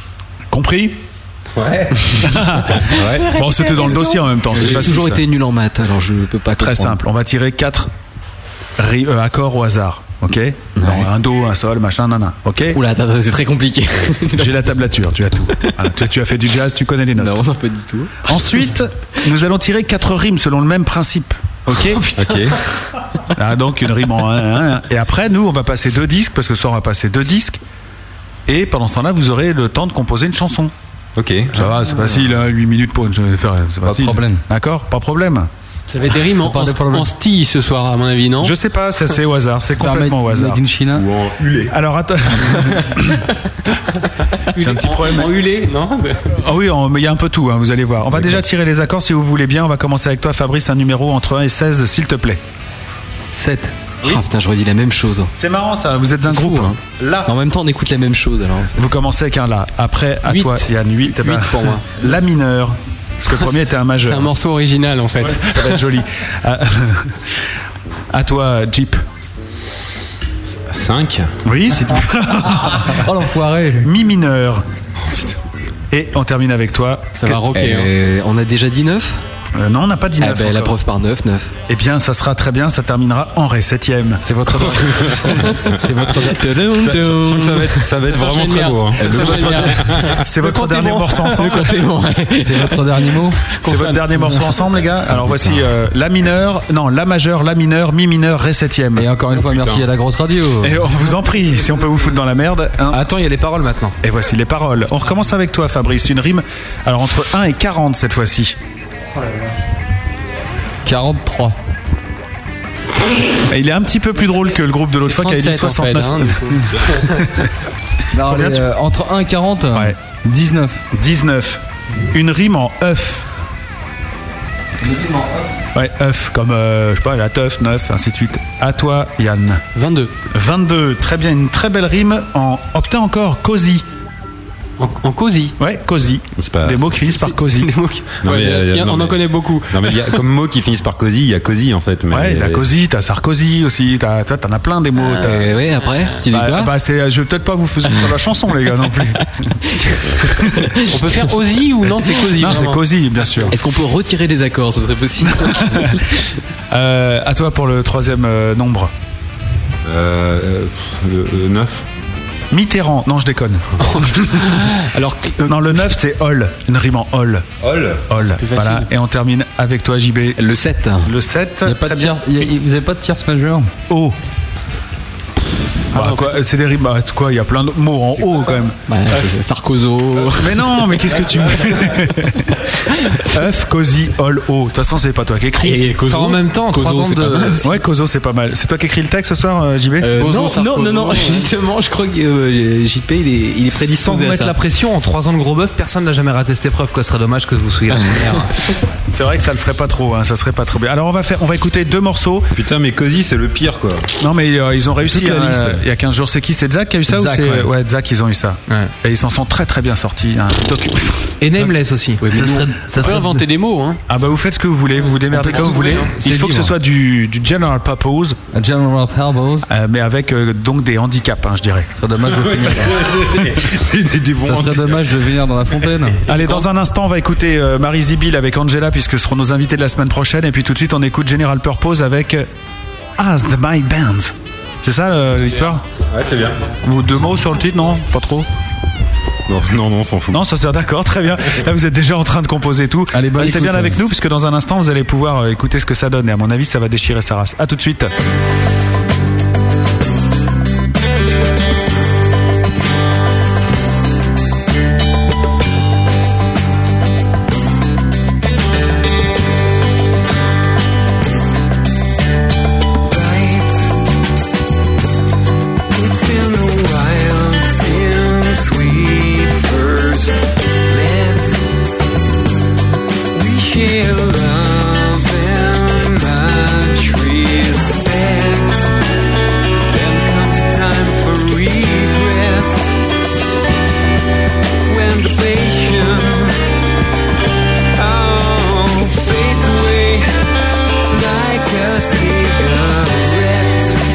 B: Compris
F: Ouais. ouais.
B: Bon, c'était dans le dossier en même temps. c'est
H: J'ai
B: facile,
H: toujours
B: ça.
H: été nul en maths, alors je peux pas
B: Très
H: comprendre.
B: simple, on va tirer 4 accords au hasard. Ok Dans Un do, un sol, machin, nanan. Ok
H: Oula, attends, attends, c'est très compliqué.
B: J'ai la tablature, tu as tout. Voilà, tu, tu as fait du jazz, tu connais les notes.
H: non, non, pas du tout.
B: Ensuite, nous allons tirer 4 rimes selon le même principe. Ok
H: Oh,
F: Ok.
B: Ah, Donc une rime en 1, 1. Et après, nous, on va passer deux disques, parce que ce soir, on va passer deux disques. Et pendant ce temps-là, vous aurez le temps de composer une chanson.
F: Ok.
B: Ça va, c'est facile,
F: hein,
B: 8 minutes pour une. C'est facile. Pas
E: problème.
B: D'accord Pas de problème.
G: Ça va être des rimes en, en, en style ce soir, à mon avis, non
B: Je sais pas, ça, c'est au hasard, c'est complètement au
E: Made-
B: hasard.
E: Made in China.
B: Alors attends. J'ai un petit problème.
G: En hulé, non
B: Ah oui, on- mais il y a un peu tout, hein, vous allez voir. On va déjà tirer les accords si vous voulez bien. On va commencer avec toi, Fabrice, un numéro entre 1 et 16, s'il te plaît.
E: 7.
H: Ah putain, j'aurais dit la même chose.
B: C'est marrant ça, vous êtes un
H: fou,
B: groupe.
H: hein.
B: Là.
H: En même temps, on écoute la même chose alors.
B: Vous commencez avec un La. Après, à toi, Yann, 8.
H: Huit pour moi.
B: La mineur. Parce que le premier était un majeur.
G: C'est un morceau original en fait.
B: Ça va être joli. À, Ah. à toi, Jeep.
F: 5
B: Oui, c'est tout.
D: oh l'enfoiré.
B: Mi mineur. Et on termine avec toi. Euh,
H: Ça va rocker, On a déjà dit 9
B: Non, on n'a pas dit
H: Ah
B: 9.
H: ben, la preuve par 9, 9.
B: Eh bien, ça sera très bien, ça terminera en Ré 7
H: C'est votre.
G: C'est votre.
F: Ça- je sens que ça va être, ça va être
G: Ça
F: vraiment
G: sent
F: très
G: génial.
F: beau. hein.
G: Ça sent génial.
B: C'est
G: Le
B: votre
G: compte
B: dernier
G: est bon.
B: morceau ensemble.
G: Le compte est bon, ouais. C'est votre dernier mot
B: C'est votre
G: Consonne.
B: dernier morceau ensemble, les gars. Alors voici euh, la mineure, non, la majeure, la mineure, mi mineur, ré septième.
D: Et encore une
F: Oh,
D: fois, merci à la grosse radio.
B: Et on vous en prie, si on peut vous foutre dans la merde. hein.
D: Attends, il y a les paroles maintenant.
B: Et voici les paroles. On recommence avec toi, Fabrice. Une rime, alors entre 1 et 40 cette fois-ci.
G: 43.
B: Et Il est un petit peu plus drôle que le groupe de l'autre fois qui avait dit
G: 37, en fait,
B: 69.
G: hein, du coup. Non,
B: Combien
G: mais,
B: tu-
G: euh, entre 1 et 40,
B: Ouais.
G: 19.
B: 19. Une rime en œuf. Ouais, œuf, comme, euh, je sais pas, la teuf, neuf, ainsi de suite. À toi, Yann.
G: 22.
B: 22. Très bien, une très belle rime en. Oh putain, encore, cosy.
G: En, en cosy.
B: Ouais, cosy.
F: C'est pas-
B: Des mots qui finissent par cosy.
G: Des mots qui-
F: Non, mais,
G: Ouais,
F: euh,
G: y a-
F: non,
G: on
F: mais-
G: en connaît beaucoup. bah,
F: Non, mais il y a- comme mots qui finissent par cosy, il y a cosy en fait. mais-
B: Ouais, t'as Cosy, t'as Sarkozy aussi, t'as- toi, t'en as plein des mots. t'as-
H: Euh, ouais, après, tu dis
B: Bah,
H: quoi
B: bah, c'est- je vais peut-être pas vous faire la chanson, les gars, non plus.
G: On peut faire Ozzy ou non, c'est cosy.
B: Non, c'est
G: vraiment.
B: Cosy, bien sûr.
H: Est-ce qu'on peut retirer des accords Ce serait possible.
B: Euh, à toi pour le troisième euh, nombre.
F: Euh, euh, pff, le 9.
B: Mitterrand, non, je déconne.
G: Alors, que- euh,
B: Non, le 9, c'est Hall, une rime en Hall.
F: Hall
B: Hall,
G: plus facile.
B: voilà. Et on termine avec toi, JB.
H: Le 7.
B: Le 7,
G: y a pas de
B: très bien. Oh.
G: tiers- y a- y- vous n'avez pas de tierce majeure
B: O. Bah, quoi, C'est des rimes, bah, quoi, il y a plein de mots en O quand même.
H: Bah, euh, Sarkozo.
B: Mais non, mais qu'est-ce que tu. F, Cosy, Hall, O. De toute façon, c'est pas toi qui écris.
H: Et Coso.
D: Enfin, en même temps,
H: Coso,
D: trois ans
H: c'est
D: de-
H: pas mal.
B: Ouais, Kozo, c'est pas mal. C'est toi qui écris le texte ce soir, euh, JB
H: Euh,
G: Coso,
H: non, non,
G: Sarkozo,
H: non, non,
G: ouais.
H: justement, je crois que euh, JP, il est, il est
D: Sans
H: prédisposé
D: vous
H: à
D: mettre
H: ça.
D: la pression, en 3 ans de gros bœuf, personne n'a jamais raté cette épreuve. Quoi, ce serait dommage que vous soyez la première.
B: C'est vrai que ça le ferait pas trop, hein, ça serait pas trop bien. Alors on va faire, on va écouter deux morceaux.
F: Putain, mais cosy, c'est le pire quoi.
B: Non mais euh, ils ont réussi.
F: Toute la
B: hein,
F: liste.
B: euh, il y a 15 jours, c'est qui C'est Zach qui a eu ça
D: Zach,
B: ou c'est
D: ouais.
B: Zach ils ont eu ça.
D: Ouais.
B: Et ils s'en sont très très bien sortis. hein. Donc-
D: Et Nameless aussi.
G: Ça serait, ça serait inventer des mots, hein.
B: ah bah vous faites ce que vous voulez, vous vous démerdez comme vous voulez. Il
D: C'est
B: faut que ce
D: libre.
B: soit du, du general purpose,
G: General Purpose.
B: euh, mais avec euh, donc des handicaps, hein, je dirais.
G: Ça serait
E: Ah,
G: dommage de finir.
F: Des- des bons
G: Ça serait dommage de venir dans la fontaine.
B: Allez, dans un instant, on va écouter euh, Marie Zibil avec Angela, puisque ce seront nos invités de la semaine prochaine. Et puis tout de suite, on écoute General Purpose avec euh, As the My Bands. C'est ça euh, l'histoire
F: Ouais, c'est bien.
B: Ou deux mots sur le titre, non Pas trop
F: Non, non, non, on s'en fout.
B: Non, ça c'est d'accord, très bien. Là, vous êtes déjà en train de composer tout.
G: Allez, bonne
B: Restez
G: écoute.
B: bien avec nous, puisque dans un instant, vous allez pouvoir euh, écouter ce que ça donne. Et à mon avis, ça va déchirer sa race. À tout de suite.
C: It's been a while since we first met. We share love and much respect.
L: Oh,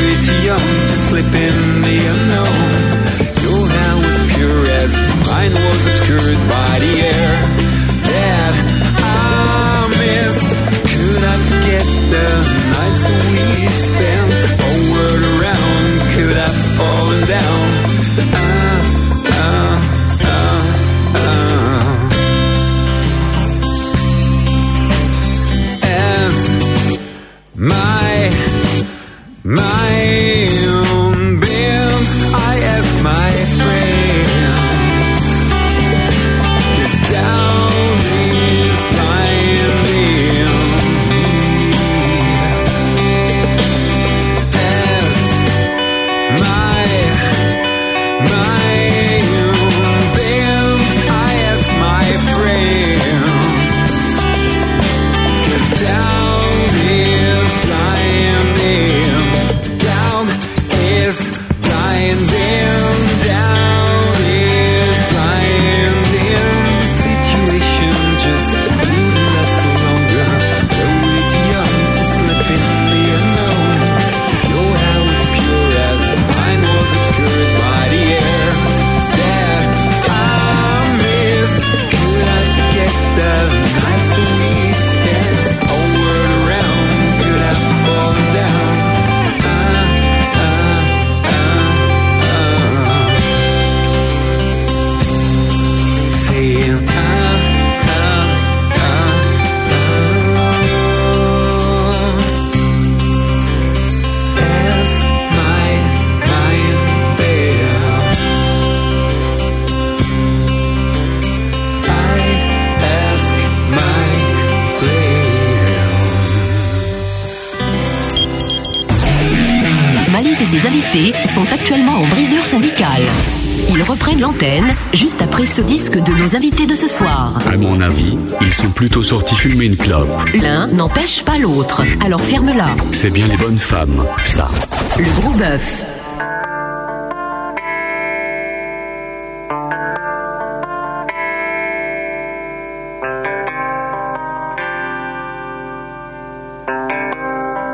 L: deep in the unknown. Your hair was pure as mine was obscured by the air that I missed. Could I forget the nights that we spent? All word around, could I fallen down? Ah, ah, ah, ah. as my my own bills. I ask my friends. This town is pioneer. As my my own bills. I ask my friends. Cause down is blinding, down is blinding, down is blinding. The situation just leading us no longer. We're way too young to slip in the unknown. Your hair was pure as mine was obscured by the air. That I missed. Could I forget the nights that we spent? All word around. Could I fall down? Ah, ah, ah, ah. Saying ah, ah, ah, ah. As my mind fails, I ask my
A: Malice et ses invités sont actuellement en brisure syndicale. Ils reprennent l'antenne juste après ce disque de nos invités de ce soir.
G: À mon avis, ils sont plutôt sortis fumer une clope.
A: L'un n'empêche pas l'autre, alors ferme-la.
G: C'est bien les bonnes femmes, ça.
A: Le gros bœuf.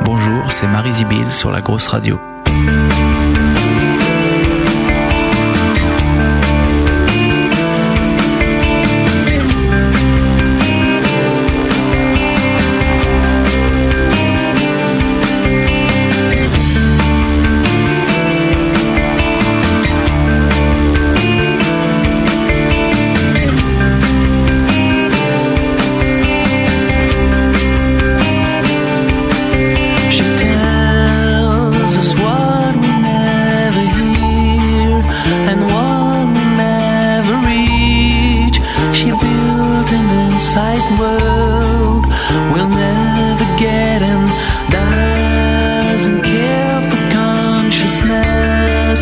H: Bonjour, c'est Marie Zibil sur la grosse radio.
L: She tells us what we never hear and what we never reach. She built an inside world we'll never get and doesn't care for consciousness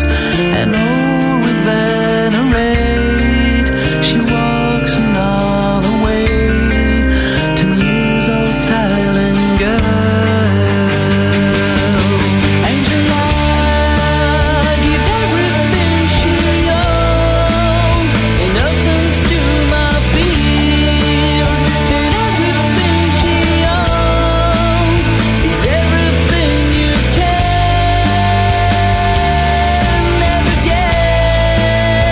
L: and all we venerate. She walks another way. Ten years old silent girl. Angela gives everything she owns. Innocence to my fear. And everything she owns is everything you can never get.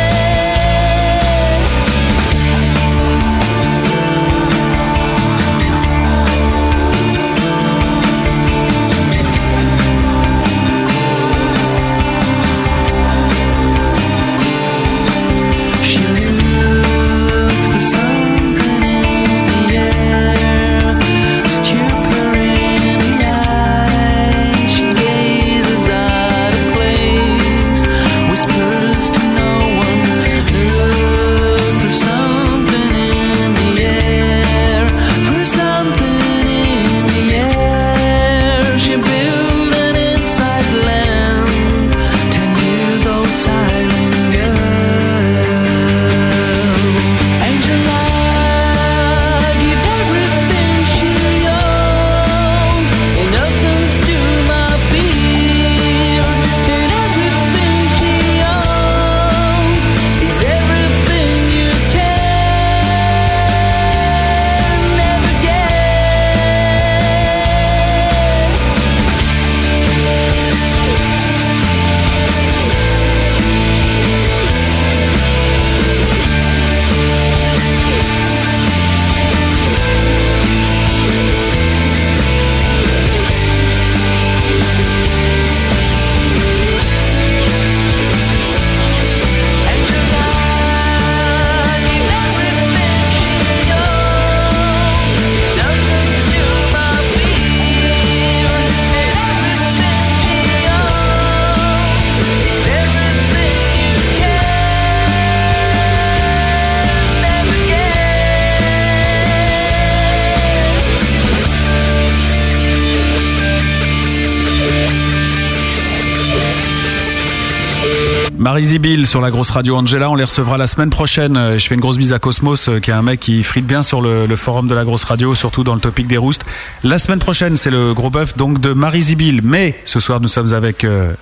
B: Marie Zibil sur la grosse radio Angela, on les recevra la semaine prochaine. Euh, Je fais une grosse bise à Cosmos, euh, qui est un mec qui frite bien sur le, le forum de la grosse radio, surtout dans le topic des roustes. La semaine prochaine, c'est le gros bœuf donc de Marie Zibil. Mais ce soir, nous sommes avec euh,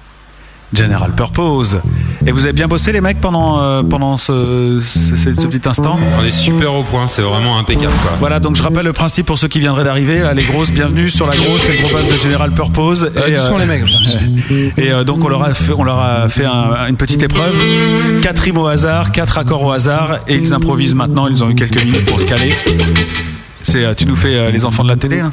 B: General Purpose. Et vous avez bien bossé les mecs pendant, euh, pendant ce, ce- ce- ce petit instant
F: On est super au point, c'est vraiment impeccable quoi.
B: Voilà, donc je rappelle le principe pour ceux qui viendraient d'arriver. Là, les grosses, bienvenue sur la grosse, c'est le gros bœuf de General Purpose.
D: Euh, doucement, les mecs.
B: Et euh, donc, on leur a fait, on leur a fait un- une petite épreuve. Quatre rimes au hasard, quatre accords au hasard, et ils improvisent maintenant. Ils ont eu quelques minutes pour se caler. C'est, euh, tu nous fais euh, les enfants de la télé là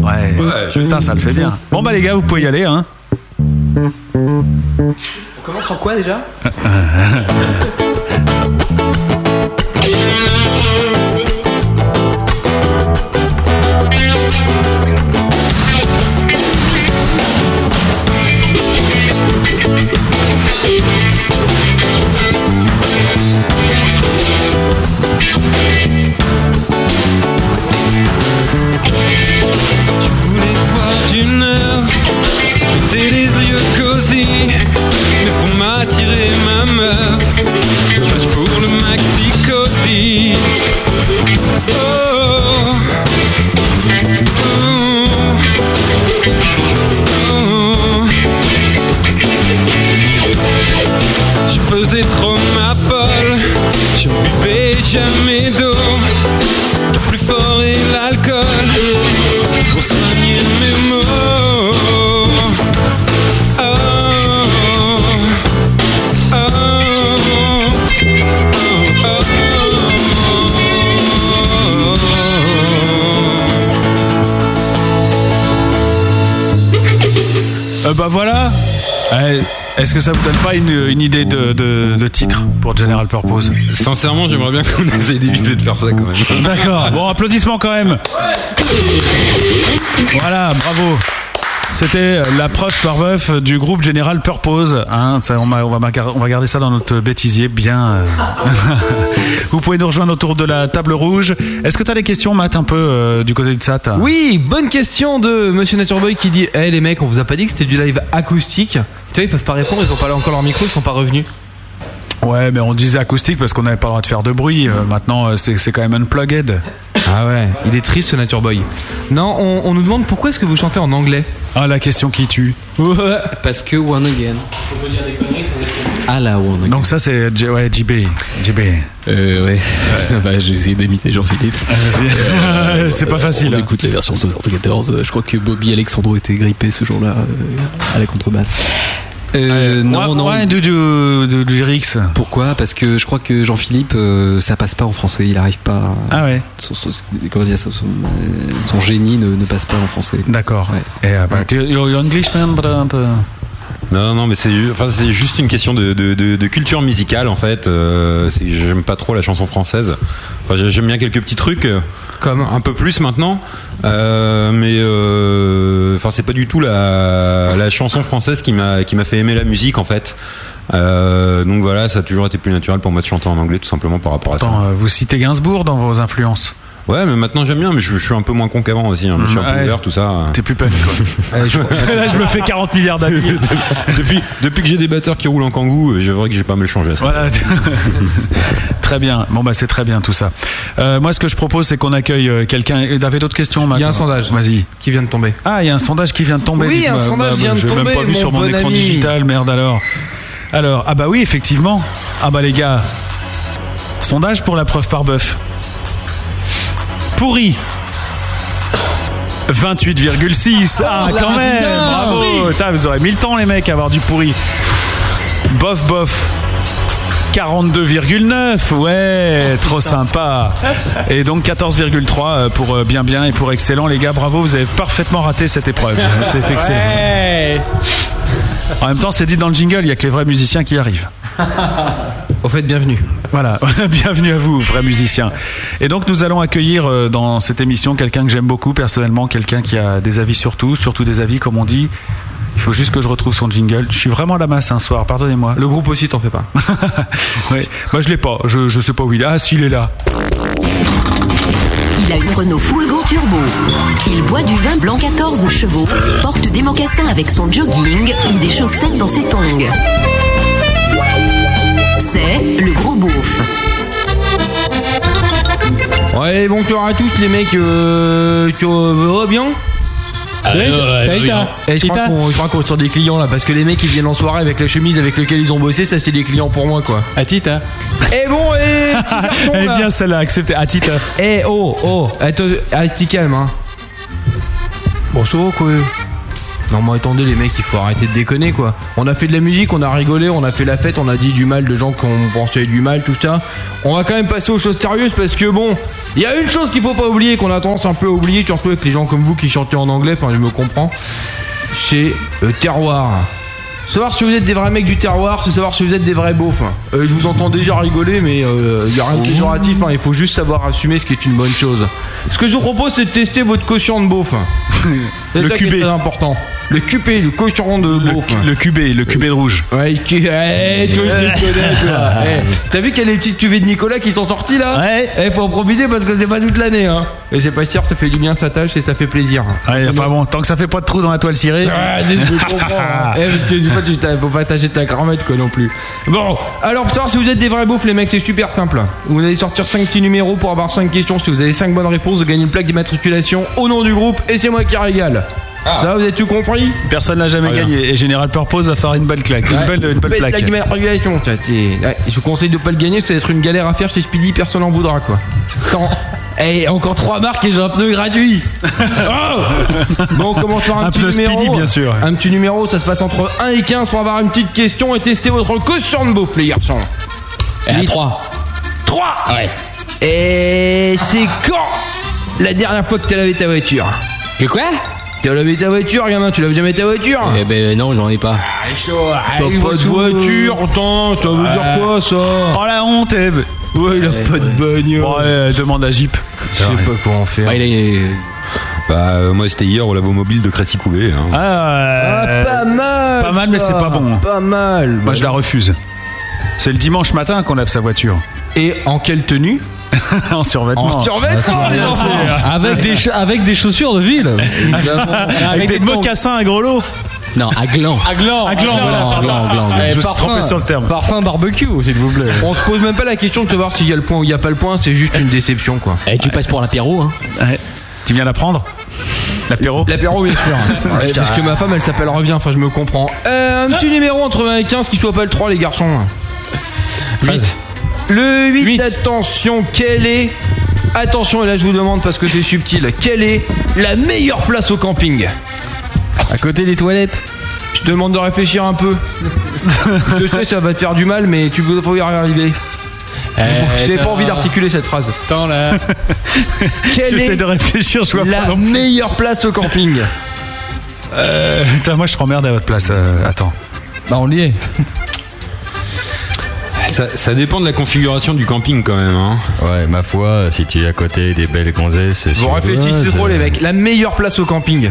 B: Ouais, voilà. Ouais. Putain, ça le fait bien. Bon bah les gars, vous pouvez y aller hein.
O: On commence sur quoi déjà
C: voir du neuf, quitter les lieux cosy, mais sont m'attirer ma meuf. Dommage pour le maxi cosy. Oh. Oh. Je faisais trop ma folle, je ne buvais jamais d'eau. Le plus fort est l'alcool pour soigner mes mots. Oh. Oh.
B: Euh, bah voilà. Euh, Est-ce que ça vous donne pas une, une idée de, de- de titre pour General Purpose
F: Sincèrement, j'aimerais bien qu'on essaye d'éviter de faire ça quand même.
B: D'accord. Bon applaudissements quand même. Voilà, bravo. C'était la preuve par bœuf du groupe General Purpose. hein. Ça, on, va, on va mar- on va garder ça dans notre bêtisier bien. euh. vous pouvez nous rejoindre autour de la table rouge. Est-ce que tu as des questions, Matt, un peu euh, du côté du chat
D: Oui, bonne question de Monsieur Natureboy qui dit Eh les mecs, on vous a pas dit que c'était du live acoustique Tu vois, ils peuvent pas répondre, ils ont pas encore leur micro, ils sont pas revenus.
B: Ouais, mais on disait acoustique parce qu'on n'avait pas le droit de faire de bruit. Euh, maintenant, euh, c'est c'est quand même unplugged.
D: Ah ouais, il est triste ce Nature Boy. Non, on, on nous demande pourquoi est-ce que vous chantez en anglais
B: Ah, la question qui tue.
H: Parce que One Again. Ah là, One Again.
B: Donc ça, c'est J- ouais, JB. JB.
H: Euh, ouais. bah, j'ai essayé d'imiter Jean-Philippe.
B: Ah,
H: Euh,
B: c'est pas facile. hein.
H: On écoute la version 74. Euh, Je crois que Bobby Alexandro était grippé ce jour-là euh, à la contrebasse. Euh, non, non.
B: du, lyrics.
H: Pourquoi Parce que je crois que Jean-Philippe, euh, ça passe pas en français. Il arrive pas.
B: Ah ouais.
H: Son, son- comment dire ça, son, euh, son génie ne, ne passe pas en français.
B: D'accord. Et euh, bah, tu- you're you're Englishman, but, uh,
F: Non, non, mais c'est enfin, c'est juste une question de, de- de- de culture musicale en fait. Euh, c'est- J'aime pas trop la chanson française. Enfin, j'ai- j'aime bien quelques petits trucs. euh,
D: Comme
F: un peu plus maintenant, Euh, mais euh, enfin c'est pas du tout la, la chanson française qui m'a qui m'a fait aimer la musique en fait. Euh, donc voilà, ça a toujours été plus naturel pour moi de chanter en anglais tout simplement par rapport à ça.
B: Attends, euh, vous citez Gainsbourg dans vos influences.
F: Ouais, mais maintenant j'aime bien, mais je, je suis un peu moins con qu'avant aussi. hein. Je suis un peu
B: Ouais.
F: ouvert, tout ça.
B: T'es plus punk, quoi. Là, je me fais 40 milliards d'amis.
F: depuis, depuis que j'ai des batteurs qui roulent en kangou, euh, j'avoue que j'ai pas mal changé à ça.
B: Voilà. très bien. Bon, bah, c'est très bien tout ça. Euh, moi, ce que je propose, c'est qu'on accueille euh, quelqu'un. Et T'avais d'autres questions, Matt
D: Il y a un sondage.
B: Vas-y.
D: Qui vient de tomber.
B: Ah, il y a un sondage qui vient de tomber.
D: Oui,
B: dites-moi.
D: un sondage
B: Bah,
D: vient de
B: j'ai
D: tomber,
B: même pas vu
D: mon
B: sur mon
D: bon
B: écran
D: ami.
B: digital, merde alors. Alors, ah bah oui, effectivement. Ah bah les gars, sondage pour la preuve par bœuf. Pourri. 28,6. Ah,
C: Oh, la
B: quand même.
C: putain,
B: Bravo.
C: pourri.
B: Putain, vous aurez mis le temps, les mecs, à avoir du pourri. Bof, bof. 42,9 ouais trop sympa et donc 14,3 pour euh, bien bien et pour excellent les gars bravo vous avez parfaitement raté cette épreuve c'est excellent en même temps c'est dit dans le jingle il y a que les vrais musiciens qui arrivent
D: Au fait, bienvenue.
B: voilà, bienvenue à vous, vrais musiciens. Et donc nous allons accueillir euh, dans cette émission quelqu'un que j'aime beaucoup personnellement, quelqu'un qui a des avis sur tout, surtout des avis comme on dit. Il faut juste que je retrouve son jingle. Je suis vraiment à la masse un soir, pardonnez-moi.
D: Le groupe aussi, t'en fais pas.
B: ouais. Moi je l'ai pas, je, je sais pas où il est. Ah, s'il est là.
A: Il Il a une Renault Full Go Turbo. Il boit du vin blanc 14 chevaux, porte des mocassins avec son jogging ou des chaussettes dans ses tongs. C'est le gros beauf.
D: Ouais, bonjour à tous les mecs, euh, tu vas bien
O: Ah, ouais, ouais,
D: Salut,
O: ouais,
D: t'as-
O: ouais.
D: Eh, je crois qu'on- je crois qu'on tire des clients là parce que les mecs ils viennent en soirée avec la chemise avec laquelle ils ont bossé, ça c'était des clients pour moi quoi. À Tita Et bon, eh, et.
B: Elle est bien celle-là, acceptée. À titre.
D: Eh oh, oh, attends, restez calme hein. Bon, ça va, quoi. Non, mais attendez, les mecs, il faut arrêter de déconner quoi. On a fait de la musique, on a rigolé, on a fait la fête, on a dit du mal de gens qu'on pensait du mal, tout ça. On va quand même passer aux choses sérieuses parce que bon, il y a une chose qu'il faut pas oublier, qu'on a tendance un peu à oublier, surtout avec les gens comme vous qui chantez en anglais, enfin, je me comprends. C'est le terroir. Savoir si vous êtes des vrais mecs du terroir, c'est savoir si vous êtes des vrais beaufs. Euh, je vous entends déjà rigoler, mais euh, il n'y a rien de péjoratif, hein, il faut juste savoir assumer ce qui est une bonne chose. Ce que je vous propose, c'est de tester votre quotient de beauf. C'est
B: Le
D: ça qui est
B: cubé.
D: très important. Le cubé, le cochon de beauf.
B: Le cubé, le cubé de rouge.
D: Ouais, tu... Eh, toi, je te le connais, toi. Eh, T'as vu qu'il y a les petites cuvées de Nicolas qui sont sorties là Ouais. Eh, faut en profiter parce que c'est pas toute l'année, hein. Et c'est pas cher, ça fait du bien, ça tâche et ça fait plaisir.
B: Ouais, Ah, enfin bon, tant que ça fait pas de trou dans la toile cirée.
D: Ah, dis- je comprends. hein. Eh, parce que du coup, tu t'as- faut pas attacher ta cravate, quoi, non plus. Bon, alors, pour savoir si vous êtes des vrais beaufs, les mecs, c'est super simple. Vous allez sortir 5 petits numéros pour avoir 5 questions. Si vous avez 5 bonnes réponses, vous gagnez une plaque d'immatriculation au nom du groupe et c'est moi qui régale. Ça, vous avez tout compris
B: Ah. Personne n'a jamais gagné. Et General Purpose va faire une belle claque. Une
D: Ouais.
B: belle, une belle
D: Belle
B: plaque.
D: plaque d'immatriculation, ça, c'est- ouais, Je vous conseille de pas le gagner, ça va être une galère à faire chez Speedy, personne en voudra, quoi. Quand... Eh, encore 3 marques et j'ai un pneu gratuit Oh Bon, on commence par un,
B: Un
D: petit
B: pneu
D: numéro.
B: Speedy, bien sûr.
D: Un petit numéro, ça se passe entre 1 et 15 pour avoir une petite question et tester votre quotient de beauf, les garçons. Et 3. 3 Ouais. Et c'est quand la dernière fois que t'as lavé ta voiture Que quoi T'as lavé ta voiture, gamin, tu laves jamais ta voiture Eh ben non, j'en ai pas. T'as
B: il
D: pas
B: voit
D: de
B: tout.
D: voiture, attends, ça veut dire quoi ça
B: Oh la honte, Eve
D: Ouais, il a pas de hein. bagnole.
B: demande à Jeep.
D: Je sais pas comment faire.
F: Bah, euh, moi c'était hier au lavomobile de Crécy-Coulet. hein.
B: Ah, euh,
D: pas mal
B: Pas mal, mais
D: ça.
B: c'est pas bon. hein.
D: Pas mal
B: Moi, je la refuse. C'est le dimanche matin qu'on lave sa voiture.
D: Et en quelle tenue
B: En survêtement.
O: En survêtement, les enfants. Avec des cha-
B: avec des chaussures de ville. avec,
O: Avec
B: des,
O: des tongs.
B: mocassins à gros lot.
H: Non, à gland.
O: À gland,
B: À gland, voilà, pardon. Je me suis trompé sur le terme.
O: Parfum barbecue, s'il vous plaît.
D: On se pose même pas la question de savoir s'il y a le point ou il y a pas le point, c'est juste une déception quoi.
H: Et Eh, tu passes pour l'apéro, hein
B: Tu viens la prendre L'apéro
D: L'apéro, bien sûr. Ouais, bah. parce que ma femme elle s'appelle Revient, enfin je me comprends. Euh, un petit numéro entre 20 et 15 qui soit pas le 3, les garçons. 8. Le 8, attention, quelle est. Attention, et là je vous demande parce que c'est subtil, quelle est la meilleure place au camping À côté des toilettes Je te demande de réfléchir un peu. je sais, ça va te faire du mal, mais tu peux faut y arriver.
O: Eh,
D: J'ai pas
O: t'as-
D: envie d'articuler cette phrase. Attends là. Quelle
B: J'essaie
D: est
B: de réfléchir, je vois pas
D: la
B: non plus.
D: meilleure place au camping
B: Euh, putain, moi je serais emmerdé à votre place. euh, attends.
D: Bah on y est.
F: Ça, ça dépend de la configuration du camping quand même. Hein.
P: Ouais, ma foi, si tu es à côté des belles gonzesses.
D: Vous réfléchissez trop les mecs. La meilleure place au camping,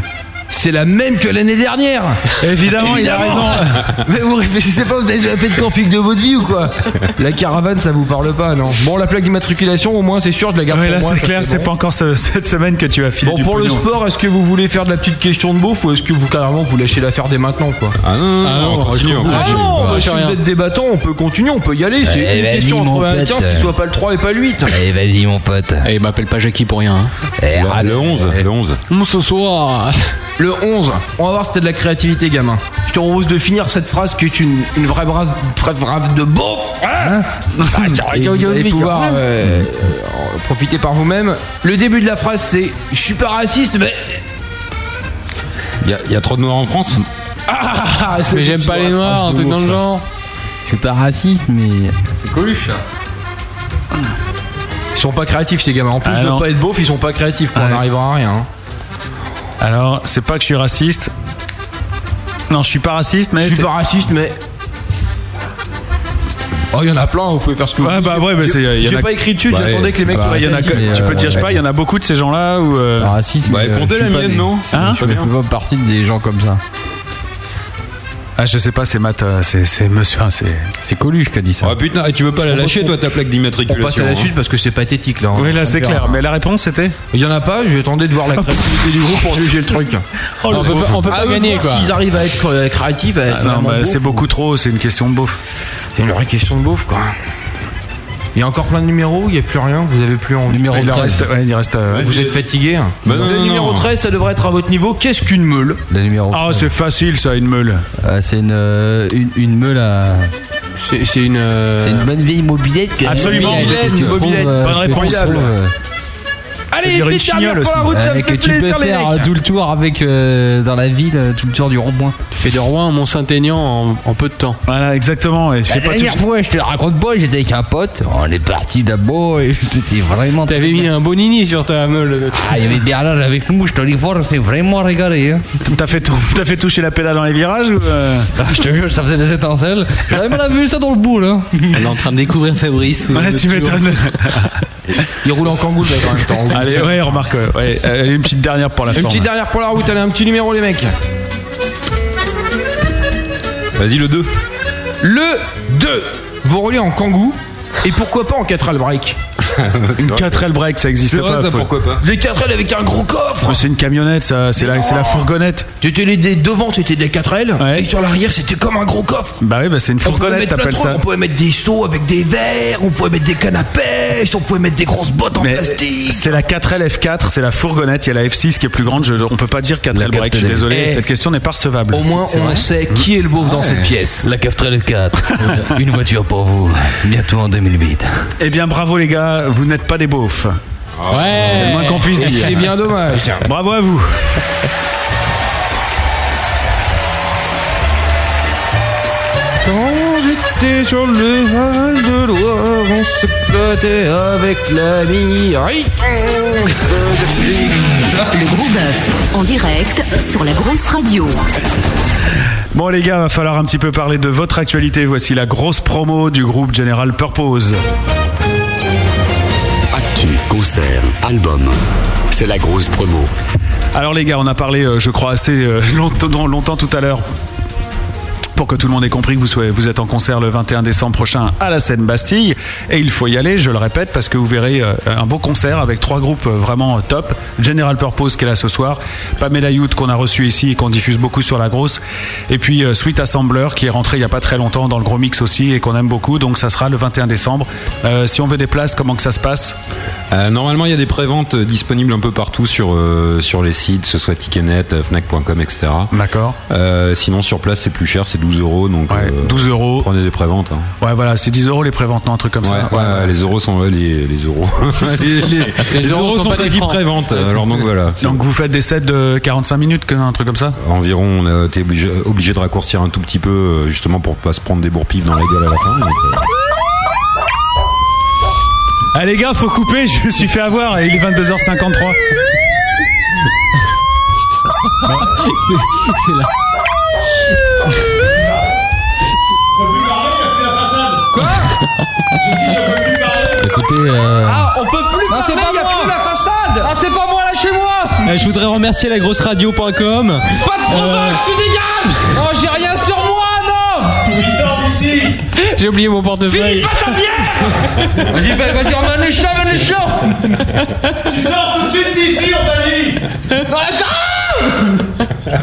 D: c'est la même que l'année dernière.
B: Évidemment, il a raison.
D: Mais vous réfléchissez pas, vous avez déjà fait de camping de votre vie ou quoi La caravane, ça vous parle pas, non Bon, la plaque d'immatriculation, au moins, c'est sûr, je la garde
B: Ouais,
D: pour
B: là
D: moi.
B: c'est
D: ça,
B: clair, c'est
D: bon.
B: pas encore ce- cette semaine que tu vas filer.
D: Bon,
B: du
D: pour le
B: pognon.
D: sport, est-ce que vous voulez faire de la petite question de beauf ou est-ce que vous carrément vous lâchez l'affaire dès maintenant quoi
F: Ah non, non, non, on continue, on
D: Ah
F: continue.
D: non,
F: Bah,
D: bah, si
F: rien.
D: vous êtes des bâtons, on peut continuer, on peut y aller. C'est
P: Eh,
D: une
P: vas-y,
D: question
P: mon
D: entre 1 et
P: pote.
D: 15 qui soit pas le 3 et pas le 8.
P: Allez, vas-y, mon pote.
B: Eh
H: Et
B: bah,
H: m'appelle pas Jackie pour rien. hein.
F: Le- le 11, le 11.
G: Mmh,
D: ce soir. Eh, Le 11. On va voir si t'as de la créativité, gamin. Je te propose de finir cette phrase qui est une, une vraie brave, vraie brave de beauf. Hein Et vous allez pouvoir euh, euh, en profiter par vous-même. Le début de la phrase, c'est Je suis pas raciste, mais.
F: Il y a- il y, a trop de noirs en France
D: Ah, c'est
G: Mais j'aime
D: gentil,
G: pas les
D: la
G: noirs,
D: phrase
G: un
D: de
G: truc dans
D: beauf,
G: le
D: ça.
G: genre.
H: Je suis pas raciste, mais.
D: C'est Coluche, ça. Ils sont pas créatifs, ces gamins. En plus
B: Ah,
D: de
B: non.
D: pas être beauf, ils sont pas créatifs. quoi. On n'arrivera à rien. hein.
B: Alors, c'est pas que je suis raciste. Non, je suis pas raciste, mais.
D: Je suis
B: c'est-
D: pas raciste, mais. Oh, il y en a plein, vous pouvez faire ce que vous
B: Ouais,
D: voulez.
B: bah ouais, mais c'est. il y en
D: J'ai
B: a-
D: pas écrit dessus,
B: Bah,
D: j'attendais que les mecs
B: bah,
D: soient
B: il y en a
D: racistes,
B: que-
D: mais,
B: Tu peux
D: euh,
B: dire, je sais
D: ouais.
B: pas, il y en a beaucoup de ces gens-là où. euh, Hein
H: Racisme.
F: Bah,
H: euh,
F: comptez
H: je suis
F: la
H: pas
F: mienne,
H: des-
F: non
H: Je fais pas partie des gens comme ça.
B: Ah, je sais pas, c'est Matt, euh, c'est c'est monsieur, enfin, c'est.
E: C'est Coluche qui a dit ça.
F: Ah putain, et tu veux pas la lâcher toi ta plaque d'immatriculation
D: On passe à la
F: hein.
D: suite parce que c'est pathétique là. hein.
B: Oui, là, c'est clair. Mais la réponse c'était Ah,
D: Il y en a pas, je vais attendre de voir la créativité du groupe pour juger le truc.
O: Oh, le On peut pauvre. pas- on peut
D: À
O: pas
D: eux de
O: gagner,
D: voir
O: quoi.
D: S'ils arrivent à être euh, créatifs, à être
B: Ah non,
D: vraiment
B: bah,
D: beaufs.
B: c'est beaucoup trop, c'est une question de beauf.
D: C'est une vraie question de beauf, quoi. Il y a encore plein de numéros, il n'y a plus rien, vous avez plus envie.
B: Numéro Il en 13. reste- ouais, il reste, euh,
D: vous êtes fatigué hein
B: Bah non,
D: Le
B: non,
D: numéro
B: non.
D: 13, ça devrait être à votre niveau. Qu'est-ce qu'une meule
E: Le numéro
B: Ah, c'est facile ça, une meule.
E: c'est une, euh, une, une meule à.
G: C'est une. euh,
E: C'est une bonne vieille mobilette. que-
B: Absolument,
E: que tu
B: mobilette.
E: trouves, euh,
B: Bonne
E: que
B: réponse.
E: tu trouves, euh,
D: Allez, une petite dernière pour la route, ça me
E: Avec-
D: fait
E: tu peux
D: plaisir, les
E: faire
D: mecs.
E: tout le tour avec euh, dans la ville, euh, tout le tour du rond-point.
G: Tu fais de Rouen à Mont-Saint-Aignan en, en peu de temps.
B: Voilà, exactement. Et tu
G: fais
E: La
G: pas
E: dernière
G: tout-
E: fois, je te raconte pas, j'étais avec un pote, on est parti là-bas et c'était vraiment.
G: T'avais mis un bonini sur ta meule.
E: Ah, il y avait Bernard avec nous, je te dis, voir, c'est vraiment régalé. Hein.
B: T'as fait, tou- t'as fait toucher la pédale dans les virages ou euh
E: Je te jure, ça faisait des étincelles. J'avais mal vu ça dans le hein. bout là.
H: Elle est en train de découvrir Fabrice.
B: Ouais, tu m'étonnes.
D: Il roule en kangourou en même temps.
B: Allez, ouais, remarque. ouais, ouais. Euh, allez, une petite dernière pour la
D: Une
B: forme.
D: petite dernière pour la route, allez, un petit numéro, les mecs.
F: Vas-y le 2.
D: Le 2. Vous roulez en kangou et pourquoi pas en 4 break
B: Une 4L break, ça existe
D: C'est vrai,
B: pas.
D: ça,
B: faut-
D: pourquoi pas Les 4L avec un gros coffre
B: Mais C'est une camionnette, ça. C'est la, c'est la fourgonnette.
D: C'était les des devant, c'était des 4L et sur l'arrière, c'était comme un gros coffre.
B: Bah oui, bah c'est une
D: On pouvait,
B: fourgonnette,
D: mettre plein de
B: t'appelles
D: trucs,
B: ça.
D: on pouvait mettre des seaux avec des verres, on pouvait mettre des cannes à pêche, on pouvait mettre des grosses bottes en
B: Mais
D: plastique.
B: c'est la 4L F4, c'est la fourgonnette. Il y a la F6 qui est plus grande. Je, on peut pas dire 4L break. Je suis
D: 4L.
B: désolé,
D: Eh.
B: cette question n'est pas recevable.
D: Au moins,
B: C'est
D: on
B: vrai.
D: sait qui est le beauf
B: Ah
D: dans cette pièce.
P: La Caftrelle 4. Une voiture pour vous. Bientôt en 2008.
B: Eh bien, bravo les gars, vous n'êtes pas des beaufs.
O: Ouais.
B: C'est le moins qu'on puisse
D: Et
B: dire.
D: c'est bien dommage.
B: Bravo à vous.
D: Quand j'étais sur le val de Loire, on se flottait avec l'ami
A: Le gros bœuf, en direct sur la grosse radio.
B: Bon les gars, va falloir un petit peu parler de votre actualité. Voici la grosse promo du groupe General Purpose.
Q: Actu, concert, album. C'est la grosse promo.
B: Alors les gars, on a parlé, euh, je crois, assez euh, longtemps, longtemps tout à l'heure. Pour que tout le monde ait compris que vous, soyez, vous êtes en concert le 21 décembre prochain à la scène Bastille. Et il faut y aller, je le répète, parce que vous verrez euh, un beau concert avec trois groupes euh, vraiment euh, top. General Purpose qui est là ce soir, Pamela Youth qu'on a reçu ici et qu'on diffuse beaucoup sur la grosse. Et puis euh, Sweet Assembler qui est rentré il n'y a pas très longtemps dans le gros mix aussi et qu'on aime beaucoup. Donc ça sera le 21 décembre. Euh, si on veut des places, comment que ça se passe
F: Euh, normalement, il y a des préventes euh, disponibles un peu partout sur euh, sur les sites, que ce soit Ticketnet, euh, Fnac.com, etc.
B: D'accord.
F: Euh, sinon, sur place, c'est plus cher, c'est 12 euros. Donc, euh,
B: 12 euros.
F: Prenez des préventes. hein.
B: Ouais, voilà, c'est 10 euros les préventes, non, un truc comme
F: Ouais,
B: ça.
F: ouais, ouais, les euros sont ouais, les, les euros. les, les- les euros sont, à vie prévente. Alors donc voilà.
B: Ah, Donc vous faites des sets de 45 minutes, que- un truc comme ça
F: Environ, on a été obligé, obligé de raccourcir un tout petit peu, euh, justement pour pas se prendre des bourpifs dans la gueule à la fin. donc, euh,
B: Ah les gars, faut couper, je me suis fait avoir et il est 22h53.
O: C'est là.
E: Écoutez, euh,
D: Ah, on peut plus
O: Non, c'est
D: parler,
O: pas
D: il y a
O: moi.
D: plus la façade Eh, Ah, c'est pas moi, lâchez-moi
O: Euh, je voudrais remercier la grosse radio.com.
D: Pas de provoque, tu dégages Oh, j'ai rien sur moi, non Il sort d'ici
O: J'ai oublié mon portefeuille.
D: Vas-y, vas-y, ramène les chiens, ramène les chiens Tu sors tout de suite d'ici, on t'a dit Dans la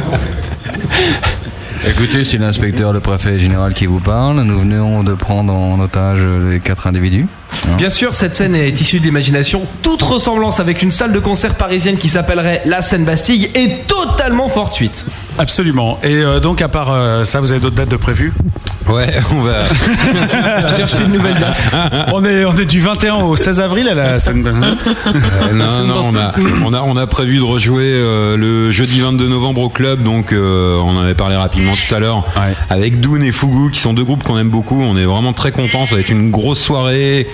E: Écoutez, c'est l'inspecteur, le préfet général qui vous parle. Nous venons de prendre en otage euh, les quatre individus. hein.
D: Bien sûr, cette scène est issue de l'imagination. Toute ressemblance avec une salle de concert parisienne qui s'appellerait la scène Bastille est totalement fortuite.
B: Absolument. Et euh, donc à part euh, ça, vous avez d'autres dates de prévues
F: Ouais, on va.
B: Chercher une nouvelle date. on, est, on est du 21 au 16 avril à la scène.
F: Euh, non, non, on a, on, a, on a prévu de rejouer euh, le jeudi 22 novembre au club, donc euh, on en avait parlé rapidement tout à l'heure, avec Doon et Fugu, qui sont deux groupes qu'on aime beaucoup. On est vraiment très contents, ça va être une grosse soirée,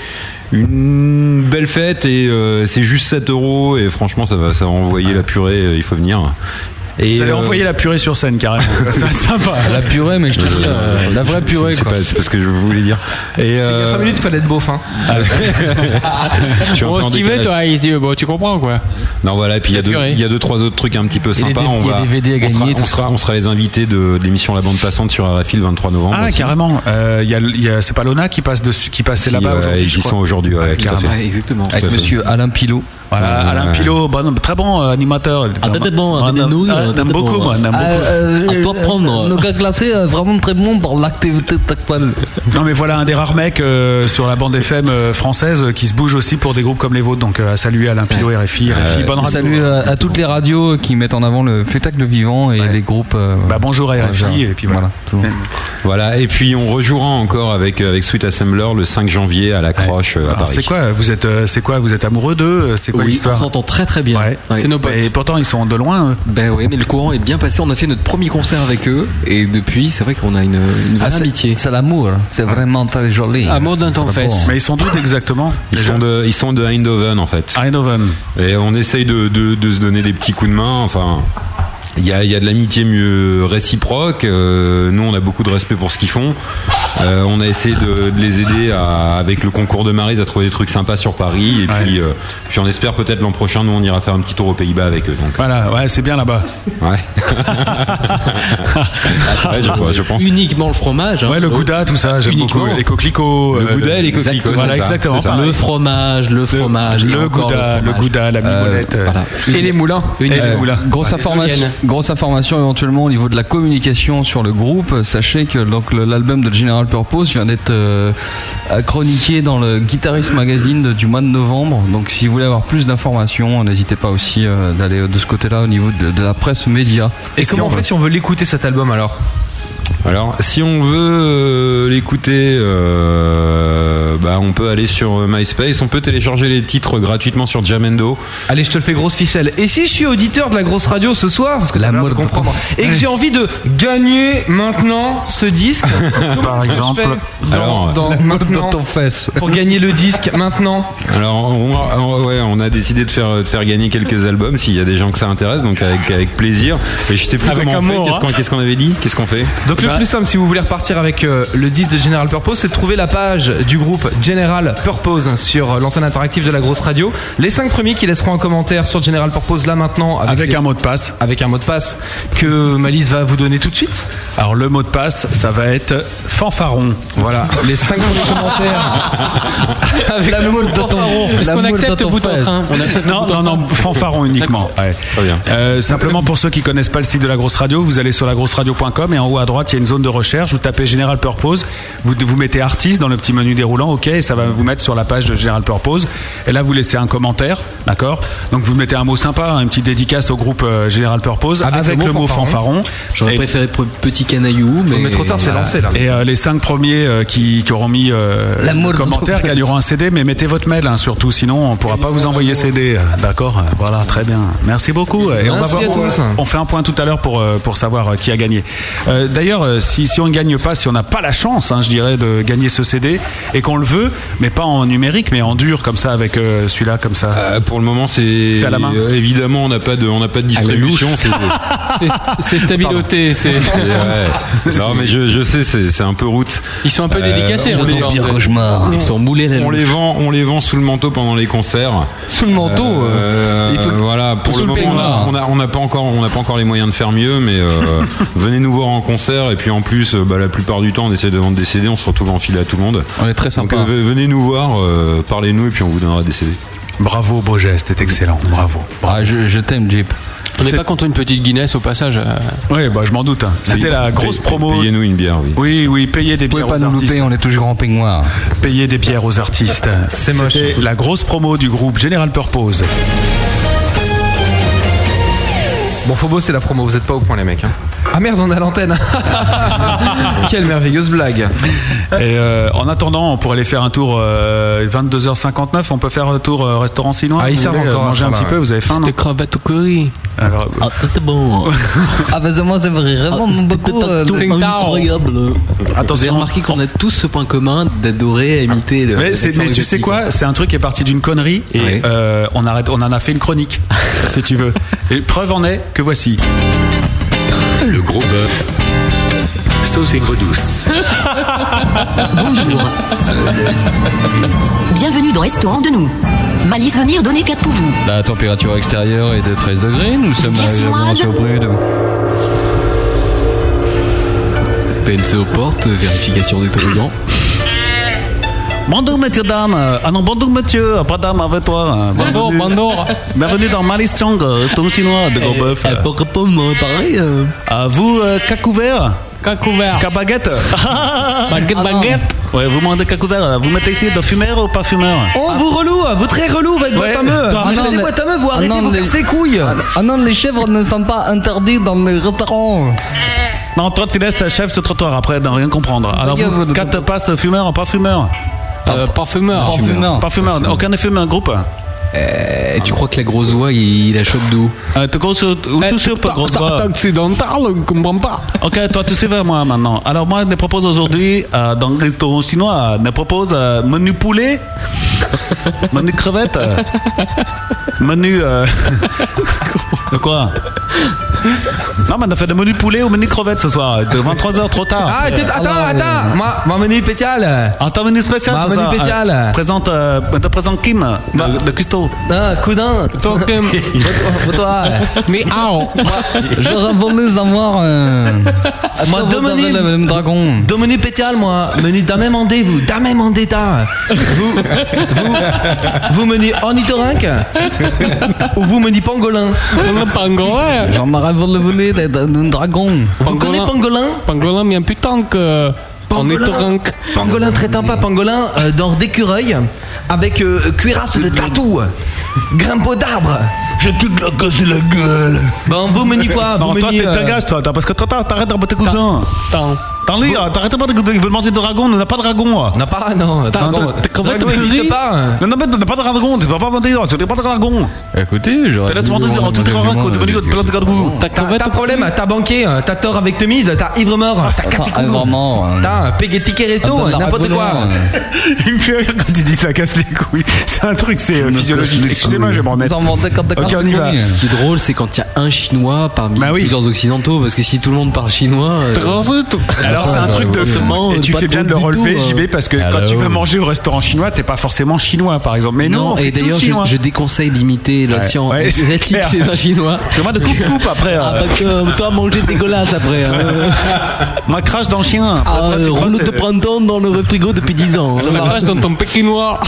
F: une belle fête, et euh, c'est juste 7 euros, et franchement, ça va, ça va envoyer la purée, euh, il faut venir. Et,
B: Vous avez
F: euh,
B: envoyé la purée sur scène carrément. Ça va être sympa.
E: La purée, mais je te dis, euh, la vraie purée.
F: C'est
E: quoi.
F: pas, c'est pas ce que je voulais dire. Et euh,
D: 5 minutes, fallait être beau, hein.
F: Ah, je suis un peu en
G: Bon, Steve,
F: décalage.
G: toi, il dit, euh, bon, tu comprends quoi.
F: Non voilà, et puis il y a deux, il y a deux trois autres trucs un petit peu
G: Et les
F: sympas.
G: dé-
F: on
G: il y a
F: va,
G: des VD à
F: on, sera,
G: gagner, tout
F: on sera, on sera les invités de, de l'émission La Bande Passante sur RFI le 23 novembre.
B: Ah
F: aussi.
B: carrément. Euh, il y a- il y a- c'est pas Lona qui passe dessus, qui passait
F: Si,
B: là-bas
F: ouais,
B: aujourd'hui.
F: ils
B: je
F: y
B: crois. Ah,
F: sont aujourd'hui, ouais, tout à fait. Ouais, exactement. Tout à fait.
E: Alain Pilot.
B: Voilà,
F: Ouais,
B: Alain
F: ouais.
B: Pilot, bon- très bon euh, animateur.
R: Ah, peut-être bon,
B: Moi,
R: avec des
B: j'aime-
R: nouilles.
B: ah,
R: euh,
B: j'aime
R: peut-être
B: beaucoup,
R: bon.
B: moi, j'aime
R: Ah,
B: beaucoup.
R: euh,
B: À toi de prendre.
R: Le gars glacé
E: euh,
R: est vraiment très bon pour l'activité tactile.
B: Non mais voilà un des rares mecs euh, sur la bande FM euh, française euh, qui se bouge aussi pour des groupes comme les vôtres. Donc euh, à saluer Alain Pilot, RFI, RFI,
E: Euh,
B: bonne radio.
E: Salut à, à toutes les radios qui mettent en avant le spectacle vivant et les groupes. euh,
B: Bah bonjour à RFI,
E: voilà.
B: et puis voilà.
F: Voilà, et puis on rejouera encore avec, avec Sweet Assembler le 5 janvier à la Croche euh, à
B: Alors,
F: Paris.
B: c'est quoi Vous êtes, euh, c'est quoi Vous êtes amoureux d'eux euh, C'est quoi
H: Oui,
B: l'histoire
H: on s'entend très très bien.
B: Ouais.
H: C'est nos potes.
B: Et pourtant ils sont de loin. eux.
H: Ben ouais, mais le courant est bien passé. On a fait notre premier concert avec eux et depuis, c'est vrai qu'on a une, une vraie
G: Ah, c'est-
H: amitié.
R: C'est l'amour.
F: hein.
R: C'est vraiment très joli.
G: Amour d'un temps fesse.
B: Mais ils sont d'où exactement
F: Ils sont, de, ils sont de Eindhoven en fait.
B: Eindhoven.
F: Et on essaye de, de, de se donner des petits coups de main. Enfin, il y a, il y a de l'amitié mieux réciproque. Euh, nous, on a beaucoup de respect pour ce qu'ils font. Euh, on a essayé de, de les aider à- avec le concours de Marise à trouver des trucs sympas sur Paris. Et puis, euh, puis on espère peut-être l'an prochain, nous, on ira faire un petit tour aux Pays-Bas avec eux. Donc,
B: Voilà, ouais, c'est bien là-bas.
F: ouais. Ah, c'est vrai, je, crois, je pense.
R: Uniquement le
H: hein.
R: fromage.
B: Ouais, le gouda, tout ça, j'aime
R: Uniquement.
B: beaucoup. Les coquelicots.
F: Le
B: euh,
F: gouda et les coquelicots,
B: Exactement.
F: c'est
B: Voilà,
F: ça,
B: exactement.
F: c'est ça.
B: pareil.
R: Le fromage, le fromage.
B: le
R: et encore
B: gouda, le
R: fromage.
B: gouda, la mimolette.
H: Euh,
B: euh.
H: voilà.
E: Et les moulins.
B: Et les
E: Euh,
B: moulins.
E: Grosse,
B: Ouais.
E: information, grosse information éventuellement au niveau de la communication sur le groupe. Sachez que donc le- l'album de General Purpose vient d'être euh, chroniqué dans le Guitarist Magazine de- du mois de novembre. Donc si vous voulez avoir plus d'informations, n'hésitez pas aussi euh, d'aller de ce côté-là au niveau de, de la presse média.
D: Et comment on fait si on veut l'écouter cet album alors
F: Alors, si on veut euh, l'écouter, euh, bah, on peut aller sur euh, MySpace, on peut télécharger les titres gratuitement sur Jamendo.
D: Allez, je te le fais grosse ficelle. Et si je suis auditeur de la grosse radio ce soir, parce que la mode comprendre, et que j'ai envie de gagner maintenant ce disque,
F: Par exemple.
D: Alors, euh,
F: Alors,
D: dans,
F: la mode
D: maintenant,
F: dans ton fesse.
D: pour gagner le disque maintenant.
F: Alors, on, on- ouais, on a décidé de faire, de faire gagner quelques albums s'il y a des gens que ça intéresse, donc avec, avec plaisir. Et je sais plus
D: Avec
F: comment on
D: amour,
F: fait,
D: hein.
F: qu'est-ce qu'on qu'est-ce qu'on avait dit, qu'est-ce qu'on fait
D: Donc le plus simple si vous voulez repartir avec euh, le 10 de General Purpose, c'est de trouver la page du groupe General Purpose sur euh, l'antenne interactive de la grosse radio. Les 5 premiers qui laisseront un commentaire sur General Purpose là maintenant avec, un
B: mot de passe.
D: Avec un mot de passe que Malice va vous donner tout de suite.
B: Alors le mot de passe, ça va être fanfaron.
D: Voilà, les 5 premiers commentaires avec le mot de fanfaron.
B: La moule dans ton fesse.
D: hein
B: Non, non, non, fanfaron uniquement. ouais. Euh, simplement pour ceux qui connaissent pas le site de la grosse radio, vous allez sur lagrosseradio.com et en haut à droite, il y a une zone de recherche. Vous tapez General Purpose, vous, vous mettez artiste dans le petit menu déroulant, ok, et ça va vous mettre sur la page de General Purpose. Et là, vous laissez un commentaire, d'accord Donc vous mettez un mot sympa, hein, une petite dédicace au groupe euh, General Purpose avec, le mot fanfaron. Oh,
H: J'aurais
B: Et-
H: préféré pre- petit canaillou, mais. Voilà.
B: et euh, les cinq premiers euh, qui, qui auront mis euh,
H: La
B: le
H: molle dans
B: commentaire
H: ton
B: gagneront un CD, mais mettez votre mail hein, surtout, sinon on pourra pas vous envoyer CD. euh, D'accord euh, Voilà, très bien. Merci beaucoup. euh, Et on, va
D: Merci
B: voir,
D: à tous.
B: on fait un point tout à l'heure pour, euh, pour savoir euh, qui a gagné. Euh, D'ailleurs, euh, si, si on ne gagne pas, si on n'a pas la chance, hein, je dirais, de gagner ce CD et qu'on le veut, mais pas en numérique, mais en dur, comme ça, avec euh, celui-là, comme ça.
F: Euh, Pour le moment, c'est
B: Fait à la main.
F: euh, évidemment on n'a pas de on n'a pas de distribution.
B: louche.
F: c'est-
G: Ah, C'est stabiloté, c'est.
F: Ouais. Non mais je, je sais c'est c'est un peu route. Euh,
G: Ils sont un peu dédicacés,
F: on
G: hein,
F: les-
G: dans leur- Ils sont moulés à la
F: on
G: louche.
F: les vend on les vend sous le manteau pendant les concerts.
D: Sous le
G: manteau,
F: Euh,
G: Oh, il faut-
F: voilà pour
G: sous
F: le
G: le
F: moment on a-
G: peignoir.
F: on a on n'a pas encore on n'a pas encore les moyens de faire mieux mais euh, venez nous voir en concert et puis en plus euh, bah, la plupart du temps on essaie de vendre des CD on se retrouve en file à tout le monde.
E: On est très
F: Donc
E: sympa.
F: euh, ve- venez nous voir euh, parlez-nous et puis on vous donnera des CD.
B: Bravo, beau geste, est excellent. Bravo.
E: Ah, je je t'aime, Jeep.
G: On n'est pas contre une petite Guinness au passage. euh.
B: Oui, bah, je m'en doute. hein. C'était la grosse promo.
F: Payez-nous une bière, oui.
B: Oui, oui, payez des bières
E: pas
B: aux
E: nous
B: artistes.
E: louper, on est toujours en peignoir.
B: Payer des bières aux artistes.
E: C'est moche.
B: C'était la grosse promo du groupe General Purpose.
D: Bon, faut bosser la promo, vous êtes pas au point les mecs. hein. Ah merde, on a l'antenne.
B: Ah,
D: Quelle merveilleuse blague.
B: Et euh, en attendant, on pourrait aller faire un tour euh, 22h59. On peut faire un tour euh, restaurant chinois.
D: Ah, ils
B: Vous
D: servent
B: voulez, euh,
D: encore à
B: manger
D: ça,
B: un
D: là,
B: petit peu.
D: ouais.
B: Vous avez faim, non
D: C'était
B: cravate au curry. Alors,
R: Ah, c'était bon. ah, bah, moi, c'est vraiment beaucoup euh, incroyable.
B: Attention.
H: Vous avez remarqué qu'on a tous ce point commun d'adorer, imiter
Q: Euh,
H: le.
B: Mais, c'est- mais tu sais quoi C'est un truc qui est parti d'une connerie et euh, on, arrête, on en a fait une chronique, si tu veux. Et preuve en est que voici.
Q: Le gros bœuf. Sauce aigre douce.
A: Bonjour. Bienvenue dans Restaurant de nous. Malice venir donner 4 pour vous.
E: La température extérieure est de 13 degrés. Nous sommes
A: Pierre
E: légèrement
A: Sinoise.
E: brude.
H: PNC aux portes, euh, vérification des toboggans.
B: Bonjour Mathieu Dame, Euh, ah non bonjour Mathieu, Ah, pas Dame avec toi. Bonjour, bonjour. Bienvenue dans Malice Chang, euh, ton chinois de gros bœuf.
H: Pourquoi pas moi pareil
B: Ah, vous, euh, cac ouvert
O: Cac ouvert.
B: Cac baguette
O: Baguette, Ah non. baguette.
B: Ouais, vous demandez cac ouvert, vous mettez ici de fumeur ou pas fumeur
D: Oh, vous relou, vous très relou, votre boîte à meuf.
B: toi, Ah
D: Arrêtez les boîtes à meuf, vous arrêtez vos casser couilles.
R: Ah non, les chèvres ne sont pas interdites dans les restaurants.
B: Non, toi tu laisses chef ce trottoir après, d'en rien comprendre. Alors vous, quatre passes fumeur ou pas fumeur
H: Euh, Parfumeur.
B: Parfumeur. Parfumeur. Aucun ne fume un groupe
H: Euh, tu crois que la grosse voix, il, il la chope d'où
B: euh, Tu grosse ou tout sur pas grosse voix
H: on ne comprend pas.
B: Ok, toi tu sais vers moi maintenant. Alors moi je te propose aujourd'hui euh, dans le restaurant chinois, je te propose euh, menu poulet, menu crevette, euh, menu... euh, de quoi Non mais on a fait de menu poulet au menu crevette ce soir, de 23h trop tard.
D: Ah, t'es- attends, attends, ma, ma menu pétale.
B: Attends, menu spécial,
D: Ma
B: ce soir.
D: menu pétale.
B: Euh, présente, euh, te présente Kim, de, de Custo.
R: Ah, coudin.
D: Toi,
R: Toi.
D: Mais ah,
R: J'aurais voulu avoir. Euh...
D: Moi, deux
R: Attends,
D: menus.
R: le même dragon.
D: Deux menus pétales, moi. Menu d'un même endé, vous. D'un même endé, t'as. Vous, vous, vous menu ornithorynque ou vous menu pangolin
O: Pangolin.
R: J'en aurais voulu d'être un dragon.
D: Vous connaissez pangolin
O: Pangolin, mais un putain que. euh, On est
D: Pangolin,
O: torrent.
D: pangolin très sympa, pangolin euh, d'or d'écureuil avec euh, cuirasse de tatou, grimpeau d'arbre. Je toute la casse la gueule. Bon, vous menu quoi
B: Non,
D: Vous
B: toi,
D: menu,
B: t'es
D: euh,
B: un gage, toi, t'as- parce que toi, t'as- t'arrêtes de rabattre tes cousins. T'en lis, hein, t'arrêtes pas de Il veut manger de dragon, on n'a pas de dragon.
D: On n'a pas, non. dragon. Dragon n'existe pas.
B: Non, non, mais on n'a pas de dragon, tu vas pas mentir, tu n'as pas de dragon.
E: Écoutez,
B: T'as
E: j'aurais.
B: laissé
E: voulu
B: mentir en
E: vendre
B: tout
E: mon
B: terrain,
E: argument
B: quoi, de
E: de-
B: bonne gueule, plein de gargouilles.
D: T'as t'as un problème, t'as banqué, hein, t'as tort avec Temise, t'as ivre mort, t'as
R: Ah,
D: catécoulou,
R: vraiment, hein.
D: t'as un Pegetti Resto,
R: Ah,
D: n'importe quoi.
B: hein. Il me fait rire quand tu dis ça casse les couilles. C'est un truc, c'est euh, physiologique. Excusez-moi, je vais me remettre. Ok, on y va. Bah
H: Ce qui est drôle, c'est quand il y a un chinois parmi plusieurs occidentaux, parce que si tout le monde parle chinois. euh,
B: Alors c'est un truc
H: Ah,
B: de fou
H: Vraiment,
B: et tu
H: pas
B: fais bien de le
H: drôle du
B: relever
H: tout, euh.
B: JB parce que quand
H: Alors.
B: tu vas manger au restaurant chinois t'es pas forcément chinois par exemple mais non, on fait
H: et
B: tout
H: d'ailleurs, je,
B: chinois
H: je déconseille d'imiter la
B: Ouais.
H: science
B: Ouais, c'est
H: asiatique
B: clair.
H: chez un chinois.
B: C'est moi de coupe-coupe après.
H: Ah,
B: euh.
H: bah, comme toi, manger dégueulasse après. hein.
B: Ma crache dans le chien.
H: Ah,
B: Après, tu crois
H: rouleau
B: que
H: de
B: c'est-
H: printemps dans le frigo depuis 10 ans. hein.
O: La vache dans ton pékinois.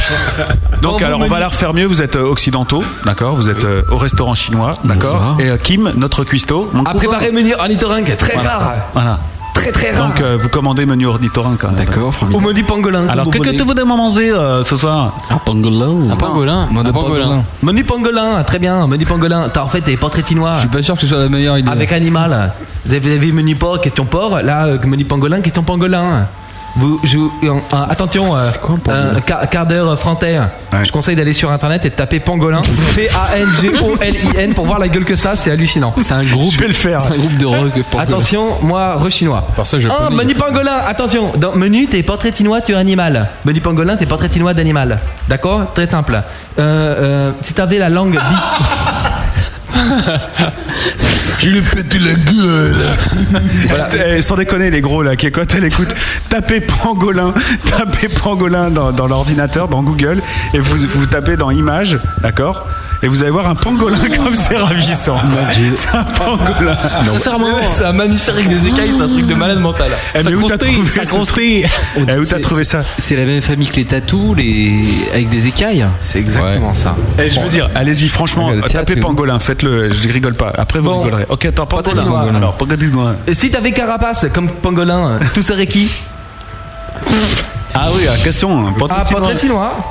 B: Donc alors on va la refaire mieux. Vous êtes euh, occidentaux, d'accord Vous êtes euh, au restaurant chinois, d'accord
H: Bonsoir.
B: Et euh, Kim, notre cuistot, mon
D: À
B: cousin.
D: préparer menu ornithorynque, très
B: Voilà.
D: rare,
B: Voilà.
D: très très rare.
B: Donc euh, vous commandez menu ornithorynque. D'accord.
D: Au menu pangolin.
B: Alors
D: que
B: qu'est-ce que
D: vous
B: tu voudrais manger euh, ce soir
H: Un pangolin.
B: Un
G: pangolin. Un pangolin.
D: Menu pangolin, très bien, menu pangolin. T'as en fait des portraits chinois. Je suis
E: pas sûr que ce soit la meilleure idée.
D: Avec animal. Vous avez vu menu porc, question porc. Là, euh, menu pangolin, question pangolin. Vous, je, vous- euh, euh, attention, euh, un quart, quart d'heure euh, français. Je conseille d'aller sur internet et de taper pangolin. P-A-N-G-O-L-I-N pour voir la gueule que ça, c'est hallucinant.
H: C'est un groupe.
B: Je vais le faire.
H: C'est un groupe de rock. pangolin.
D: Attention, moi, re-chinois.
E: ça, je
D: Ah,
E: connais.
D: menu pangolin, attention. Dans menu, t'es portrait chinois, tu es animal. Menu pangolin, t'es portrait chinois d'animal. D'accord Très simple. Euh, euh, si t'avais la langue.
B: Je lui pète la gueule. eh, sans déconner les gros là, qui quand elle écoute, tapez pangolin, tapez pangolin dans, dans l'ordinateur, dans Google, et vous, vous tapez dans images, d'accord et vous allez voir un pangolin comme c'est ravissant. C'est un pangolin.
D: Sincèrement, c'est un mammifère avec des écailles, c'est un truc de malade mental.
B: Eh, mais où t'as trouvé
D: ça
B: ce
D: construit.
H: On dit-
B: Eh, où
H: c'est-
B: t'as trouvé ça
H: C'est la même famille que les tatous, les... avec des écailles.
D: C'est exactement ça.
B: Eh, je veux dire, allez-y, franchement,
H: Regarde, tiens,
B: tapez
H: c'est où
B: pangolin, faites-le, je rigole pas. Après, vous
D: Bon.
B: rigolerez. Ok, attends, pangolin.
D: Pangolin.
B: Alors, pangolin.
D: Et si t'avais carapace comme pangolin, hein Euh, tout serait qui
B: Ah oui, ah, question. hein,
D: Ah,
B: pangolin.
D: portrait chinois.
H: Ah, bah,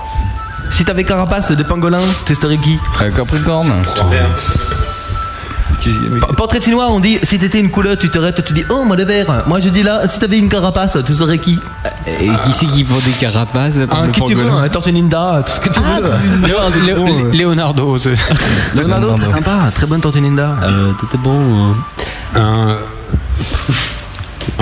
D: Si t'avais carapace de pangolin, tu serais qui
E: Capricorne.
D: Pa- Portrait chinois, on dit si t'étais une couleur, tu te restes, tu dis oh moi le vert. Moi je dis là, si t'avais une carapace, tu serais qui
H: Euh, Et qui c'est qui prend des carapaces là, pour
D: Ah,
H: le
D: Qui tu veux
H: pangolin
D: Un tortue ninja, tout ce que tu
H: Ah,
D: veux.
H: Léo- Léo-
D: Leonardo, hein. Leonardo, très sympa, très bonne tortue ninja.
H: Euh, T'étais bon. hein.
S: Un.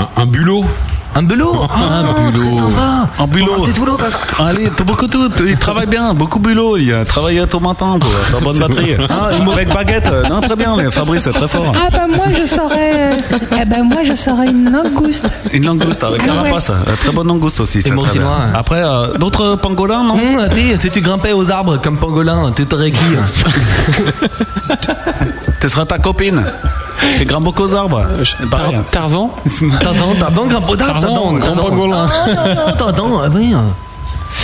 S: Un, un bulot
D: Un bulot Ah,
S: Un bulot
B: Ah,
D: hein.
B: En bulot.
S: petit boulot,
B: Allez, t'as beaucoup tout. Il travaille bien, beaucoup bulot. Il a travaillé à ton matin, quoi. T'as bonne batterie. Ah, une mauvaise baguette. Non, très bien, mais Fabrice, c'est très fort.
T: Ah bah moi je serais, euh, eh bah moi je serais une langouste.
B: Une langouste avec
T: Ah ouais.
B: carapace. Euh, Très bonne langouste aussi. c'est
D: mon
B: très
D: petit
B: bien.
D: noir, hein.
B: Après, euh, d'autres pangolins, non
D: Hum, t'es- si tu grimpais aux arbres comme pangolin, tu serais qui hein.
B: Tu seras ta copine. Tu grimpes beaucoup aux arbres.
D: Euh,
B: Pareil.
D: Tarzan Tarzan, Tarzan, grimpe aux arbres,
B: Tarzan,
D: Tarzan,
B: grand
D: Tarzan.
B: pangolin.
D: Ah, non, non, Tarzan, ah oui.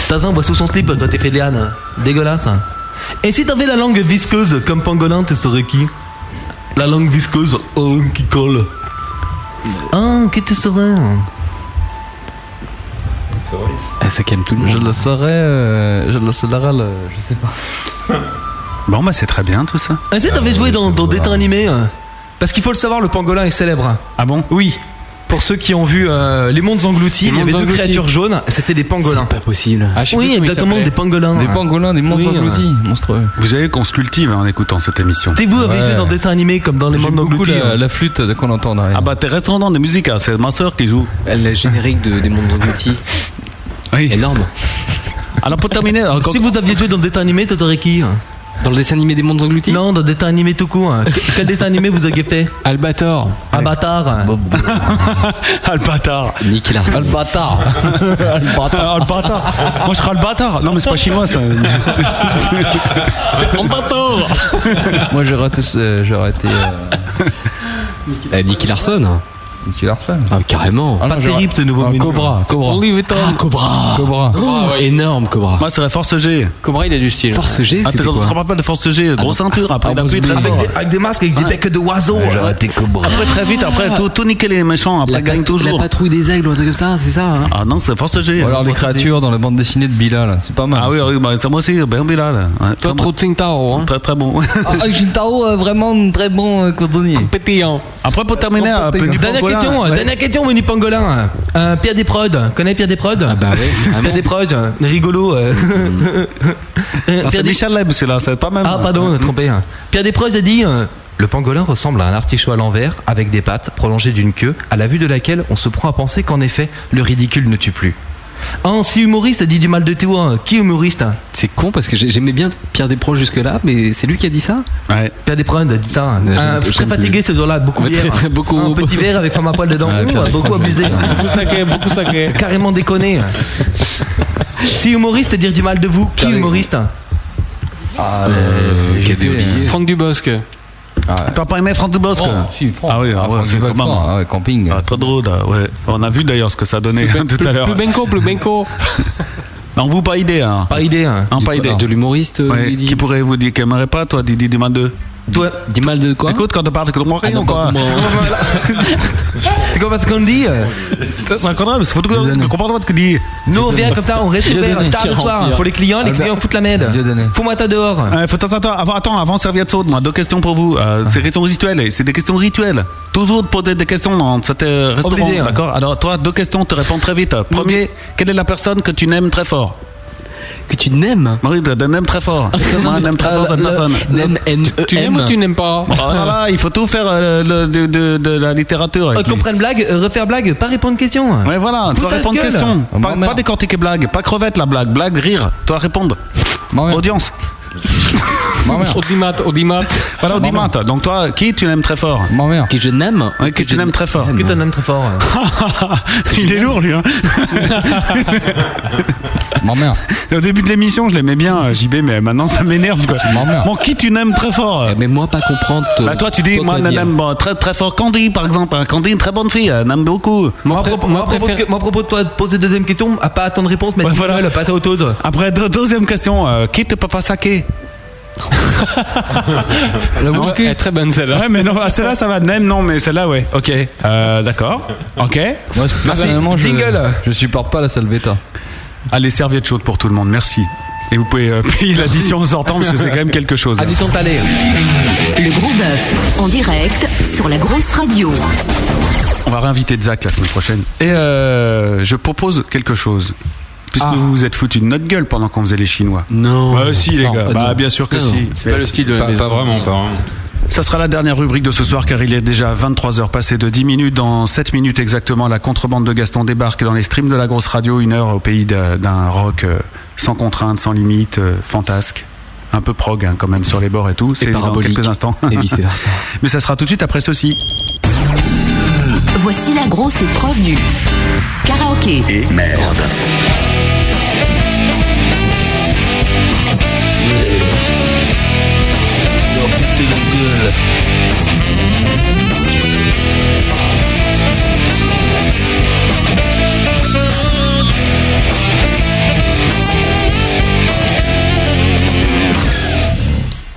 D: Tarzan boit sous son slip, toi t'es fait de liane. Dégueulasse. Et si t'avais la langue visqueuse comme pangolin, tu serais qui La langue visqueuse, oh, qui colle. Ah, qui tu serais
H: ça calme tout le
E: monde. Je le saurais, euh, je le saurais, le- je sais pas.
B: Bon, bah, c'est très bien tout ça.
D: Ah, si t'avais joué dans, dans des dessins animés euh, Parce qu'il faut le savoir, le pangolin est célèbre.
B: Ah bon
D: Oui. Pour ceux qui ont vu euh, Les Mondes Engloutis,
E: Les
D: il y avait
E: Mondes
D: deux
E: Engloutis.
D: créatures jaunes, c'était des pangolins. Ah,
H: C'est pas possible.
D: oui, exactement, des pangolins.
E: Des pangolins, des monstres
D: Oui,
E: engloutis,
D: euh.
E: monstrueux.
B: Vous savez qu'on se cultive hein, en écoutant cette émission.
D: T'es vous avez
B: Ouais.
D: joué dans des dessins animés comme dans Les Mondes Engloutis hein.
E: la flûte de qu'on entend
B: Ah bah t'es restant dans des musiques, hein, c'est ma soeur qui joue.
H: Le générique de, des mondes engloutis. Énorme.
B: Alors pour terminer,
D: Si vous aviez joué dans le dessin animé, t'aurais qui hein
H: Dans le dessin animé des mondes engloutis
D: Non, dans le dessin animé tout court. hein. Que- Quel dessin animé vous aviez fait
H: Albator.
D: Albatar.
B: Albatar.
H: Nicky Larson.
D: Albatar. Albatar.
B: Albatar. Ah, Moi je serai le bâtard. Non mais c'est pas chinois ça.
D: Albator.
E: Moi j'aurais été. euh, J'aurais été
H: Euh, Nicky Larson.
E: Nicky Larson.
H: Ah, carrément.
E: Eh, Ah non, j'aurais- Ah, Cobra, Cobra.
H: Ah, Cobra.
E: Cobra.
H: Oh, Énorme Cobra.
B: Moi serait Force G.
H: Cobra, il a du style. Force G,
B: Ah,
H: c'était
B: t'es
H: quoi Ah,
B: te rappelles de Force G, grosse ceinture, après il appuie très
D: Avec
B: fort.
D: des, avec des masques, avec des becs de oiseaux.
H: Ah,
B: j'aurais
D: été
B: Après très vite, après tout, tout nickel les méchants, après
H: La,
B: gagne
H: pat- la
B: toujours.
H: patrouille des aigles ou un truc comme ça, c'est ça hein
B: Ah non, c'est Force G.
E: Ou alors les
B: Force G.
E: créatures dans la bande dessinée de Bilal, c'est pas mal.
B: Ah oui, oui, bah, c'est moi aussi, bien là. là. Ouais, très bon.
H: Trop de Tsingtao, hein.
B: Très très bon.
U: Ah, Jintao, euh, vraiment un très bon euh, cordonnier.
H: Pétillant.
B: Après pour terminer, euh, un peu du
D: Dernière
B: pangolin,
D: question, euh,
B: ouais.
D: dernière question, Menu Pangolin. Euh, Pierre Desprodes, connais Pierre Desprodes Ah
H: bah oui,
D: Pierre Desprodes, euh, rigolo. euh. Euh,
B: Non, C'est
D: Pierre Des-
B: Michel Leb, celui-là, c'est pas même.
D: Ah pardon, trompé. Pierre Desproges a dit euh, Le pangolin ressemble à un artichaut à l'envers avec des pattes prolongées d'une queue à la vue de laquelle on se prend à penser qu'en effet le ridicule ne tue plus. Un si humoriste dit du mal de toi, hein. qui humoriste hein
H: C'est con parce que j'ai- j'aimais bien Pierre Desproges jusque-là, mais c'est lui qui a dit ça
B: Ouais.
D: Pierre Desproges a dit ça. hein.
H: Ouais, Euh, j'aime-
D: Un- très
H: j'aime
D: fatigué ce jour-là, beaucoup
H: Ouais,
D: bière.
H: très, très, beaucoup- Ah,
D: Un petit verre avec femme à poil dedans,
H: Ouais,
D: Ouh,
H: Pierre
D: beaucoup
H: Desproges.
D: abusé.
H: Beaucoup
D: sacré, beaucoup sacré. Carrément déconné. si humoriste dire du mal de vous, qui humoriste hein
E: Ah, euh,
H: Quel
E: JP,
H: oublié.
E: hein.
H: Franck Dubosc.
E: Ah,
B: T'as pas aimé Franck Dubosc
E: Oh, si, Franck.
B: Ah oui, ah,
E: Ah,
B: ouais,
E: Franck
B: c'est
E: Dubosc,
B: quand même.
E: Franck, ah ouais, camping.
B: Ah, très drôle, ah, ouais. On a vu d'ailleurs ce que ça donnait hein, tout à l'heure.
H: Plus Benko, plus Benko.
B: Non, vous pas idée, hein.
D: Pas idée. hein.
B: Hein, pas idée.
H: De l'humoriste. euh,
B: Ouais,
H: il dit-
B: Qui pourrait vous dire qu'aimerait pas, toi, Didi Diman 2
D: Toi,
H: Dis mal de quoi
B: Écoute, quand on parle que moi, rien, quoi.
D: Tu comprends ce qu'on dit euh,
B: C'est incroyable, c'est faut tout comprendre ce que dit.
D: Nous on vient comme ça, on reste
H: Dieu
D: ouvert
H: donné,
D: tard le
H: tyran,
D: soir
H: pire.
D: pour les clients, les
H: Albert-
D: clients foutent la merde.
H: Dieu donné.
D: Fous-moi ta dehors.
B: Euh, faut attends, attends, avant, attends, avant serviette saute, moi, deux questions pour vous. Euh,
D: Ah.
B: c'est questions rituelles, c'est des questions rituelles. Tous autres posent des questions dans cet euh, restaurant,
D: Obligé, hein. Mm-hmm.
B: d'accord Alors, toi, deux questions, te réponds très vite. Premier, quelle est la personne que tu n'aimes très fort
H: Que tu n'aimes
B: Marie, tu n'aimes très fort. Moi,
D: euh,
B: n'aime très fort cette personne.
H: N'aime,
V: Tu
D: E
V: aimes ou tu n'aimes pas
B: Oh là là, il faut tout faire euh, le- de, de- de la littérature.
D: Euh,
B: avec lui.
D: comprenne blague, euh, refaire blague, pas répondre question.
B: Ouais, voilà,
D: Fous
B: toi
D: ta
B: répondre
D: gueule.
B: question.
H: Ah,
E: Oh,
B: Pas,
E: merde.
B: pas décortiquer blague, pas crevette la blague, blague, rire. Toi répondre.
E: Ma mère.
B: Audience.
E: Ma mère.
V: Audimat, audimat.
B: Voilà, Audimat. Donc toi, qui tu aimes très fort
E: Ma mère.
H: Que je n'aime
B: Ouais, qui tu aimes très fort.
D: Que t'en aimes très fort.
B: Il est lourd lui. Hein
E: Ma mère.
B: Au début de l'émission, je l'aimais bien euh, JB, mais maintenant ça m'énerve. quoi.
E: Ma mère.
B: Bon, qui tu n'aimes très fort
H: Eh, Mais moi, pas comprendre.
B: Bah toi tu dis, moi
H: te dire.
B: j'aime bon, très très fort Candy par exemple. hein. Candy, une très bonne fille, elle m'aime beaucoup.
D: Moi, à propos- moi, à propos
H: préfère-
D: de- moi, à propos de toi, de poser deuxième question, à pas attendre réponse, mais
B: Ouais,
D: dis
B: voilà.
D: gueule, passe à auto.
B: Après deux- deuxième question, euh, qui te papa saké
D: Ah
E: La
V: Ouais,
E: whisky.
V: elle est très bonne celle-là.
B: Ouais mais non, ah, celle-là ça va, même non mais celle-là ouais. Ok, Euh, d'accord. Ok.
E: Moi, personnellement, je,
D: Jingle.
E: je supporte pas la salvetta.
B: Allez, serviette chaude pour tout le monde, merci. Et vous pouvez euh, payer l'addition en sortant parce que c'est quand même quelque chose. Addition
L: allez.
A: Le gros bœuf, en direct sur la grosse radio.
B: On va réinviter Zach la semaine prochaine. Et euh, je propose quelque chose. Puisque vous vous êtes foutu de notre gueule pendant qu'on faisait les Chinois.
D: Non.
B: Bah si les
D: Non,
B: gars.
F: Ah,
D: euh,
B: bah
D: non.
B: bien sûr que
D: Non,
B: si.
D: non, c'est pas le style de la Pas- maison. pas vraiment, pas vraiment.
B: Ça sera la dernière rubrique de ce soir car il est déjà 23h passé de 10 minutes. Dans 7 minutes exactement, la contrebande de Gaston débarque dans les streams de la grosse radio, une heure au pays d'un d'un rock euh, sans contrainte, sans limite, euh, fantasque. Un peu prog hein, quand même sur les bords et tout. C'est dans
H: parabolique.
B: quelques instants.
H: Et vice-versa.
B: Mais ça sera tout de suite après ceci.
A: Voici la grosse épreuve du karaoké.
W: Et merde.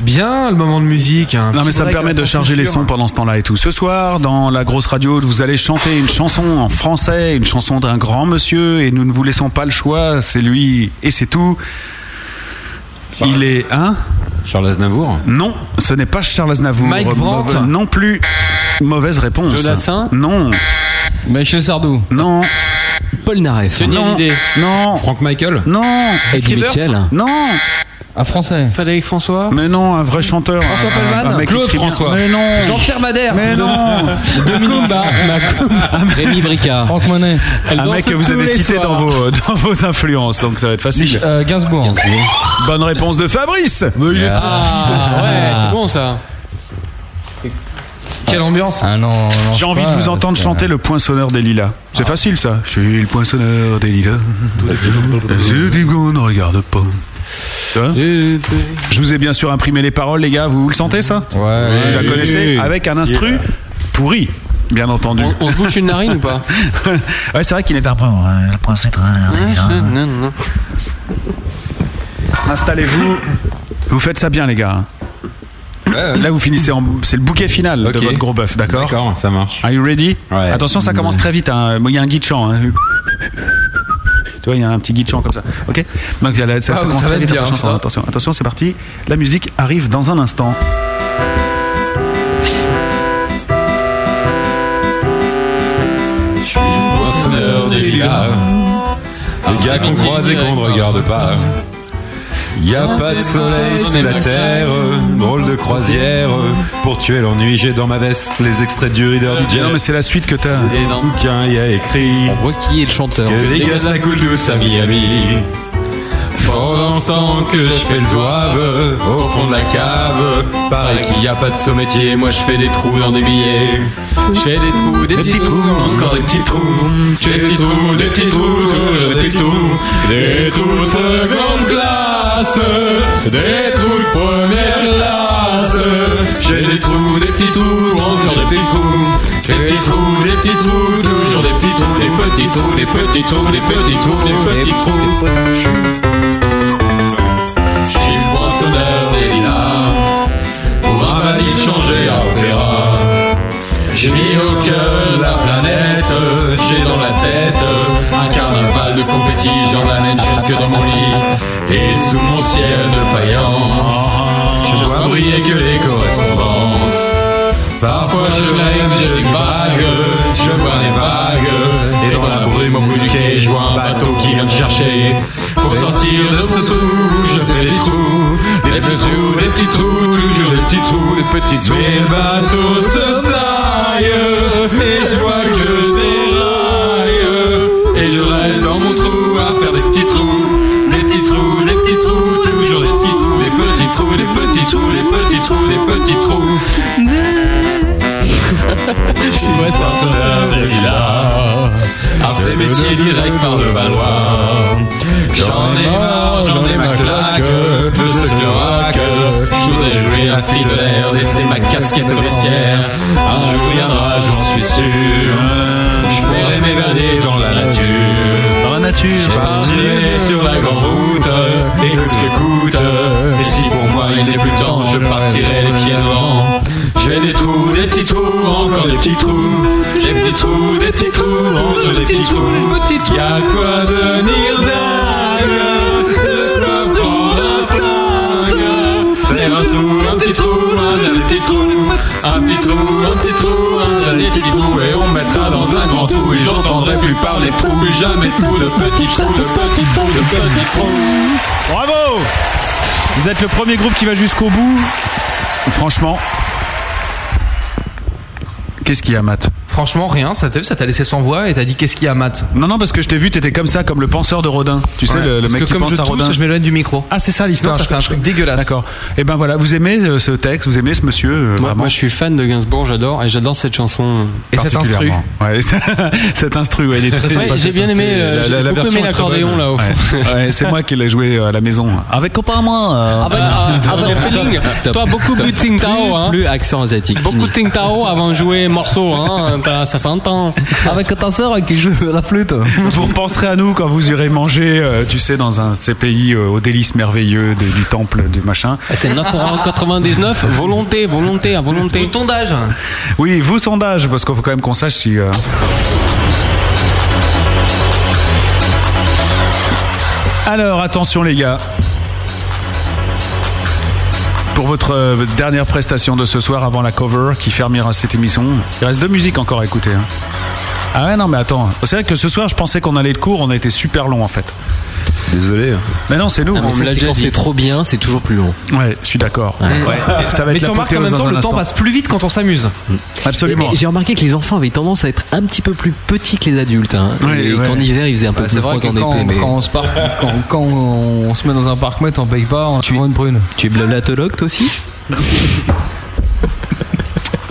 L: Bien, le moment de musique. un
B: Non
L: petit
B: mais ça me
L: break
B: permet
L: à
B: de
L: fond
B: charger les
L: culture.
B: sons pendant ce temps-là et tout. Ce soir, dans la grosse radio, vous allez chanter une chanson en français, une chanson d'un grand monsieur, et nous ne vous laissons pas le choix, c'est lui et c'est tout. Il est... Hein
F: Charles Aznavour
B: Non, ce n'est pas Charles Aznavour.
F: Mike Brandt
B: Mauvaise- Non plus. Mauvaise réponse.
F: Jodassin
B: Non.
X: Michel Sardou
B: Non.
H: Paul Naref
B: Non. Non.
F: Frank Michael
B: Non.
H: Ed
B: Rivers
H: Mitchell.
B: Non.
X: Un français.
H: Frédéric François.
B: Mais non, un vrai chanteur.
L: François
B: un-
L: Feldman
B: un mec qui
L: Claude
B: écrit bien.
L: François.
B: Mais non.
L: Jean-Pierre Madère.
B: Mais non.
X: Macumba.
H: Rémi Bricard.
X: Franck Monet.
B: Un mec que vous avez cité dans vos, dans vos influences, donc ça va être facile.
X: Gainsbourg.
B: Bonne réponse de Fabrice
D: Ah,
G: Ah,
B: Ah.
D: ouais, c'est bon ça.
L: Quelle ambiance
X: Ah
B: J'ai envie de vous entendre chanter le point sonore des lilas.
X: Ah.
B: C'est facile ça. Je suis le point sonore des lilas. C'est des gars, on ne regarde pas. Hein Je vous ai bien sûr imprimé les paroles, les gars. Vous, vous le sentez ça
X: Ouais.
B: Vous la
X: Oui.
B: connaissez Avec un instru pourri, bien entendu.
D: On se bouche une narine ou pas
B: Ouais, c'est vrai qu'il est un peu. euh, Le point sonore des lilas.
D: Non, non, non.
B: Installez-vous. Vous faites ça bien, les gars. hein. Là, vous finissez en. C'est le bouquet final de
F: Ok.
B: votre gros bœuf, d'accord
F: D'accord, ça marche.
B: Are you ready
F: Ouais.
B: Attention, ça commence très vite. hein. Moi, Il y a un guide chant. hein. Tu vois, il y a un petit guide chant comme ça. Ok Donc, il y a la- ça,
F: Ah,
B: ça
F: mais
B: commence
F: ça va
B: très
F: être
B: vite.
F: bien,
B: la chanson.
F: ça.
B: Attention, attention, c'est parti. La musique arrive dans un instant.
F: Je suis le poinçonneur des lilas. Les gars qu'on croise et qu'on ne regarde pas. Y a pas de soleil sous la terre, drôle de croisière. Pour tuer l'ennui, j'ai dans ma veste les extraits du Reader Digest.
B: Ah, Non, mais c'est la suite que t'as.
F: Dans le bouquin, il y a écrit
H: On voit qui est le chanteur.
F: que les gars, ça coule douce à Miami. Pendant ce temps que je fais le zouave au fond de la cave, pareil qu'il n'y a pas de sommétier, moi je fais des trous dans des billets.
D: Je fais des trous, des petits trous, encore des petits trous. J'ai des petits trous, des petits trous, toujours des petits trous.
G: Des trous de seconde classe, des trous de première classe. J'ai des trous, des petits trous, encore des petits trous. Des petits trous, des petits trous, toujours des petits trous, des petits trous, des petits trous, des petits trous, des petits trous. Je suis le poinçonneur des lilas, pour un valide changé à opéra. J'ai mis au cœur de la planète, j'ai dans la tête un carnaval de confetti, j'en amène jusque dans mon lit. Et sous mon ciel de faïence, je vois briller que les correspondances. Parfois je rêve, je vague, je vois des vagues. Et dans la brume au bout du quai, je vois un bateau qui vient me chercher. Pour sortir de ce trou, je fais des trous, des petits trous, des petits trous, toujours des petits trous, des petits trous. Mais le bateau se taille, mais je vois que je déraille. Et je reste dans mon trou à faire des petits trous, des petits trous, des petits trous, toujours des petits trous, des petits trous, des petits trous, des petits trous, des petits trous. Je suis poinçonneur des villas, à ces métiers directs par le Valois. J'en ai marre, j'en ai ma claque de ce cloaque. Je voudrais jouer la fille de l'air, laisser ma casquette au vestiaire. Un jour viendra, j'en suis sûr. Je pourrai m'évader dans la nature.
B: Dans la nature.
F: Je partirai sur la grande route, écoute qu'écoute. Et si pour moi il n'est plus temps, je partirai les pieds devant. Je fais des trous, des petits trous, encore des petits trous. J'ai des trous, des petits trous, entre les petits trous. Y a de quoi devenir dingue, de quoi prendre
C: un petit trou, un dernier petit trou, un petit trou, un petit trou, un dernier petit trou, et on mettra dans un grand trou, et j'entendrai plus parler de trous, plus jamais de trous, de petits trous, de petits trous, de petits trous.
B: Bravo Vous êtes le premier groupe qui va jusqu'au bout. Franchement. Qu'est-ce qu'il y a, Matt
D: Franchement, rien, ça t'a vu, ça t'a laissé sans voix et t'as dit qu'est-ce qu'il y a, Matt
B: Non, non, parce que je t'ai vu, t'étais comme ça, comme le penseur de Rodin. Tu sais,
D: Ouais,
B: le, le
D: parce
B: mec
D: que
B: qui
D: comme
B: pense
D: je
B: à
D: tousse,
B: Rodin.
D: je m'éloigne du micro.
B: Ah, c'est ça l'histoire.
D: Sinon, ça fait un truc dégueulasse.
B: D'accord. Et ben voilà, vous aimez euh, ce texte, vous aimez ce monsieur euh,
G: Moi,
B: vraiment
G: moi, je suis fan de Gainsbourg, j'adore, et j'adore cette chanson.
B: particulièrement. Ouais, c'est- cet instru, ouais, il est très
G: Ouais,
B: sympa,
G: j'ai
B: cet
G: bien
B: instru.
G: aimé, euh, j'ai beaucoup aimé
B: est très
G: l'accordéon,
B: bonne.
G: là, au fond.
B: Ouais. Ouais, c'est moi qui l'ai joué euh, à la maison. Avec copain à moi.
D: Ah,
B: euh,
D: bah,
G: Avec,
B: dans-
G: avec
B: dans-
G: feeling.
B: Stop,
G: Toi, beaucoup
B: stop.
G: de Ting Tao, hein.
H: Plus accent asiatique.
G: Beaucoup de Ting Tao avant de jouer morceau, hein. T'as- Ça s'entend.
H: Ah
L: Avec ta sœur qui joue à la flûte.
B: Vous repenserez à nous quand vous irez manger, euh, tu sais, dans un de ces pays euh, aux délices merveilleux de- du temple, du machin.
G: Eh, C'est 9,99€, volonté, volonté, à volonté.
L: sondage.
B: Oui, vous sondage, parce qu'il faut quand même qu'on sache si. euh, Alors, attention les gars. Pour votre euh, votre dernière prestation de ce soir avant la cover qui fermera cette émission, il reste deux musiques encore à écouter. hein. Ah ouais, non, mais attends. C'est vrai que ce soir, je pensais qu'on allait de court, on a été super long en fait.
F: Désolé.
B: Mais non, c'est nous.
H: Ah, mais ça, c'est quand c'est trop bien, c'est toujours plus long.
B: Ouais, je suis d'accord. Ouais. Ça va
D: Mais
B: être
D: tu
B: la
D: remarques en même temps, le temps passe plus vite quand on s'amuse.
B: Mm. Absolument.
H: Et- et J'ai remarqué que les enfants avaient tendance à être un petit peu plus petits que les adultes. hein.
G: Ouais,
H: et
G: ouais.
H: qu'en hiver, il faisait un peu
G: Bah,
H: plus
G: c'est vrai
H: froid
G: que
H: qu'en
G: quand-
H: été. Mais...
G: quand on se
H: part,
G: quand-
H: on se met dans un parc on paye pas, on tu, une prune. Tu es blablatologue, toi aussi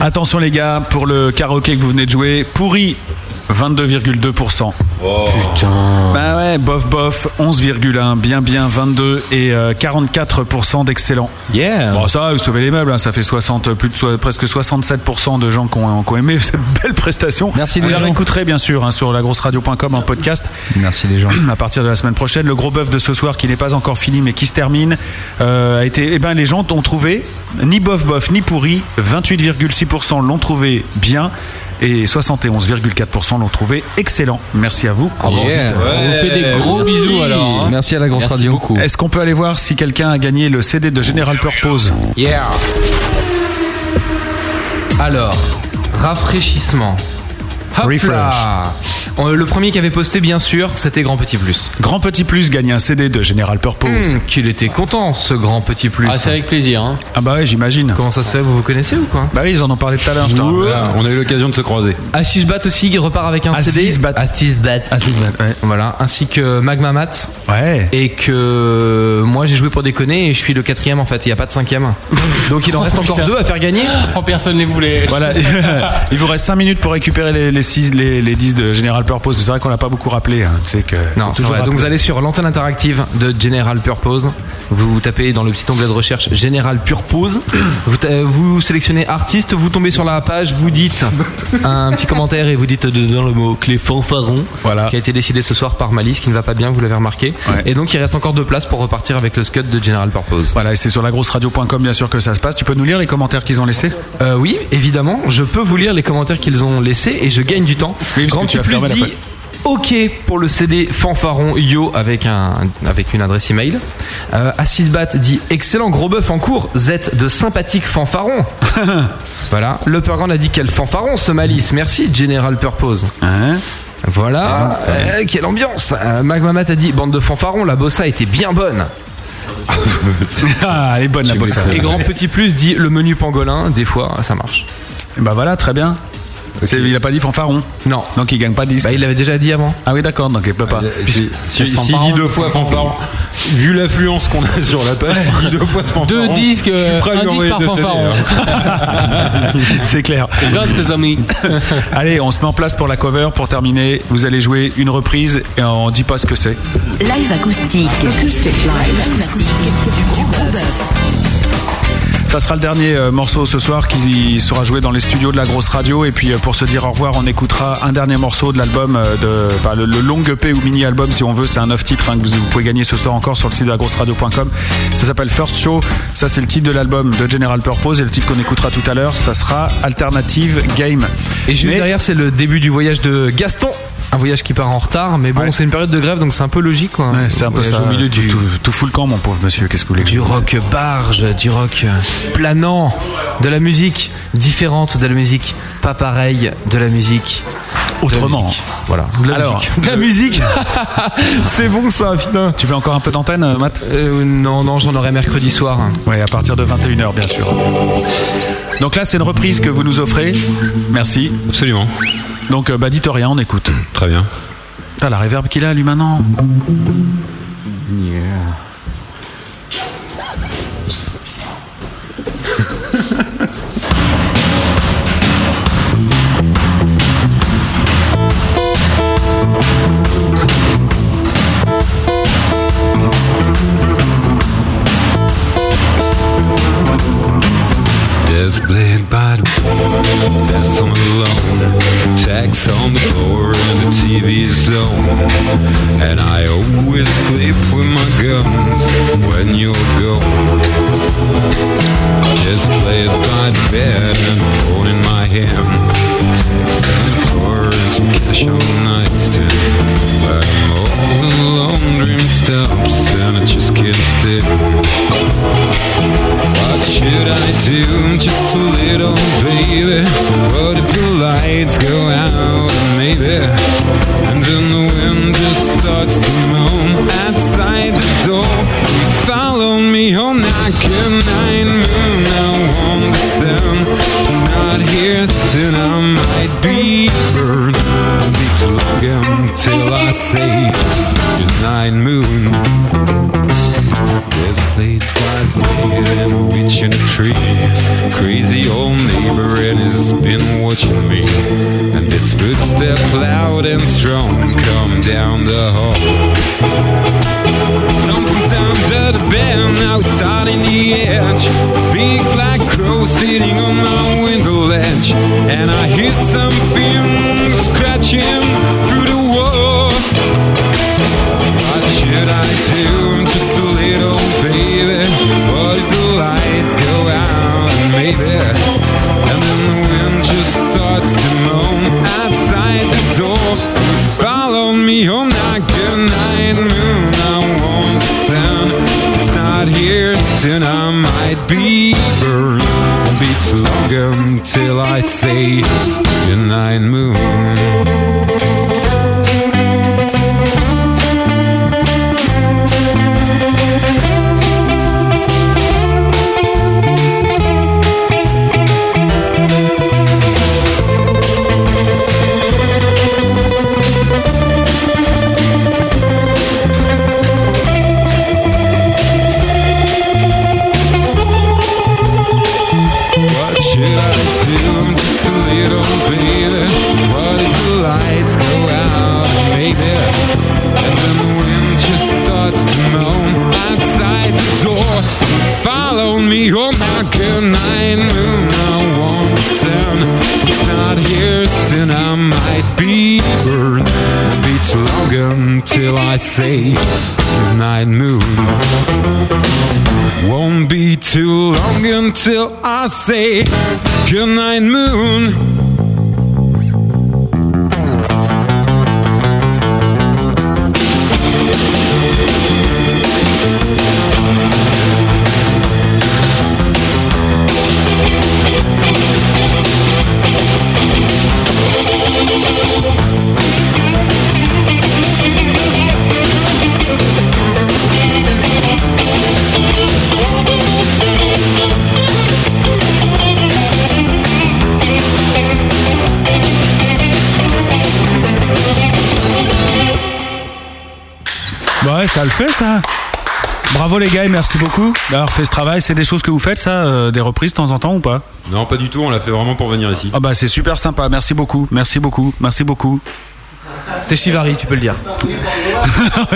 B: Attention les gars, pour le karaoké que vous venez de jouer, pourri 22,2%.
H: Ah.
B: Putain. Bah ouais, bof bof, 11,1, bien bien 22 et euh, 44% d'excellent.
G: Yeah.
B: Bon ça, vous sauvez les meubles, hein, ça fait 60, plus de so- presque 67% de gens qui ont, qui ont aimé cette belle prestation. Merci
G: les
B: Vous la
G: gens.
B: réécouterez bien sûr hein, sur lagrosseradio.com en podcast.
G: Merci les gens.
B: À partir de la semaine prochaine, le gros bœuf de ce soir qui n'est pas encore fini mais qui se termine euh, a été. Eh ben les gens ont trouvé ni bof bof ni pourri. 28,6% l'ont trouvé bien et 71,4% l'ont trouvé excellent. Merci à vous. gros
G: yeah.
B: auditeurs.
G: On vous fait des gros Merci. bisous, alors, hein. Merci à la grosse radio.
B: Est-ce qu'on peut aller voir si quelqu'un a gagné le CD de General Purpose
D: Yeah. Alors, rafraîchissement. Hop
B: Refresh.
D: là. On- Le premier qui avait posté, bien sûr, c'était Grand Petit Plus.
B: Grand Petit Plus gagne un CD de General Purpose.
D: Qu'il était content, ce Grand Petit Plus.
G: Hmm. Ah, c'est avec plaisir, hein.
B: Ah bah ouais, j'imagine.
D: Comment ça se fait Vous vous connaissez ou quoi
B: Bah oui, ils en ont parlé tout à l'heure. je t'en rappelle.
F: Voilà, on a eu l'occasion de se croiser.
D: Assis Bat aussi qui repart avec un
B: Assis
D: CD.
B: Bat.
D: Assis Bat. Voilà, ainsi que Magma Mat.
B: Ouais.
D: Et que euh, moi j'ai joué pour déconner et je suis le quatrième en fait, il n'y a pas de cinquième. Donc il en reste encore deux à faire gagner.
G: Oh, personne les voulait.
B: Voilà, il vous reste 5 minutes pour récupérer les, les, six- les, les 10 de General Purpose. C'est vrai qu'on l'a pas beaucoup rappelé. hein. C'est que
D: Non,
B: faut
D: c'est
B: toujours
D: vrai. Donc vous
B: rappeler.
D: allez sur l'antenne interactive de General Purpose. Vous tapez dans le petit onglet de recherche General Purpose. Vous, ta- vous sélectionnez artiste, vous tombez sur la page, vous dites un petit commentaire et vous dites dedans le mot clé fanfaron.
B: Voilà.
D: Qui a été décidé ce soir par Malice, qui ne va pas bien, vous l'avez remarqué. Et donc il reste encore deux places pour repartir avec le scud de General Purpose.
B: Voilà, et c'est sur lagrosseradio.com bien sûr que ça se passe. Tu peux nous lire les commentaires qu'ils ont laissés
D: Euh, oui, évidemment, je peux vous lire les commentaires qu'ils ont laissés et je gagne du temps.
B: Oui, parce
D: Grand
B: que
D: Petit
B: tu vas
D: Plus
B: fermer la
D: dit
B: page.
D: OK pour le CD Fanfaron Yo avec, un, avec une adresse email. Euh, Assisbat dit excellent gros bœuf en cours, Z de sympathique fanfaron. voilà. Le Pergrand a dit quel fanfaron ce malice, merci General Purpose.
B: Hein
D: Voilà, Euh, quelle ambiance. Euh, Magmamat a dit bande de fanfarons, la bossa était bien bonne.
B: ah, elle est bonne la bossa.
D: Et Grand Petit Plus dit le menu pangolin, des fois ça marche.
B: Bah voilà, très bien. C'est- Il a pas dit fanfaron
D: Non.
B: Donc il gagne pas 10.
D: Bah, il l'avait déjà dit avant.
B: Ah oui, d'accord, donc il peut pas.
F: Si- si- S'il dit deux fois fanfaron, vu l'affluence qu'on a sur la page, s'il dit deux fois fanfaron.
G: Deux disques,
F: je suis prêt à
G: un
F: lui
G: disque
F: envoyer
G: par
F: deux CD,
G: fanfaron.
F: hein.
B: C'est clair.
G: Regarde tes amis.
B: Allez, on se met en place pour la cover. Pour terminer, vous allez jouer une reprise et on dit pas ce que c'est.
A: Live acoustique. Acoustic live. Du gros bœuf.
B: Ça sera le dernier euh, morceau ce soir qui sera joué dans les studios de la grosse radio. Et puis euh, pour se dire au revoir, on écoutera un dernier morceau de l'album, euh, de, enfin, le, le long EP ou mini-album si on veut. C'est un 9 titres hein, que vous, vous pouvez gagner ce soir encore sur le site de la grosse radio.com. Ça s'appelle First Show. Ça, c'est le titre de l'album de General Purpose. Et le titre qu'on écoutera tout à l'heure, ça sera Alternative Game.
D: Et juste
B: Mais-
D: derrière, c'est le début du voyage de Gaston. un voyage qui part en retard, mais bon, c'est une période de grève, donc c'est un peu logique. quoi.
B: Ouais, c'est un peu
D: Voyage
B: ça. euh,
D: Au milieu du,
B: Tout, tout fout le camp, mon pauvre monsieur. Qu'est-ce que vous voulez que
D: du
B: je vous dise
D: rock barge, du rock planant, de la musique différente de la musique, pas pareille de la musique.
B: Autrement.
D: Voilà. De la
B: Alors,
D: musique. De la musique C'est bon ça, putain. Euh,
B: Tu veux encore un peu d'antenne, euh, Matt
D: Non, non, j'en aurai mercredi soir.
B: Ouais, à partir de 21h, bien sûr. Donc là, c'est une reprise que vous nous offrez. Merci.
F: Absolument.
B: Donc, euh, bah, dites rien, on écoute.
F: Très bien.
B: T'as la réverb qu'il a, lui, maintenant
C: Desk laid by the pool, that's on the loan. Tax on the floor and the TV zone. And I always sleep with my guns when you're gone. Just laid by the bed and phone in my hand. Tax on the floor and some cash on the nightstand. But I'm all alone, dream stops and I just can't stay. What should I do? Just a little baby. What if the lights go out? Maybe. And then the wind just starts to moan outside the door. Follow me home now. Good night, moon. I want the sun. It's not here soon. I might be burned. Won't Be too long until I say good night, moon. There's a plate wide way and a witch in a tree. Crazy old neighbor and he's been watching me. And this footstep loud and strong come down the hall. Something's under the bend outside in the edge. Big black crow sitting on my window ledge. And I hear something scratching through the wall. What should I do? I'm just a little baby. What if the lights go out? Maybe. And then the wind just starts to moan outside the door. Follow me home now. Good night, moon. I won't sound. It's not here soon. I might be burned. Won't be too long until I say good night, moon. What should I do? I'm just a little baby. What if the lights go out? Maybe. And then the wind just starts to moan outside the door. Follow me home now, good night, moon. I won't sound. It's not here, soon I might be burned. Won't be too long until I say good night, moon. Won't be too long until I say good night, moon.
B: Bah ouais, ça le fait, ça. Bravo les gars, et merci beaucoup d'avoir fait ce travail. C'est des choses que vous faites, ça, euh, des reprises de temps en temps ou pas
F: Non, pas du tout, on l'a fait vraiment pour venir ici.
B: Ah bah c'est super sympa. Merci beaucoup, merci beaucoup, merci beaucoup.
D: C'était Chivari, tu peux le dire.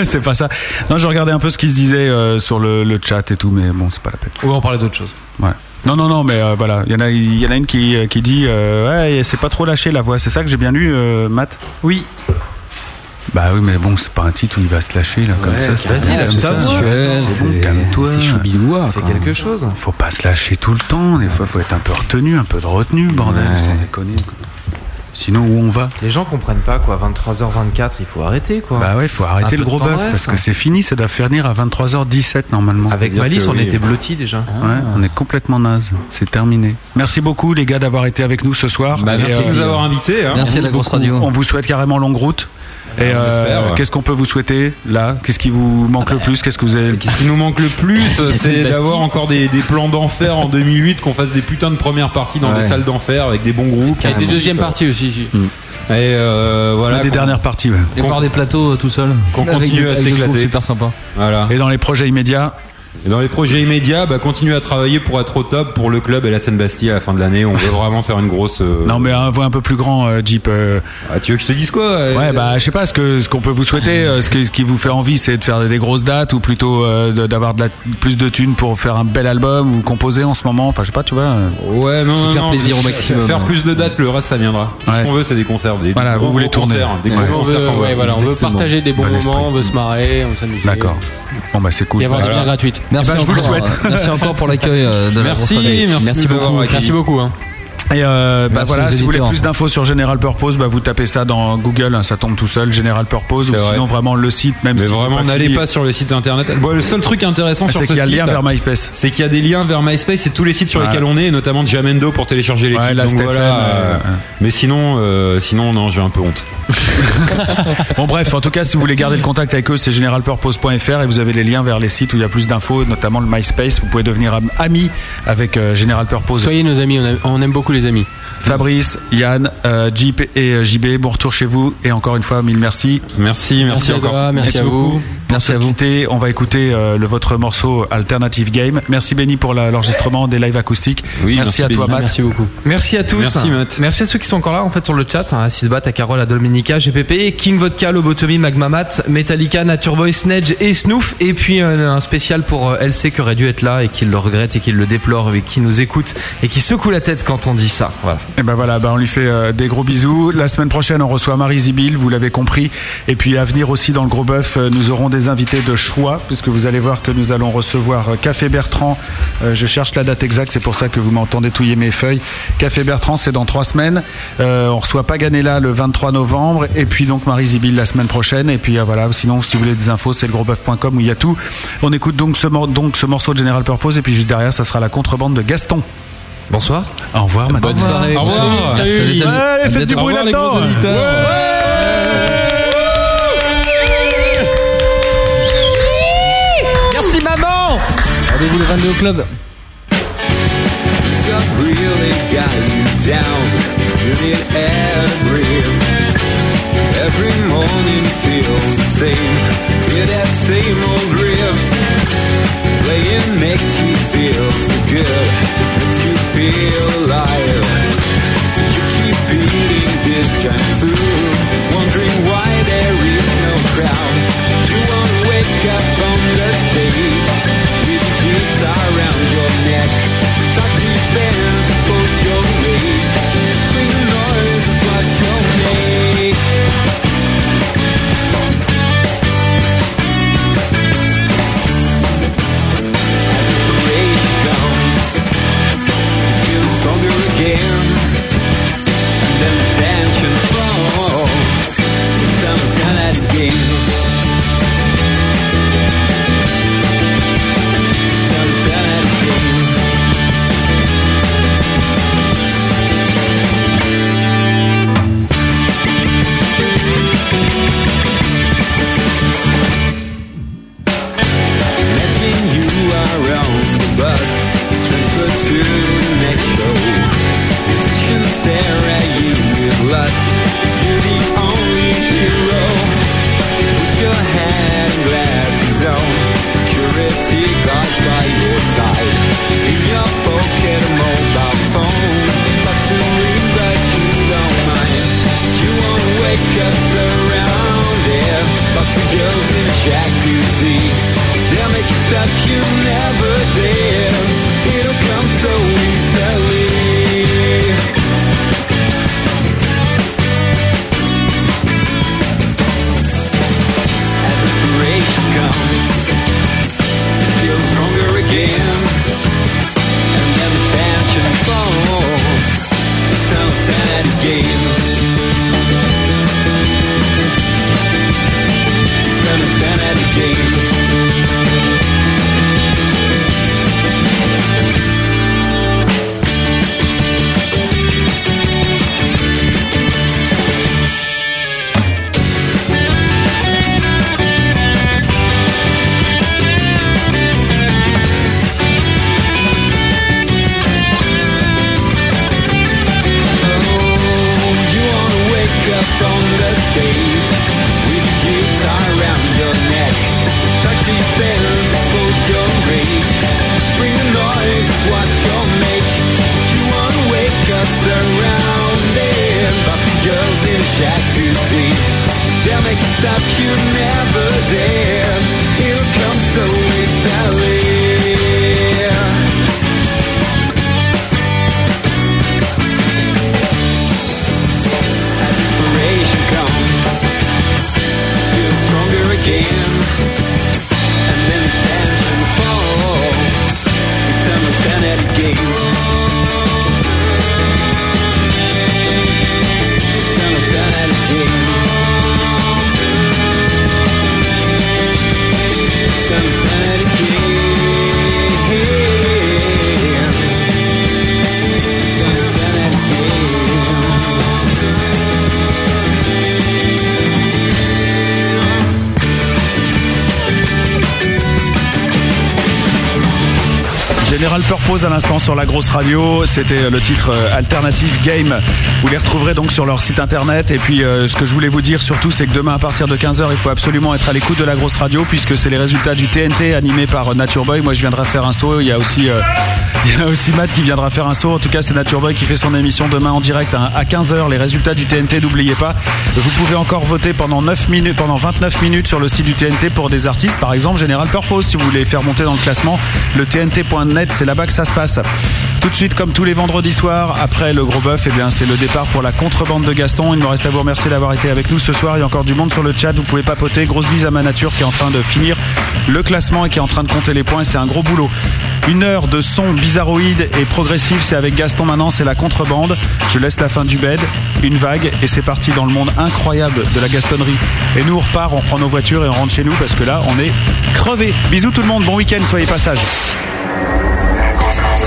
B: c'est pas ça. Non, je regardais un peu ce qui se disait euh, sur le, le chat et tout, mais bon, c'est pas la peine.
D: Ou on parlait d'autre chose.
B: Ouais. Non, non, non, mais euh, voilà. Il y, en a- il y en a une qui, euh, qui dit euh, Ouais, c'est pas trop lâché la voix. C'est ça que j'ai bien lu, euh, Matt
D: Oui.
B: Bah oui, mais bon, c'est pas un titre où il va se lâcher, là, comme
D: Ouais,
B: ça. c'est
D: vas-y,
B: bon,
D: lâche
B: comme
D: ta
B: ça.
D: voix,
B: Ouais,
D: c'est-
B: c'est bon, calme-toi.
D: c'est choubiloua, Fais quoi. quelque chose.
B: Faut pas se lâcher tout le temps. Des fois, faut être un peu retenu, un peu de retenue, bordel. Sans déconner. Sinon, où on va
Y: Les gens comprennent pas quoi. 23h24, il faut arrêter quoi.
B: Bah ouais, faut arrêter
Y: Un
B: le
Y: peu
B: gros
Y: de
B: bœuf
Y: tendresse,
B: parce
Y: hein.
B: que c'est fini, ça doit finir à 23h17 normalement.
Y: Avec Malice, on
D: hein.
Y: était blottis déjà.
B: Ah Ouais, on est complètement naze. C'est terminé. Merci beaucoup les gars d'avoir été avec nous ce soir. euh,
F: Bah, merci de nous avoir invités, hein. Merci à la grosse
B: beaucoup.
F: radio.
B: On vous souhaite carrément longue route. Et euh,
F: l'espère, ouais. Euh,
B: qu'est-ce qu'on peut vous souhaiter là Qu'est-ce qui vous manque le plus Qu'est-ce que vous avez
F: Ce qui nous manque le plus, c'est d'avoir encore des, des plans d'enfer en 2008, qu'on fasse des putains de premières parties dans
E: Ouais.
F: des salles d'enfer avec des bons groupes.
E: Et des deuxièmes
F: Euh,
E: parties aussi. si.
F: Et euh, voilà.
B: Des
F: qu'on-
B: dernières parties, ouais.
E: Et voir des plateaux euh, tout seul.
F: Qu'on
E: Avec
F: continue
E: des-
F: à
E: avec des groupes,
F: s'éclater.
E: Super sympa.
F: Voilà.
B: Et dans les projets immédiats
F: et dans les projets immédiats, bah, continuez à travailler pour être au top pour le club et la Seine-Bastille à la fin de l'année. On veut vraiment faire une grosse. euh,
B: Non mais un voix un peu plus grand, euh, Jeep. euh.
F: Ah, tu veux que je te dise quoi euh,
B: Ouais, bah je sais pas ce que ce qu'on peut vous souhaiter, euh, ce, que- ce qui vous fait envie, c'est de faire des grosses dates ou plutôt euh, de- d'avoir de la- plus de thunes pour faire un bel album ou composer en ce moment. Enfin, je sais pas, tu vois. euh.
F: Ouais, non, non,
B: Se faire
F: non,
B: plaisir
F: plus-
B: au maximum. hein.
F: Faire plus de dates, le reste ça viendra.
B: Ouais.
F: Ce qu'on veut, c'est des concerts. Des, des
B: Voilà,
F: gros,
B: vous voulez
F: gros
B: tourner.
F: concerts, Des
B: Ouais.
F: gros
B: On
F: concerts
B: veut-
F: qu'on
B: ouais, voilà,
G: on veut partager des bons
B: Bon esprit.
G: moments, Bah, on veut se marrer, on veut s'amuser.
B: D'accord. Bon bah c'est cool.
G: Et
B: Eh ben,
G: avoir des
B: Voilà.
G: bières gratuites.
B: Merci
G: Bah, je vous le
B: encore. euh,
G: souhaite.
B: Merci encore pour l'accueil, euh, de la
G: Merci,
B: grosse radio.
G: merci,
B: Merci
G: de nous
B: beaucoup.
G: avoir accueillis.
B: Merci beaucoup, hein. Et euh, bah
G: Merci aux
B: voilà, si vous voulez
G: auditeurs.
B: plus d'infos sur General Purpose, bah vous tapez ça dans Google, hein, ça tombe tout seul, General Purpose, ou
F: C'est
B: sinon
F: vrai.
B: vraiment le site, même
F: Mais
B: si.
F: vraiment, n'allez pas sur le site internet. Bon, le seul truc intéressant
B: Ah,
F: sur
B: c'est
F: ce
B: qu'il y a le
F: site, hein.
B: lien vers MySpace.
F: C'est qu'il y a des liens vers MySpace et tous les sites sur
B: Ouais.
F: lesquels on est, et notamment Jamendo pour télécharger les
B: Ouais,
F: titres.
B: Last
F: Donc
B: FM,
F: voilà.
B: euh,
F: euh, Mais sinon, euh, sinon non, j'ai un peu honte.
B: Bon bref, en tout cas, si vous voulez garder le contact avec eux, c'est generalpurpose.fr et vous avez les liens vers les sites où il y a plus d'infos, notamment le MySpace. Vous pouvez devenir am- ami avec euh, General Purpose.
G: Soyez nos amis, on aime, on aime beaucoup les amis.
B: Fabrice, Yann, euh, Jeep et euh, JB, bon retour chez vous et encore une fois, mille merci.
F: Merci, merci, encore.
B: beaucoup. Merci à vous. on va écouter euh, le, votre morceau Alternative Game. Merci Benny pour la- l'enregistrement des lives acoustiques. merci, à toi Matt.
Y: Merci à tous.
B: Merci,
F: Matt.
Y: Merci à ceux qui sont encore là en fait sur le chat. hein, À Sisbat, à Carole, à Dominica, GPP, King Vodka, Lobotomy, Magmamat, Metallica, Nature Boy, Snedge et Snoof. Et puis euh, un spécial pour euh, LC qui aurait dû être là et qui le regrette et qui le déplore et qui nous écoute et qui secoue la tête quand on dit ça. Voilà.
B: Et ben voilà, ben on lui fait euh, des gros bisous. La semaine prochaine, on reçoit Marie Zibil, vous l'avez compris. Et puis à venir aussi dans le gros bœuf, euh, nous aurons des invités de choix, puisque vous allez voir que nous allons recevoir euh, Café Bertrand. Euh, je cherche la date exacte, c'est pour ça que vous m'entendez touiller mes feuilles. Café Bertrand, c'est dans trois semaines. Euh, on reçoit Paganella le 23 novembre, et puis donc Marie Zibil la semaine prochaine. Et puis euh, voilà, sinon si vous voulez des infos, c'est le grosbœuf.com où il y a tout. On écoute donc ce, mor- donc ce morceau de General Purpose, et puis juste derrière, ça sera la contrebande de Gaston.
Y: Bonsoir.
B: Au revoir, madame.
Y: Bonne soirée.
B: Au revoir.
Y: Salut. Salut, salut.
B: Ouais,
Y: À
B: allez, faites
Y: bientôt.
B: du bruit
Y: Au revoir, les
B: là-dedans.
Y: gros auditeurs. Merci maman
H: Rendez-vous le 22 au club.
C: Stuff really got you down. You need air to breathe. Every morning feels the same. Hear that same old riff. Playing makes you feel so good. Makes you feel alive. So you keep eating this junk food. Wondering why there is no crowd. You won't wake up on the stage. With guitar around your neck. Talk to your fans, expose your weight. Bring the noise, it's what you'll make. As inspiration comes,
L: stop you never did. It comes so easily. As inspiration comes, feel stronger again. And then the tension falls. It's an eternity game. It's an eternity game. It's an eternity game. It's an eternity game.
B: General Purpose à l'instant sur la grosse radio, c'était le titre euh, Alternative Game. Vous les retrouverez donc sur leur site internet. Et puis euh, ce que je voulais vous dire surtout, c'est que demain à partir de 15h, il faut absolument être à l'écoute de la grosse radio puisque c'est les résultats du TNT animé par euh, Nature Boy. Moi je viendrai faire un saut. Il y a aussi, euh, il y a aussi Matt qui viendra faire un saut. En tout cas, c'est Nature Boy qui fait son émission demain en direct hein, à 15h. Les résultats du TNT, n'oubliez pas. Vous pouvez encore voter pendant, 9 minutes, pendant 29 minutes sur le site du TNT pour des artistes. Par exemple, General Purpose, si vous voulez faire monter dans le classement, le TNT.net, c'est là-bas que ça se passe. Tout de suite, comme tous les vendredis soirs, après le gros bœuf, eh bien, c'est le départ pour la contrebande de Gaston. Il me reste à vous remercier d'avoir été avec nous ce soir. Il y a encore du monde sur le chat. Vous pouvez papoter. Grosse bise à ma nature qui est en train de finir le classement et qui est en train de compter les points. C'est un gros boulot. Une heure de son bizarroïde et progressif. C'est avec Gaston maintenant. C'est la contrebande. Je laisse la fin du bed, une vague et c'est parti dans le monde incroyable de la gastonnerie. Et nous, on repart, on prend nos voitures et on rentre chez nous parce que là, on est crevé. Bisous tout le monde. Bon week-end. Soyez passage.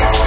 L: game.